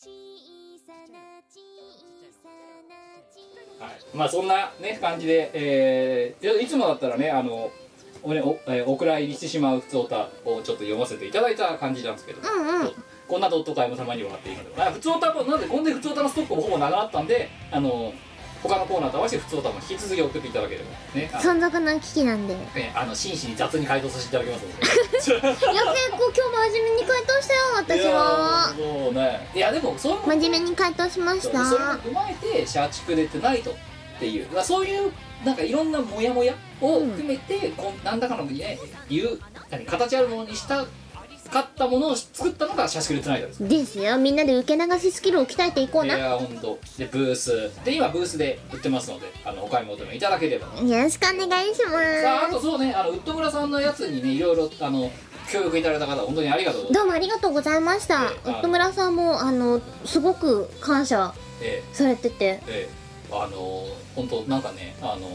[SPEAKER 4] 小さな小さな小さな
[SPEAKER 3] はい、まあそんなね感じで、えーいつもだったらねあのおねお,、えーお蔵入りしてしまう普通歌をちょっと読ませていただいた感じなんですけど、
[SPEAKER 1] うんうん
[SPEAKER 3] とこんなドット会もたまにはあっていいのでまあ普通歌もなんでこんで普通歌のストックもほぼなくなったんであの他のコーナーと合わせて普通歌も引き続き送っていただければねあの
[SPEAKER 1] 存続の危機なんでいや
[SPEAKER 3] ねあの真摯に雑に回答させていただきますので
[SPEAKER 1] 結構今日真面目に回答したよ
[SPEAKER 3] い
[SPEAKER 1] 私
[SPEAKER 3] や
[SPEAKER 1] は
[SPEAKER 3] ーもうねいやでもそれも
[SPEAKER 1] 真面目に回答しま
[SPEAKER 3] そ
[SPEAKER 1] し
[SPEAKER 3] う
[SPEAKER 1] た
[SPEAKER 3] でそれを踏まえて社畜でってないとっていう、まあ、そういうなんかいろんなモヤモヤを含めて、こん、何らかの、ね、いう何形あるものにしたかったものを作ったのが社畜でってないとです
[SPEAKER 1] ですよみんなで受け流しスキルを鍛えていこう
[SPEAKER 3] い
[SPEAKER 1] なよ
[SPEAKER 3] や本当でブースで今ブースで売ってますのであのお買い求めいただければ
[SPEAKER 1] ろしくお願いし
[SPEAKER 3] さああ
[SPEAKER 1] ま
[SPEAKER 3] とそうねあのウッド村さんのやつにねいろいろあの協力いただいた方本当にありがとうご
[SPEAKER 1] す
[SPEAKER 3] ざい
[SPEAKER 1] どうもありがとうございまし
[SPEAKER 3] え
[SPEAKER 1] た
[SPEAKER 3] えあの
[SPEAKER 1] 夫村さんもあのすごく感謝
[SPEAKER 3] ますえ
[SPEAKER 1] されてて
[SPEAKER 3] えええあの本当なんかねあの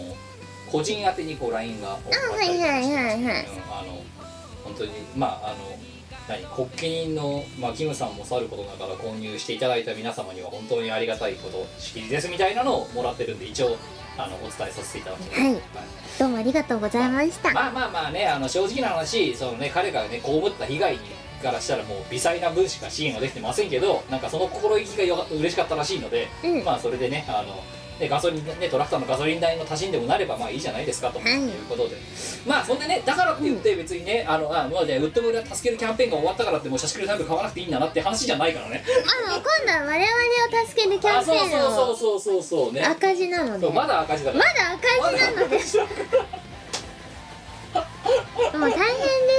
[SPEAKER 3] 個人宛てにこう LINE があ
[SPEAKER 1] あはいはいはいはい
[SPEAKER 3] うんあの本当にまああの何発起人の、まあ、キムさんもさることながら購入していただいた皆様には本当にありがたいことしきりですみたいなのをもらってるんで一応あのお伝えさせていただきます、
[SPEAKER 1] はいどうもありがとうございました
[SPEAKER 3] まあまあまあねあの正直な話そのね彼がね被った被害からしたらもう微細な分しか支援はできてませんけどなんかその心意気がよか嬉しかったらしいので、
[SPEAKER 1] うん
[SPEAKER 3] まあそれでねあのねガソリンねトラクターのガソリン代の足しにでもなればまあいいじゃないですかと
[SPEAKER 1] はい
[SPEAKER 3] いうことで、まあそんでねだからって言って別にね、あのあまあじゃあウッドブル助けるキャンペーンが終わったからってもう社畜タイプ買わなくていいんだなって話じゃないからね
[SPEAKER 1] あの今度は我々を助けるキャ
[SPEAKER 3] あ
[SPEAKER 1] ンペ
[SPEAKER 3] そう
[SPEAKER 1] ーン
[SPEAKER 3] そう
[SPEAKER 1] の
[SPEAKER 3] そうそうそうそうね
[SPEAKER 1] 赤字なの
[SPEAKER 3] そ
[SPEAKER 1] で
[SPEAKER 3] うまだ赤字だから
[SPEAKER 1] まだ赤字なのでもう大変で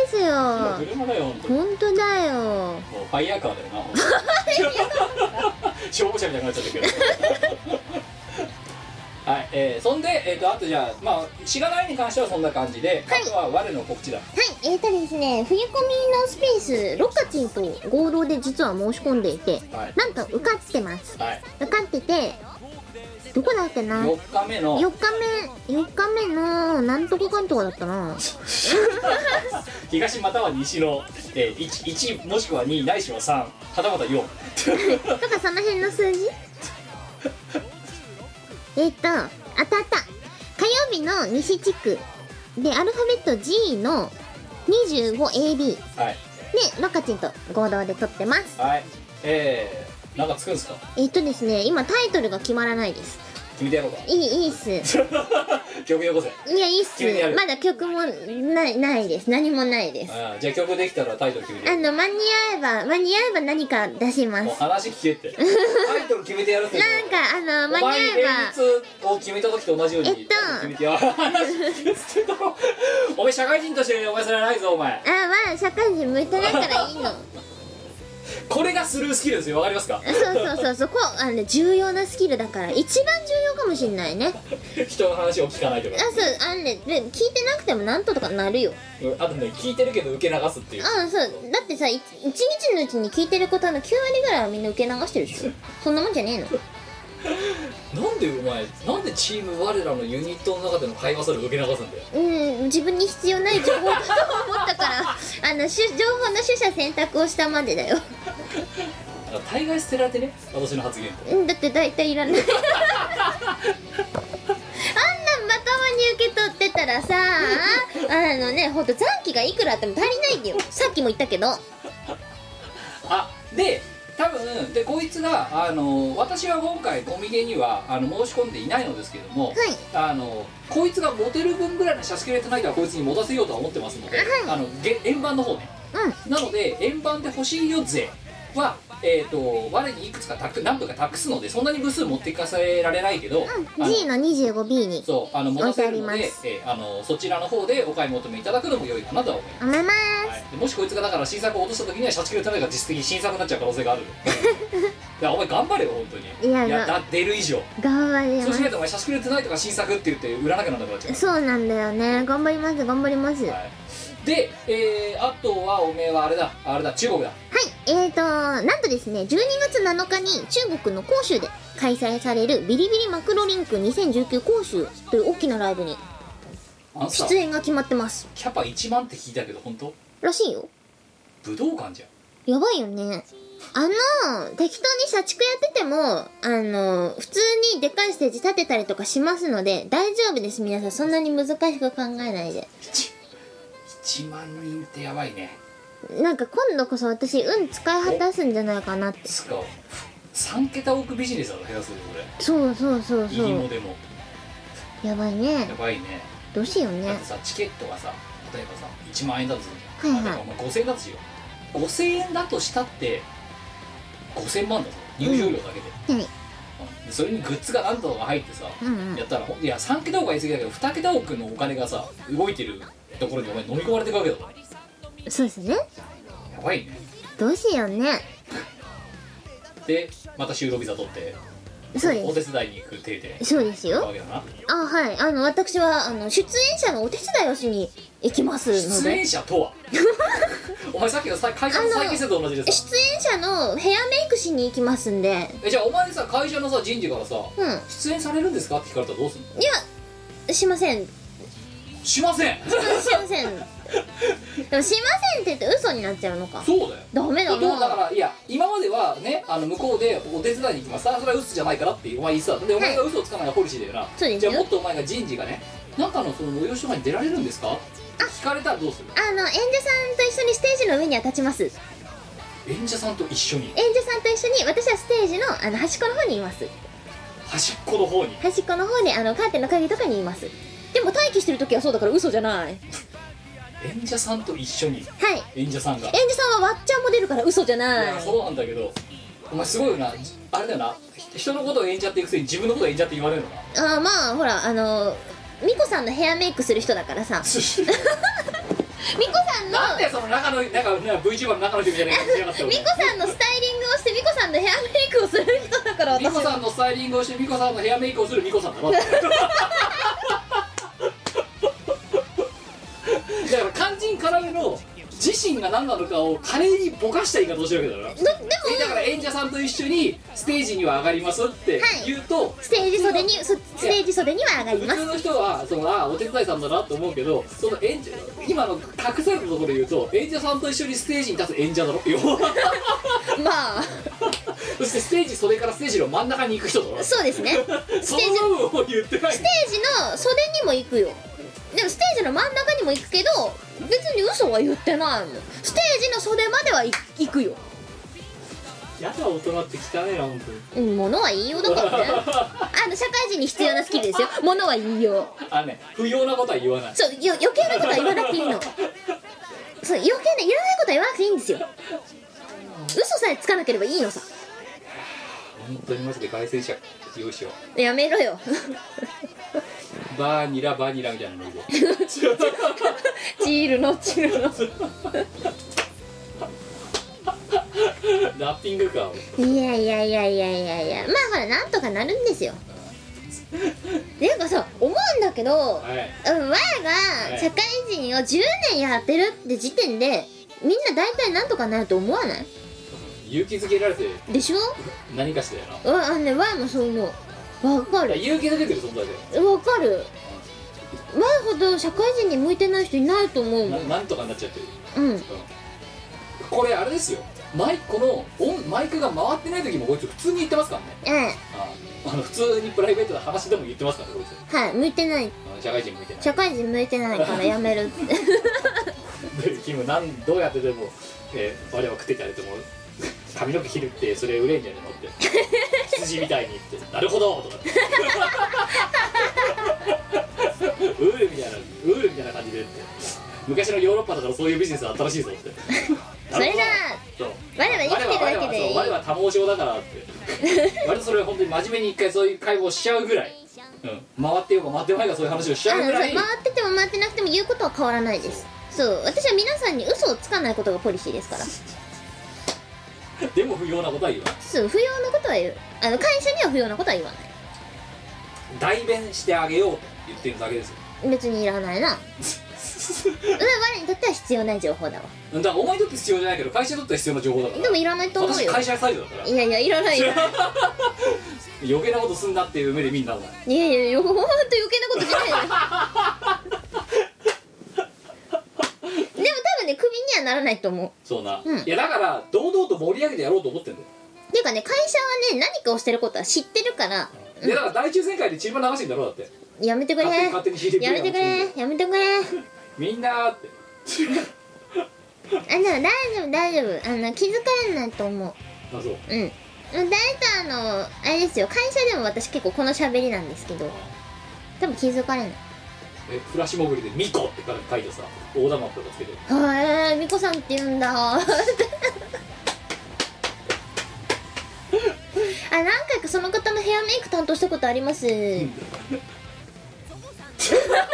[SPEAKER 1] す
[SPEAKER 3] まだ
[SPEAKER 1] よ
[SPEAKER 3] 車だよ本当に
[SPEAKER 1] 本当だよ
[SPEAKER 3] もうファイヤーカーだよなほんと 消防車みたいになっちゃったけど はい、えー、そんで、えー、とあとじゃあまあしがないに関してはそんな感じで、
[SPEAKER 1] はい
[SPEAKER 3] あとは我の告知だ
[SPEAKER 1] はい、えーとですね、冬コミのスペース、ロカチンと合同で実は申し込んでいて、
[SPEAKER 3] はい
[SPEAKER 1] なんと受かってます。
[SPEAKER 3] はい
[SPEAKER 1] 受かってて、どこだっけな4
[SPEAKER 3] 4日目の
[SPEAKER 1] 日目、4日目の、なんとこかんとかだったな。
[SPEAKER 3] 東または西の、えー、1, 1もしくは2ないしは3はたまた4
[SPEAKER 1] とかその辺の数字えっとあったあった火曜日の西地区でアルファベット G の 25AB で
[SPEAKER 3] はい
[SPEAKER 1] ロカチンと合同で撮ってます
[SPEAKER 3] はいえー、なんかつくんですか
[SPEAKER 1] えっとですね今タイトルが決まらないです
[SPEAKER 3] 決めてやろうか
[SPEAKER 1] いいいいっす
[SPEAKER 3] 曲よこせ
[SPEAKER 1] いやいいっす
[SPEAKER 3] 急にやる
[SPEAKER 1] まだ曲もないないです何もないです
[SPEAKER 3] あじゃあ曲できたらタイトル決めて
[SPEAKER 1] あ
[SPEAKER 3] よ
[SPEAKER 1] の間に合えば間に合えば何か出します
[SPEAKER 3] もう話聞けってタイトル決めてやるって
[SPEAKER 1] なんかあ
[SPEAKER 3] お
[SPEAKER 1] の間に合
[SPEAKER 3] 前
[SPEAKER 1] え
[SPEAKER 3] 連
[SPEAKER 1] ば
[SPEAKER 3] 日を決めた時と同じよう に
[SPEAKER 1] えっと
[SPEAKER 3] 決めてやる話聞けっつってんだろお前社会人としてお前それはないぞお前
[SPEAKER 1] あまあ社会人向いてないからいいの
[SPEAKER 3] これがスルースキルですよわかります か
[SPEAKER 1] そうそうそうそこあの、ね、重要なスキルだから一番重要かもしんないね
[SPEAKER 3] 人の話を聞かないと
[SPEAKER 1] あ
[SPEAKER 3] か
[SPEAKER 1] そうあのねで聞いてなくてもなんととかなるよ
[SPEAKER 3] うんあとね聞いてるけど受け流すっていう
[SPEAKER 1] あそうだってさい一日のうちに聞いてることの9割ぐらいはみんな受け流してるでしょそんなもんじゃねえの
[SPEAKER 3] なんでお前なんでチーム我らのユニットの中での会話すら受け流すんだよ
[SPEAKER 1] うん自分に必要ない情報だと思ったからあのしゅ情報の取捨選択をしたまでだよ
[SPEAKER 3] あ大概捨てられてね私の発言って
[SPEAKER 1] うんだって大体いらないあんなんまともに受け取ってたらさあのねほんと残機がいくらあっても足りないんだよさっきも言ったけど
[SPEAKER 3] あで多分でこいつがあの私は今回コミゲにはあの申し込んでいないのですけども、あのこいつがモテる分ぐらいのシャスキュレットナイトはこいつに持たせようとは思ってますので、あのげ円盤の方ね、なので円盤で欲しいよぜはえっ、と我にいくつか託何とか託すのでそんなに部数持っていかせられないけど、あの
[SPEAKER 1] G の 25B に
[SPEAKER 3] そうあの持たせるの
[SPEAKER 1] 置いてあり
[SPEAKER 3] で
[SPEAKER 1] ま、
[SPEAKER 3] えーあのそちらの方でお買い求めいただくのも良いかなとは思います
[SPEAKER 1] おめま
[SPEAKER 3] はいでもしこいつがだから新作を落とした時には社畜のためが実質的に新作になっちゃう可能性 があるいやお前頑張れよ本当に
[SPEAKER 1] いやが
[SPEAKER 3] だ出る以上
[SPEAKER 1] す頑張り
[SPEAKER 3] そうしない
[SPEAKER 1] ます
[SPEAKER 3] とお前社畜のトゥナイトが新作って言って売らなきゃなんなくなっちゃうか
[SPEAKER 1] そうなんだよね頑張ります頑張ります
[SPEAKER 3] ら、
[SPEAKER 1] は
[SPEAKER 3] はい、で、えー、あとはおめえはあれだあれだ中国だ
[SPEAKER 1] いえーとなんとですね12月7日に中国の杭州で開催されるビリビリマクロリンク2019杭州という大きなライブに
[SPEAKER 3] あのさ
[SPEAKER 1] 出演が決まってます
[SPEAKER 3] キャパ1万って聞いたけど本当
[SPEAKER 1] らしいよ
[SPEAKER 3] 武道館じゃん
[SPEAKER 1] やばいよねあの適当に社畜やっててもあの普通にでかいステージ立てたりとかしますので大丈夫です皆さんそんなに難しく考えないで
[SPEAKER 3] 1, 万人ってやばいね
[SPEAKER 1] なんか今度こそ私運使い果たすんじゃないかなって
[SPEAKER 3] つうか3桁億ビジネスだろ下手するとこれ
[SPEAKER 1] そうそうそうそ
[SPEAKER 3] 入りも
[SPEAKER 1] う
[SPEAKER 3] でも
[SPEAKER 1] やばいね
[SPEAKER 3] やばいね
[SPEAKER 1] どうしよう
[SPEAKER 3] だっ
[SPEAKER 1] ね
[SPEAKER 3] てさチケットがさ例えばさ1万円だとするじゃん、
[SPEAKER 1] はいはい
[SPEAKER 3] あだからお前5000円だとしよう5000円だとしたって5000万だぞ入場料だけで,、
[SPEAKER 1] は
[SPEAKER 3] う
[SPEAKER 1] い
[SPEAKER 3] んでそれにグッズが何とかが入ってさ、
[SPEAKER 1] うんうん
[SPEAKER 3] やったらほんいや3桁億は言い過ぎだけど2桁億のお金がさ動いてるところにお前飲み込まれていくわけだぞ
[SPEAKER 1] そうですね
[SPEAKER 3] やばいね
[SPEAKER 1] どうしようね
[SPEAKER 3] でまた就労ビザ取って
[SPEAKER 1] そう
[SPEAKER 3] お
[SPEAKER 1] で
[SPEAKER 3] 手伝いに行く手で
[SPEAKER 1] すそうです
[SPEAKER 3] 行く
[SPEAKER 1] よ
[SPEAKER 3] わけだな
[SPEAKER 1] あはいあの私はあの出演者のお手伝いをしに行きますの
[SPEAKER 3] 出
[SPEAKER 1] で
[SPEAKER 3] 演者と はお前さっきのさ会社の再結成と同じでさ
[SPEAKER 1] 出演者のヘアメイクしに行きますんで
[SPEAKER 3] えじゃあお前さ会社のさ人事からさ
[SPEAKER 1] うん
[SPEAKER 3] 出演されるんですかって聞かれたらどうすんの
[SPEAKER 1] いやしませんし
[SPEAKER 3] しません
[SPEAKER 1] ませんでもしませんって言って嘘になっちゃうのか
[SPEAKER 3] そうだよ
[SPEAKER 1] ダメだ
[SPEAKER 3] どうだか
[SPEAKER 1] な
[SPEAKER 3] らいや今まではねあの向こうでお手伝いに行きますさあそれは嘘じゃないからってお前言ってたでお前が嘘をつかないのがポリシーだよな、
[SPEAKER 1] そうです
[SPEAKER 3] じ
[SPEAKER 1] よ
[SPEAKER 3] ゃあもっとお前が人事がね中のその催しとかに出られるんですかって聞かれたらどうする
[SPEAKER 1] あの演者さんと一緒にステージの上には立ちます演
[SPEAKER 3] 演者さんと一緒に
[SPEAKER 1] 者さんと一緒に私はステージのあの端っこの方にいます
[SPEAKER 3] 端っこの方に
[SPEAKER 1] 端っこの方であのカーテンの影とかにいますでも待機してる時はそうだから嘘じゃないはい
[SPEAKER 3] 演者さんと一緒に演者さんが
[SPEAKER 1] 演者さんはわっちゃんも出るから嘘じゃ
[SPEAKER 3] い
[SPEAKER 1] ない
[SPEAKER 3] やそうなんだけどお前すごいよなあれだよな人のことを演者っていくせに自分のことを演者って言われるのな
[SPEAKER 1] あーまあほらあのミコさんのヘアメイクする人だからさミコさんの
[SPEAKER 3] なんでその中のなんかなんか VTuber の中の人みたいな感じしやが ってお
[SPEAKER 1] ミ
[SPEAKER 3] 前
[SPEAKER 1] コさんのスタイリングをしてミコさんのヘアメイクをする人だから
[SPEAKER 3] ミコ
[SPEAKER 1] 私
[SPEAKER 3] さんのスタイリングをしてミコさんのヘアメイクをするミコさんだなだから肝心要の自身が何なのかを華麗にぼかした言い方をしてるわけだから
[SPEAKER 1] だでも
[SPEAKER 3] えだから演者さんと一緒にステージには上がりますって言うと、
[SPEAKER 1] ステージ袖にそステージ袖には上がり
[SPEAKER 3] 普
[SPEAKER 1] ます
[SPEAKER 3] 通の人はそのあお手伝いさんだなと思うけどその演者今の隠されたところで言うと演者さんと一緒にステージに立つ演者だろ
[SPEAKER 1] まあ
[SPEAKER 3] そしてステージ袖からステージの真ん中に行く人だろ
[SPEAKER 1] そうですねステージ
[SPEAKER 3] その部分を言ってない
[SPEAKER 1] ジの袖にも行くよでもステージの真ん中にも行くけど別に嘘は言ってないもんステージの袖までは行行くよ
[SPEAKER 3] やだ大人って汚ねえな本当に
[SPEAKER 1] うん物は言いようだからねあの社会人に必要なスキルですよ物は言いよう
[SPEAKER 3] あのね不要なことは言わない
[SPEAKER 1] そうよ余計なことは言わなくていいのそう余計ないらないことは言わなくていいんですよ嘘さえつかなければいいのさ
[SPEAKER 7] 本当にマジで外旋車用意しよ
[SPEAKER 1] やめろよ
[SPEAKER 7] うバーニラバーニラみたいなの入れて
[SPEAKER 1] チールのチールの
[SPEAKER 3] ラッピングか
[SPEAKER 1] いやいやいやいやいやいやまあほらなんとかなるんですよていうかさ思うんだけど、
[SPEAKER 3] はい
[SPEAKER 1] うん前が
[SPEAKER 3] い
[SPEAKER 1] 社会人を10年やってるって時点でみんな大体なんとかなると思わない
[SPEAKER 3] 勇気づけられて
[SPEAKER 1] でしょ
[SPEAKER 3] 何かしらやな
[SPEAKER 1] うんあのねワイもそう思うわかる
[SPEAKER 3] 勇気づけてる存在だよ
[SPEAKER 1] わかる前ほど社会人に向いてない人いないと思うも
[SPEAKER 3] なんなんとかなっちゃってる
[SPEAKER 1] うん
[SPEAKER 3] これあれですよマイクこのオンマイクが回ってない時もこいつ普通に言ってますからね
[SPEAKER 1] え
[SPEAKER 3] ああの普通にプライベートで話でも言ってますからねこいつ
[SPEAKER 1] えはい向いてない
[SPEAKER 3] あ社会人向いてない
[SPEAKER 1] 社会人向いてないからやめるって
[SPEAKER 3] でキムなんどうやってでも、えー、我は食ってたりとも髪の毛切るってそれ憂いんじゃねえのって 羊みたいに言ってなるほどとかって ウールみたいなウールみたいな感じでって昔のヨーロッパだからそういうビジネスは新しいぞって
[SPEAKER 1] それが
[SPEAKER 3] そう
[SPEAKER 1] 我は生きてるだけでいい
[SPEAKER 3] 我は我はそう我は多毛症だからって割とそれ本当に真面目に一回そういう会合をしちゃうぐらい、うん、回ってようか回ってないかそういう話をしち
[SPEAKER 1] あ
[SPEAKER 3] ゃ
[SPEAKER 1] の
[SPEAKER 3] うぐ
[SPEAKER 1] そう
[SPEAKER 3] ら
[SPEAKER 1] 回
[SPEAKER 3] い
[SPEAKER 1] ってても回ってなくても言うことは変わらないですそう私は皆さんに嘘をつかないことがポリシーですから
[SPEAKER 3] でも不要なことは言わない
[SPEAKER 1] そう不要なことは言うあの会社には不要なことは言わない
[SPEAKER 3] 代弁してあげようと言ってるだけですよ
[SPEAKER 1] 別にいらな いなうん我にとっては必要ない情報だわ
[SPEAKER 3] だからお前にとって必要じゃないけど会社にとっては必要な情報だか
[SPEAKER 1] で
[SPEAKER 3] ら
[SPEAKER 1] もいらないと思う
[SPEAKER 3] 私
[SPEAKER 1] よ
[SPEAKER 3] 会社サイズだから
[SPEAKER 1] いやいやいらないい らない
[SPEAKER 3] 余計なことすんなっていう目で見んなお前
[SPEAKER 1] いやいやいやほんと余計なことじゃないよ でも多分ねクビにはならないと思う
[SPEAKER 3] そうな、
[SPEAKER 1] うん
[SPEAKER 3] いやだから堂々と盛り上げてやろうと思ってんだよ、
[SPEAKER 1] っていうかね会社はね何かをしてることは知ってるから
[SPEAKER 3] いやだから大抽選会でチーム流してんだろだって
[SPEAKER 1] やめてくれ
[SPEAKER 3] 勝手に
[SPEAKER 1] や
[SPEAKER 3] 勝手に引いてくれ
[SPEAKER 1] めてくれやめてくれあ
[SPEAKER 3] みんなーって
[SPEAKER 1] でも大丈夫大丈夫あの気づかれないと思う
[SPEAKER 3] あそう
[SPEAKER 1] うんもう大体あのあれですよ会社でも私結構この喋りなんですけど多分気づかれない
[SPEAKER 3] えフラッシュモグリで「ミコ」って書いてさ大玉とかつけて
[SPEAKER 1] へえみこさんって言うんだ あ何回かその方のヘアメイク担当したことあります 伝わらない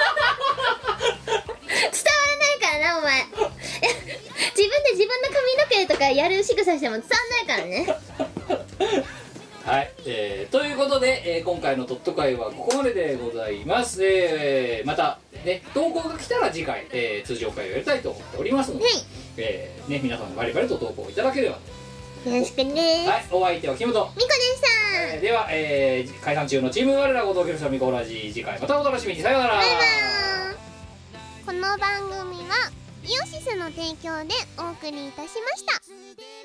[SPEAKER 1] からなお前 自分で自分の髪の毛とかやる仕草しても伝わんないからね
[SPEAKER 3] はい、えーということで、えー今回の「トット会」はここまででございます、えーまた、ね、投稿が来たら次回、えー通常会をやりたいと思っておりますので、
[SPEAKER 1] は
[SPEAKER 3] えーね、皆さんバリバリと投稿いただければ
[SPEAKER 1] いよろしくね
[SPEAKER 3] はいお相手はキムと、
[SPEAKER 1] みこで
[SPEAKER 3] え
[SPEAKER 1] し
[SPEAKER 3] ーでは、えー解散中のチーム我らご同居者ミコラジ次回またお楽しみにさようなら
[SPEAKER 4] この番組はイオシスの提供でお送りいたしました